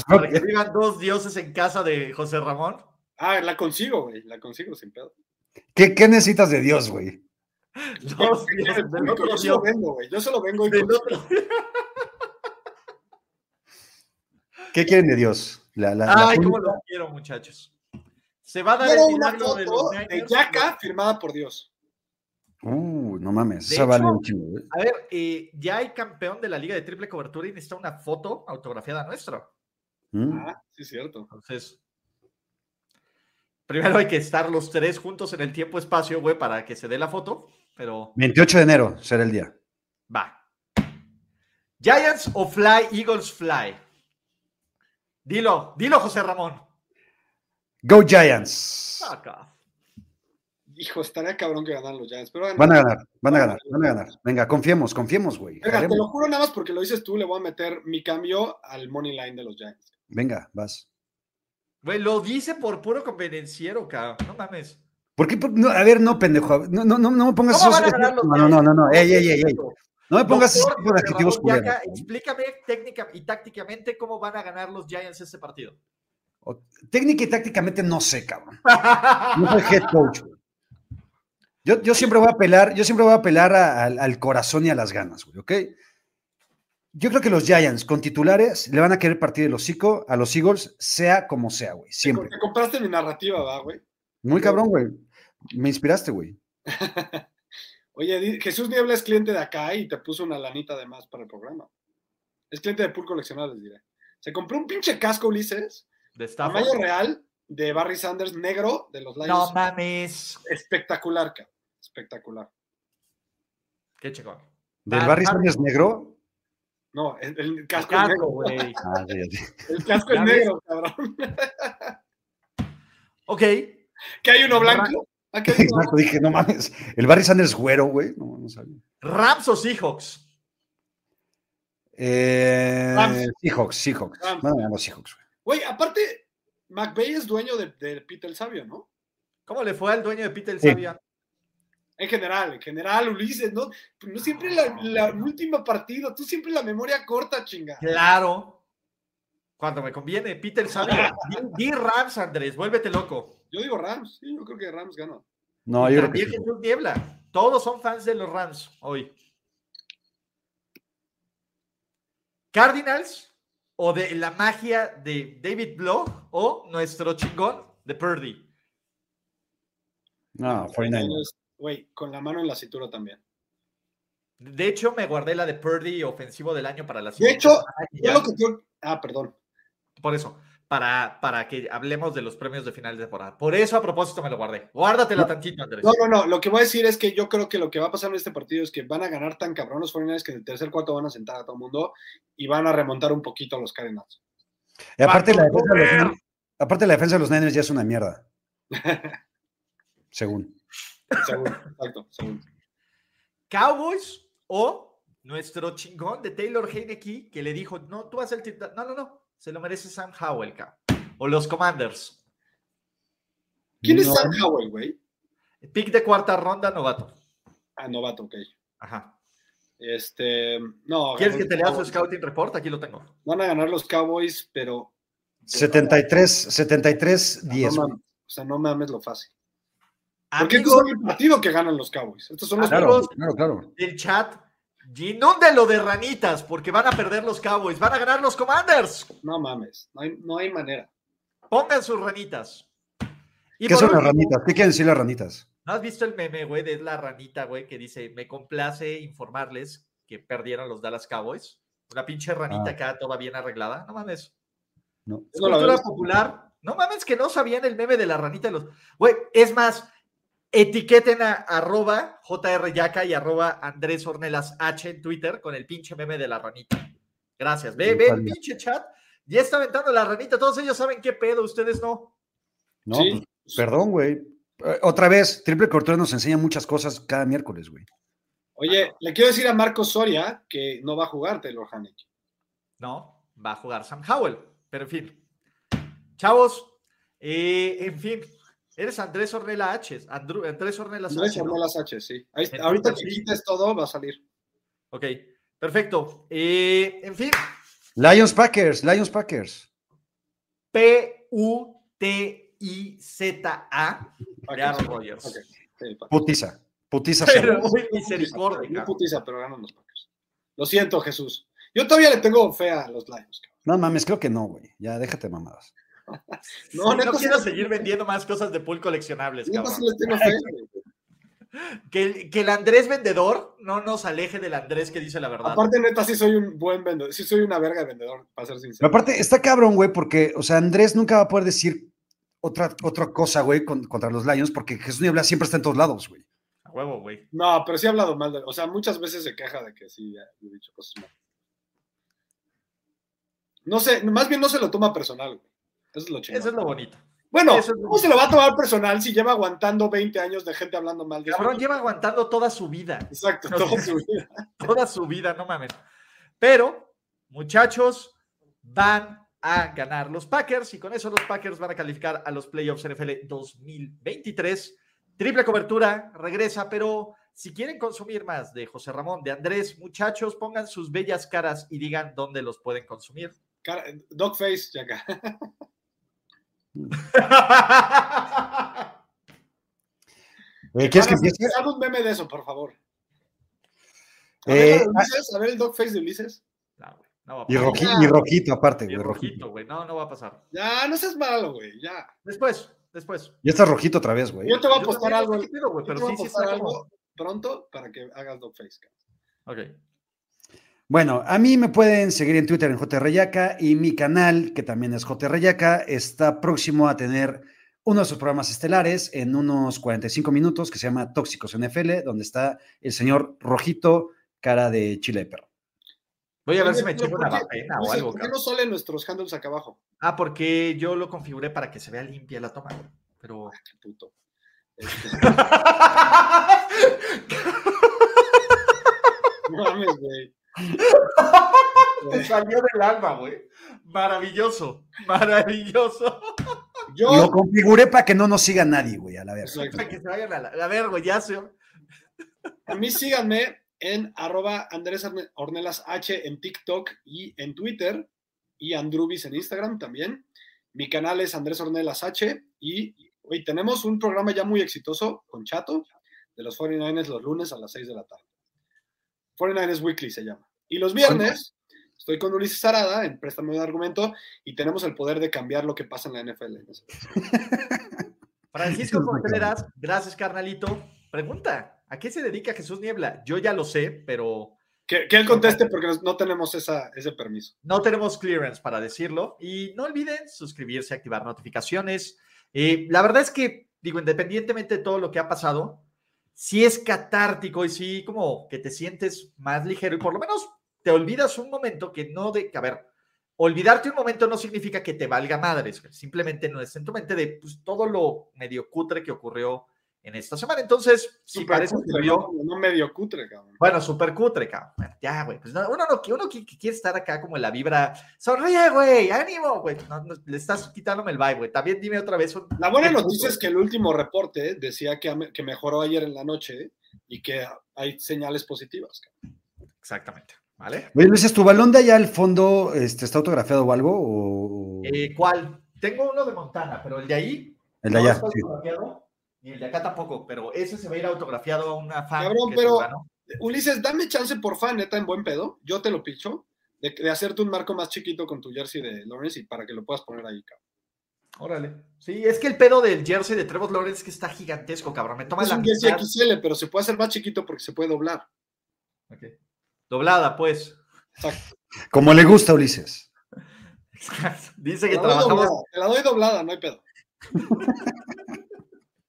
Speaker 7: Para que
Speaker 8: Espero
Speaker 7: vivan dos dioses en casa de José Ramón.
Speaker 9: Ah, la consigo, güey. La consigo sin pedo.
Speaker 8: que- ¿Qué, qué necesitas de Dios, güey?
Speaker 7: Dos dioses del
Speaker 9: Yo
Speaker 7: otro
Speaker 9: solo
Speaker 7: Dios.
Speaker 9: vengo, güey. pues. Yo solo vengo y
Speaker 7: del
Speaker 9: consigo.
Speaker 7: otro-
Speaker 8: ¿Qué quieren de Dios? La, la- la
Speaker 7: Ay,
Speaker 8: pul-
Speaker 7: cómo los quiero, muchachos. Se va a dar
Speaker 9: Quiero
Speaker 7: el
Speaker 9: una
Speaker 7: milagro de los
Speaker 9: foto de
Speaker 7: Niners.
Speaker 9: Yaka firmada por Dios.
Speaker 8: Uh, no mames,
Speaker 7: De
Speaker 8: esa vale
Speaker 7: hecho-
Speaker 8: un chingo, güey.
Speaker 7: A ver, eh, ya hay campeón de la liga de triple cobertura y necesita una foto autografiada nuestra.
Speaker 8: Mm.
Speaker 9: Ah, sí, cierto.
Speaker 7: Entonces, primero hay que estar los tres juntos en el tiempo-espacio, güey, para que se dé la foto, pero
Speaker 8: 28 de enero será el día.
Speaker 7: va. Giants o Fly, Eagles Fly. Dilo, dilo, José Ramón.
Speaker 8: Go Giants.
Speaker 7: Acá.
Speaker 9: Hijo, estaría cabrón que ganaran los Giants. Pero van a
Speaker 8: Van a
Speaker 9: ganar.
Speaker 8: ganar, van a ganar, van a ganar. Venga, confiemos, confiemos, güey.
Speaker 9: Verga, te
Speaker 8: Jalemos.
Speaker 9: lo juro nada más porque lo dices tú, le voy a meter mi cambio al money line de los Giants.
Speaker 8: Venga, vas.
Speaker 7: Güey, lo dice por puro convenenciero, cabrón. No mames.
Speaker 8: ¿Por qué? por- no, a ver, no, pendejo. No, no, no, no me pongas
Speaker 7: ¿Cómo
Speaker 8: esos-
Speaker 7: van a ganar los
Speaker 8: No, no, no, no, no. Ey, ey, ey, ey.
Speaker 7: Giants?
Speaker 8: No me pongas ese
Speaker 7: Doctor
Speaker 8: tipo de
Speaker 7: José
Speaker 8: adjetivos
Speaker 7: Ramón Yaca,
Speaker 8: culeros.
Speaker 7: Explícame técnica y tácticamente cómo van a ganar los Giants este partido.
Speaker 8: Técnica y tácticamente no sé, cabrón. No soy head coach, güey. Yo, yo siempre voy a apelar, yo siempre voy a apelar a- al, al corazón y a las ganas, güey, ¿ok? Yo creo que los Giants con titulares le van a querer partir el hocico a los Eagles, sea como sea, güey. Siempre.
Speaker 9: Te compraste mi narrativa, va, güey.
Speaker 8: Muy cabrón, güey. Me inspiraste, güey.
Speaker 9: Oye, di- Jesús Niebla es cliente de acá y te puso una lanita de más para el programa. Es cliente de Pool Coleccionables, diré. Se compró un pinche casco, Ulises,
Speaker 7: De Stafford.
Speaker 9: tamaño real, de Barry Sanders, negro, de los Lions.
Speaker 7: No mames.
Speaker 9: Espectacular, cabrón. Espectacular.
Speaker 7: Qué chingón.
Speaker 8: Del
Speaker 7: Bar-
Speaker 8: Barry
Speaker 7: Bar-
Speaker 8: Sanders negro.
Speaker 9: No, el, el casco, es
Speaker 7: Casco,
Speaker 9: negro.
Speaker 7: güey.
Speaker 8: Ah, sí, sí.
Speaker 9: El casco es
Speaker 7: Ya ves.
Speaker 9: negro, cabrón.
Speaker 7: Ok.
Speaker 9: ¿Que hay uno blanco? ¿Ah, que hay uno
Speaker 8: Exacto, dije, no mames. El Barry Sanders güero, güey. No, no sabía.
Speaker 7: Rams o Seahawks.
Speaker 8: Eh,
Speaker 9: Rams.
Speaker 8: Seahawks, Seahawks.
Speaker 9: Rams.
Speaker 8: Van a ganar los Seahawks, güey.
Speaker 9: Güey, aparte, McVeigh es dueño de, de Pete el Sabio, ¿no?
Speaker 7: ¿Cómo le fue al dueño de Peter el
Speaker 8: Sí.
Speaker 7: Sabio?
Speaker 9: En general, en general, Ulises, ¿no? Pues, No siempre la, la última partido, tú siempre la memoria corta, chinga.
Speaker 7: Claro. Cuando me conviene, Peter Sabio. Di, di Rams, Andrés, vuélvete loco.
Speaker 9: Yo digo Rams, sí, yo creo que Rams gana.
Speaker 8: No,
Speaker 7: Y
Speaker 8: yo creo que
Speaker 7: también
Speaker 8: sí.
Speaker 7: Jesús Niebla. Todos son fans de los Rams hoy. Cardinals o de la magia de David Bloch o nuestro chingón de Purdy.
Speaker 8: No, 49
Speaker 9: Entonces, Güey, con la mano en la cintura también.
Speaker 7: De hecho, me guardé la de Purdy ofensivo del año para la
Speaker 9: De
Speaker 7: siguiente
Speaker 9: hecho,
Speaker 7: semana, y
Speaker 9: yo
Speaker 7: ya,
Speaker 9: lo que yo- Ah, perdón.
Speaker 7: por eso, para, para que hablemos de los premios de final de temporada. Por eso, a propósito, me lo guardé. Guárdatela
Speaker 9: No.
Speaker 7: tantito, Andrés.
Speaker 9: No, no, no, lo que voy a decir es que yo creo que lo que va a pasar en este partido es que van a ganar tan cabrón los 49 que en el tercer cuarto van a sentar a todo el mundo y van a remontar un poquito a los Cardinals.
Speaker 8: Y aparte, la defensa de los Niners- aparte, la defensa de los Niners ya es una mierda. Según.
Speaker 9: Seguro, exacto, seguro.
Speaker 7: Cowboys o nuestro chingón de Taylor Heineke que le dijo, no, tú vas el titular. No, no, no, se lo merece Sam Howell, cabrón. O los Commanders.
Speaker 9: ¿Quién es
Speaker 8: No.
Speaker 9: Sam Howell, güey?
Speaker 7: Pick de cuarta ronda, novato.
Speaker 9: Ah, novato, ok.
Speaker 7: Ajá.
Speaker 9: Este, no.
Speaker 7: ¿Quieres
Speaker 9: ganó
Speaker 7: que te
Speaker 9: los
Speaker 7: lea su
Speaker 9: Cowboys.
Speaker 7: scouting report? Aquí lo tengo.
Speaker 9: Van a ganar los Cowboys, pero.
Speaker 8: 73, 73,
Speaker 9: O sea,
Speaker 8: 10.
Speaker 9: No
Speaker 8: güey.
Speaker 9: mames, o sea, no mames lo fácil. Porque estos
Speaker 7: Amigos
Speaker 9: son el partido que ganan los Cowboys. Estos son los
Speaker 7: Ah,
Speaker 8: Claro,
Speaker 7: amigos.
Speaker 8: claro, claro.
Speaker 7: del chat, inúndelo de ranitas porque van a perder los Cowboys, van a ganar los Commanders.
Speaker 9: No mames, no hay, no hay manera.
Speaker 7: Pongan sus ranitas. Y
Speaker 8: ¿Qué
Speaker 7: por
Speaker 8: son las
Speaker 7: último,
Speaker 8: ranitas? ¿Qué quieren decir las ranitas?
Speaker 7: ¿No has visto el meme, güey, de la ranita, güey, que dice, me complace informarles que perdieron los Dallas Cowboys? Una pinche ranita
Speaker 8: Ah.
Speaker 7: acá, toda bien arreglada. No mames.
Speaker 8: No.
Speaker 7: Es
Speaker 9: No la
Speaker 7: cultura
Speaker 9: veo.
Speaker 7: popular. No mames que no sabían el meme de la ranita de los... Güey, es más, etiqueten a arroba jryaca y arroba Andrés Ornelas H en Twitter con el pinche meme de la ranita. Gracias. Ve, ve el
Speaker 8: Totalmente.
Speaker 7: pinche chat. Ya está aventando la ranita. Todos ellos saben qué pedo, ustedes no.
Speaker 8: No,
Speaker 9: Sí.
Speaker 8: pues, perdón, güey. Eh, Otra vez, Triple Cortura nos enseña muchas cosas cada miércoles, güey.
Speaker 9: Oye, le quiero decir a Marcos Soria que no va a jugar Taylor Haneke.
Speaker 7: No, va a jugar Sam Howell. Pero en fin. Chavos, eh, en fin. Eres Andrés Ornella H. Andru- Andrés Ornella
Speaker 9: No es
Speaker 7: H, ¿no?
Speaker 9: las H, sí. Ahí está.
Speaker 7: Entonces,
Speaker 9: Ahorita que
Speaker 7: sí.
Speaker 9: quites todo va a salir.
Speaker 7: Ok, perfecto. Eh, en fin,
Speaker 8: Lions Packers, Lions Packers.
Speaker 7: P-U-T-I-Z-A
Speaker 9: Pa'
Speaker 7: de
Speaker 9: que-
Speaker 7: Aaron Rodgers.
Speaker 9: Ok. Sí, pa-
Speaker 8: Putiza. Putiza
Speaker 7: Pero
Speaker 8: seguro.
Speaker 7: muy
Speaker 9: No
Speaker 7: misericordia.
Speaker 9: putiza, pero ganan los Packers. Lo siento, Jesús. Yo todavía le tengo fe a los Lions. cabrón.
Speaker 8: No mames, creo que no, güey. Ya déjate mamadas.
Speaker 9: No,
Speaker 7: No,
Speaker 9: neta,
Speaker 7: no
Speaker 9: sí
Speaker 7: quiero
Speaker 9: les-
Speaker 7: seguir vendiendo más cosas de pool coleccionables,
Speaker 9: Neta, sí
Speaker 7: cabrón.
Speaker 9: les tengo fe. güey.
Speaker 7: Que el, que el Andrés vendedor no nos aleje del Andrés que dice la verdad.
Speaker 9: Aparte, neta, sí soy un buen vendedor. Sí soy una verga de vendedor, para ser
Speaker 8: Pero
Speaker 9: sincero.
Speaker 8: aparte, está cabrón, güey, porque, o sea, Andrés nunca va a poder decir otra, otra cosa, güey, con- contra los Lions, porque Jesús Niebla siempre está en todos lados, güey.
Speaker 7: A huevo, güey.
Speaker 9: No, pero sí he hablado mal. de- o sea, muchas veces se queja de que sí he dicho cosas mal. No sé, más bien no se lo toma personal. güey. Eso es lo chingón.
Speaker 7: Eso es lo bonito.
Speaker 9: Bueno,
Speaker 7: eso es lo-
Speaker 9: ¿cómo se lo va a tomar personal si lleva aguantando 20 años de gente hablando mal de su-
Speaker 7: Cabrón lleva aguantando toda su vida.
Speaker 9: Exacto,
Speaker 7: No,
Speaker 9: todo
Speaker 7: sí.
Speaker 9: su vida.
Speaker 7: Toda su vida, no mames. Pero, muchachos, van a ganar los Packers y con eso los Packers van a calificar a los playoffs NFL 2023. Triple cobertura, regresa, pero si quieren consumir más de José Ramón, de Andrés, muchachos, pongan sus bellas caras y digan dónde los pueden consumir.
Speaker 9: Cara- Dogface, ya acá.
Speaker 8: Eh, ¿Quieres que empiece?
Speaker 9: Haz un meme de eso, por favor. A
Speaker 8: Eh,
Speaker 9: ver, la de Ulises, a ver el Dogface de Ulises.
Speaker 7: No, güey, no va a
Speaker 8: Y,
Speaker 7: pasar.
Speaker 8: roji- y rojito, aparte,
Speaker 7: Y
Speaker 8: güey. Rojito.
Speaker 7: rojito, güey. No, no va a pasar.
Speaker 9: Ya, no seas malo, güey, ya.
Speaker 7: Después, después.
Speaker 8: Ya está rojito otra vez, güey.
Speaker 9: Yo te voy a
Speaker 7: Yo
Speaker 9: apostar
Speaker 7: también
Speaker 9: algo.
Speaker 7: no sé qué pedo, güey,
Speaker 9: yo
Speaker 7: pero
Speaker 9: te voy a
Speaker 7: sí, sí
Speaker 9: apostar
Speaker 7: está
Speaker 9: algo
Speaker 7: como-
Speaker 9: pronto para que hagas Dogface, cabrón.
Speaker 7: Ok.
Speaker 8: Bueno, a mí me pueden seguir en Twitter en JReyaca y mi canal, que también es JReyaca, está próximo a tener uno de sus programas estelares en unos 45 minutos que se llama Tóxicos NFL, donde está el señor Rojito, cara de chile de perro.
Speaker 7: Voy a ver
Speaker 9: Oye,
Speaker 7: si me
Speaker 9: pero
Speaker 7: chupo
Speaker 9: ¿por
Speaker 7: una
Speaker 9: qué-
Speaker 8: Ah,
Speaker 7: barbena o
Speaker 9: Ulises,
Speaker 7: algo,
Speaker 9: ¿Por qué
Speaker 7: cabrón.
Speaker 9: no salen nuestros handles acá abajo?
Speaker 7: Ah, porque yo lo configuré para que se vea limpia la toma. güey, Pero.
Speaker 9: Qué puto. Este, no mames, güey.
Speaker 7: Te salió del alma, güey. Maravilloso. Maravilloso.
Speaker 9: Yo,
Speaker 8: Lo configuré para que no nos siga nadie, güey, a la vez.
Speaker 9: Exacto.
Speaker 7: Para que se vayan a la. A ver, güey, ya se.
Speaker 9: a mí síganme en arroba Andrés Arne- Ornelas H en TikTok y en Twitter y Andrubis en Instagram también. Mi canal es Andrés Ornelas H y hoy tenemos un programa ya muy exitoso con Chato de los 49ers los lunes a las 6 de la tarde. 49ers Weekly se llama. Y los viernes estoy con Ulises Arada en Préstamo de Argumento y tenemos el poder de cambiar lo que pasa en la NFL. en ese-
Speaker 7: Francisco Contreras, gracias, carnalito. Pregunta: ¿a qué se dedica Jesús Niebla? Yo ya lo sé, pero.
Speaker 9: Que, que él conteste porque nos- no tenemos esa, ese permiso.
Speaker 7: No tenemos clearance para decirlo. Y no olviden suscribirse, activar notificaciones. Eh, la verdad es que, digo, independientemente de todo lo que ha pasado, sí es catártico y sí como que te sientes más ligero y por lo menos te olvidas un momento que no de... que, A ver, olvidarte un momento no significa que te valga madres. güey, Simplemente no es en tu mente de pues, todo lo medio cutre que ocurrió en esta semana. Entonces, si
Speaker 9: Súper
Speaker 7: parece que
Speaker 9: cutre,
Speaker 7: vio...
Speaker 9: ¿no? No medio cutre, cabrón.
Speaker 7: Bueno, súper cutre, cabrón. Bueno, Ya, güey. Pues no, uno no qui- uno qui- que quiere estar acá como en la vibra. Sonríe, güey. Ánimo, güey. pues, No, no, le estás quitándome el vibe, güey. También dime otra vez. un-
Speaker 9: La buena
Speaker 7: qué
Speaker 9: noticia
Speaker 7: puto.
Speaker 9: es que el último reporte decía que, am- que mejoró ayer en la noche y que hay señales positivas. cabrón.
Speaker 7: Exactamente. ¿Vale?
Speaker 8: Oye, Luis, ¿tu balón de allá al fondo este, está autografiado o algo? O- o-
Speaker 7: Eh, ¿Cuál? Tengo uno de Montana, pero el de ahí.
Speaker 8: el de
Speaker 7: no
Speaker 8: allá.
Speaker 7: está
Speaker 8: sí.
Speaker 7: autografiado, Ni el de acá tampoco, pero ese se va a ir autografiado a una fan.
Speaker 9: Cabrón,
Speaker 7: que
Speaker 9: pero-
Speaker 7: se ganó.
Speaker 9: Ulises, dame chance, porfa, neta, en buen pedo. Yo te lo picho. De, de hacerte un marco más chiquito con tu jersey de Lawrence y para que lo puedas poner ahí, cabrón.
Speaker 7: Órale. Sí, es que el pedo del jersey de Trevor Lawrence es que está gigantesco, cabrón. Me toma
Speaker 9: Es
Speaker 7: la
Speaker 9: un jersey
Speaker 7: mitad.
Speaker 9: XL, pero se puede hacer más chiquito porque se puede doblar.
Speaker 7: Ok. Doblada, pues.
Speaker 8: Como le gusta a Ulises.
Speaker 7: Dice
Speaker 9: Te
Speaker 7: que
Speaker 9: la, doy
Speaker 7: trabajamos
Speaker 9: doblada, te la doy doblada, no hay pedo.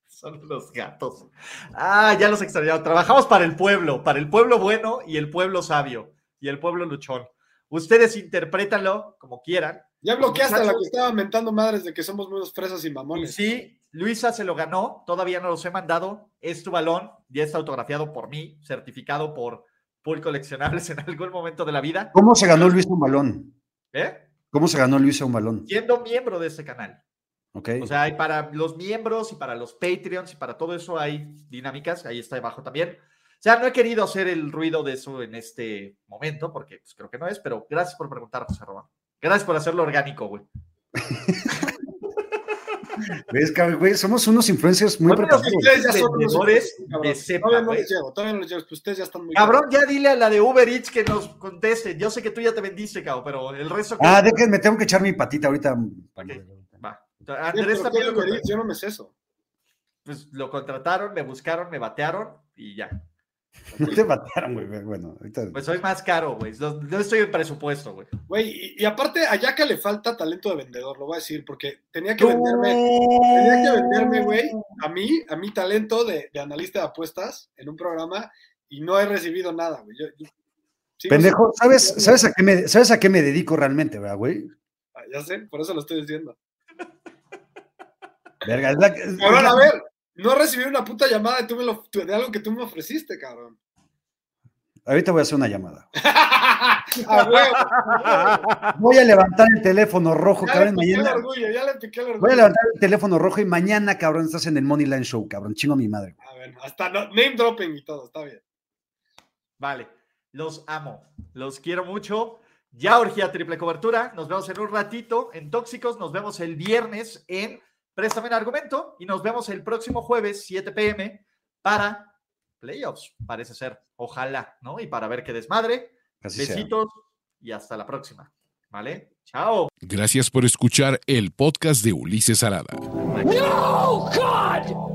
Speaker 7: Son los gatos. Ah, ya los extrañaron. Trabajamos para el pueblo, para el pueblo bueno y el pueblo sabio y el pueblo luchón. Ustedes interprétanlo como quieran.
Speaker 9: Ya bloqueaste a la
Speaker 7: Muchachos.
Speaker 9: que estaba mentando madres de que somos unos fresas y
Speaker 7: Y
Speaker 9: mamones.
Speaker 7: sí, Luisa se lo ganó, todavía no los he mandado. Es tu balón, ya está autografiado por mí, certificado por Pool Coleccionables en algún momento de la vida.
Speaker 8: ¿Cómo se ganó Luis un balón?
Speaker 7: ¿eh?
Speaker 8: ¿Cómo se ganó Luis un balón?
Speaker 7: Siendo miembro de este canal.
Speaker 8: ¿ok?
Speaker 7: O sea, hay para los miembros y para los Patreons y para todo eso hay dinámicas, ahí está debajo también. O sea, no he querido hacer el ruido de eso en este momento, porque pues, creo que no es, pero gracias por preguntar, José Román. Gracias por hacerlo orgánico, güey.
Speaker 8: ¿Ves, cabrón, güey? Somos unos influencers muy
Speaker 7: Al menos
Speaker 8: preparados.
Speaker 7: ustedes ya son
Speaker 9: Vendedores
Speaker 7: vendedores
Speaker 9: Cabrón,
Speaker 7: Este, de cepa,
Speaker 9: todavía no
Speaker 7: güey.
Speaker 9: les llego, todavía no les llego, pues ustedes ya están muy...
Speaker 7: Cabrón, ya dile a la de Uber Eats que nos conteste. Yo sé que tú ya te vendiste, cabrón, pero el resto...
Speaker 8: Ah, déjenme, tengo que echar mi patita ahorita.
Speaker 7: Va.
Speaker 9: Oye,
Speaker 7: Andrés
Speaker 9: pero
Speaker 7: también
Speaker 9: ¿qué
Speaker 7: lo,
Speaker 9: Uber
Speaker 7: contra-
Speaker 9: Eats? Yo no me sé eso.
Speaker 7: pues, lo contrataron, me buscaron, me batearon y ya.
Speaker 8: No te mataron, güey. Bueno, ahorita.
Speaker 7: Pues soy más caro, güey. No, no estoy en presupuesto, güey.
Speaker 9: Güey, y, y aparte a Yaka le falta talento de vendedor, lo voy a decir, porque tenía que
Speaker 8: No.
Speaker 9: venderme, tenía que venderme, güey, a mí, a mi talento de, de analista de apuestas en un programa y no he recibido nada, güey. Yo- yo- sí,
Speaker 8: Pendejo, ¿sabes, sabes, a qué me, ¿sabes a qué me dedico realmente, verdad, güey?
Speaker 9: no sé, Ah, ya sé, por eso lo estoy diciendo.
Speaker 8: Verga, es la que- es
Speaker 9: Cabrón,
Speaker 8: la-
Speaker 9: a ver, no recibí una puta llamada de, tú me lo- de algo que tú me ofreciste, cabrón.
Speaker 8: Ahorita voy a hacer una llamada.
Speaker 9: a huevo.
Speaker 8: Voy a levantar el teléfono rojo,
Speaker 9: Ya le
Speaker 8: cabrón,
Speaker 9: piqué el
Speaker 8: mañana.
Speaker 9: orgullo, ya le piqué el orgullo.
Speaker 8: Voy a levantar el teléfono rojo y mañana, cabrón, estás en el Money Line Show, cabrón. Chingo a mi madre.
Speaker 9: A ver, hasta no- name dropping y todo, está bien.
Speaker 7: Vale, los amo, los quiero mucho. Ya orgía triple cobertura, nos vemos en un ratito en Tóxicos, nos vemos el viernes en Préstame el Argumento y nos vemos el próximo jueves 7 pm para playoffs, parece ser, ojalá, ¿no? Y para ver qué desmadre.
Speaker 8: Así sea.
Speaker 7: Besitos y hasta la próxima, ¿vale? Chao.
Speaker 1: Gracias por escuchar el podcast de Ulises Arada.
Speaker 2: No, God!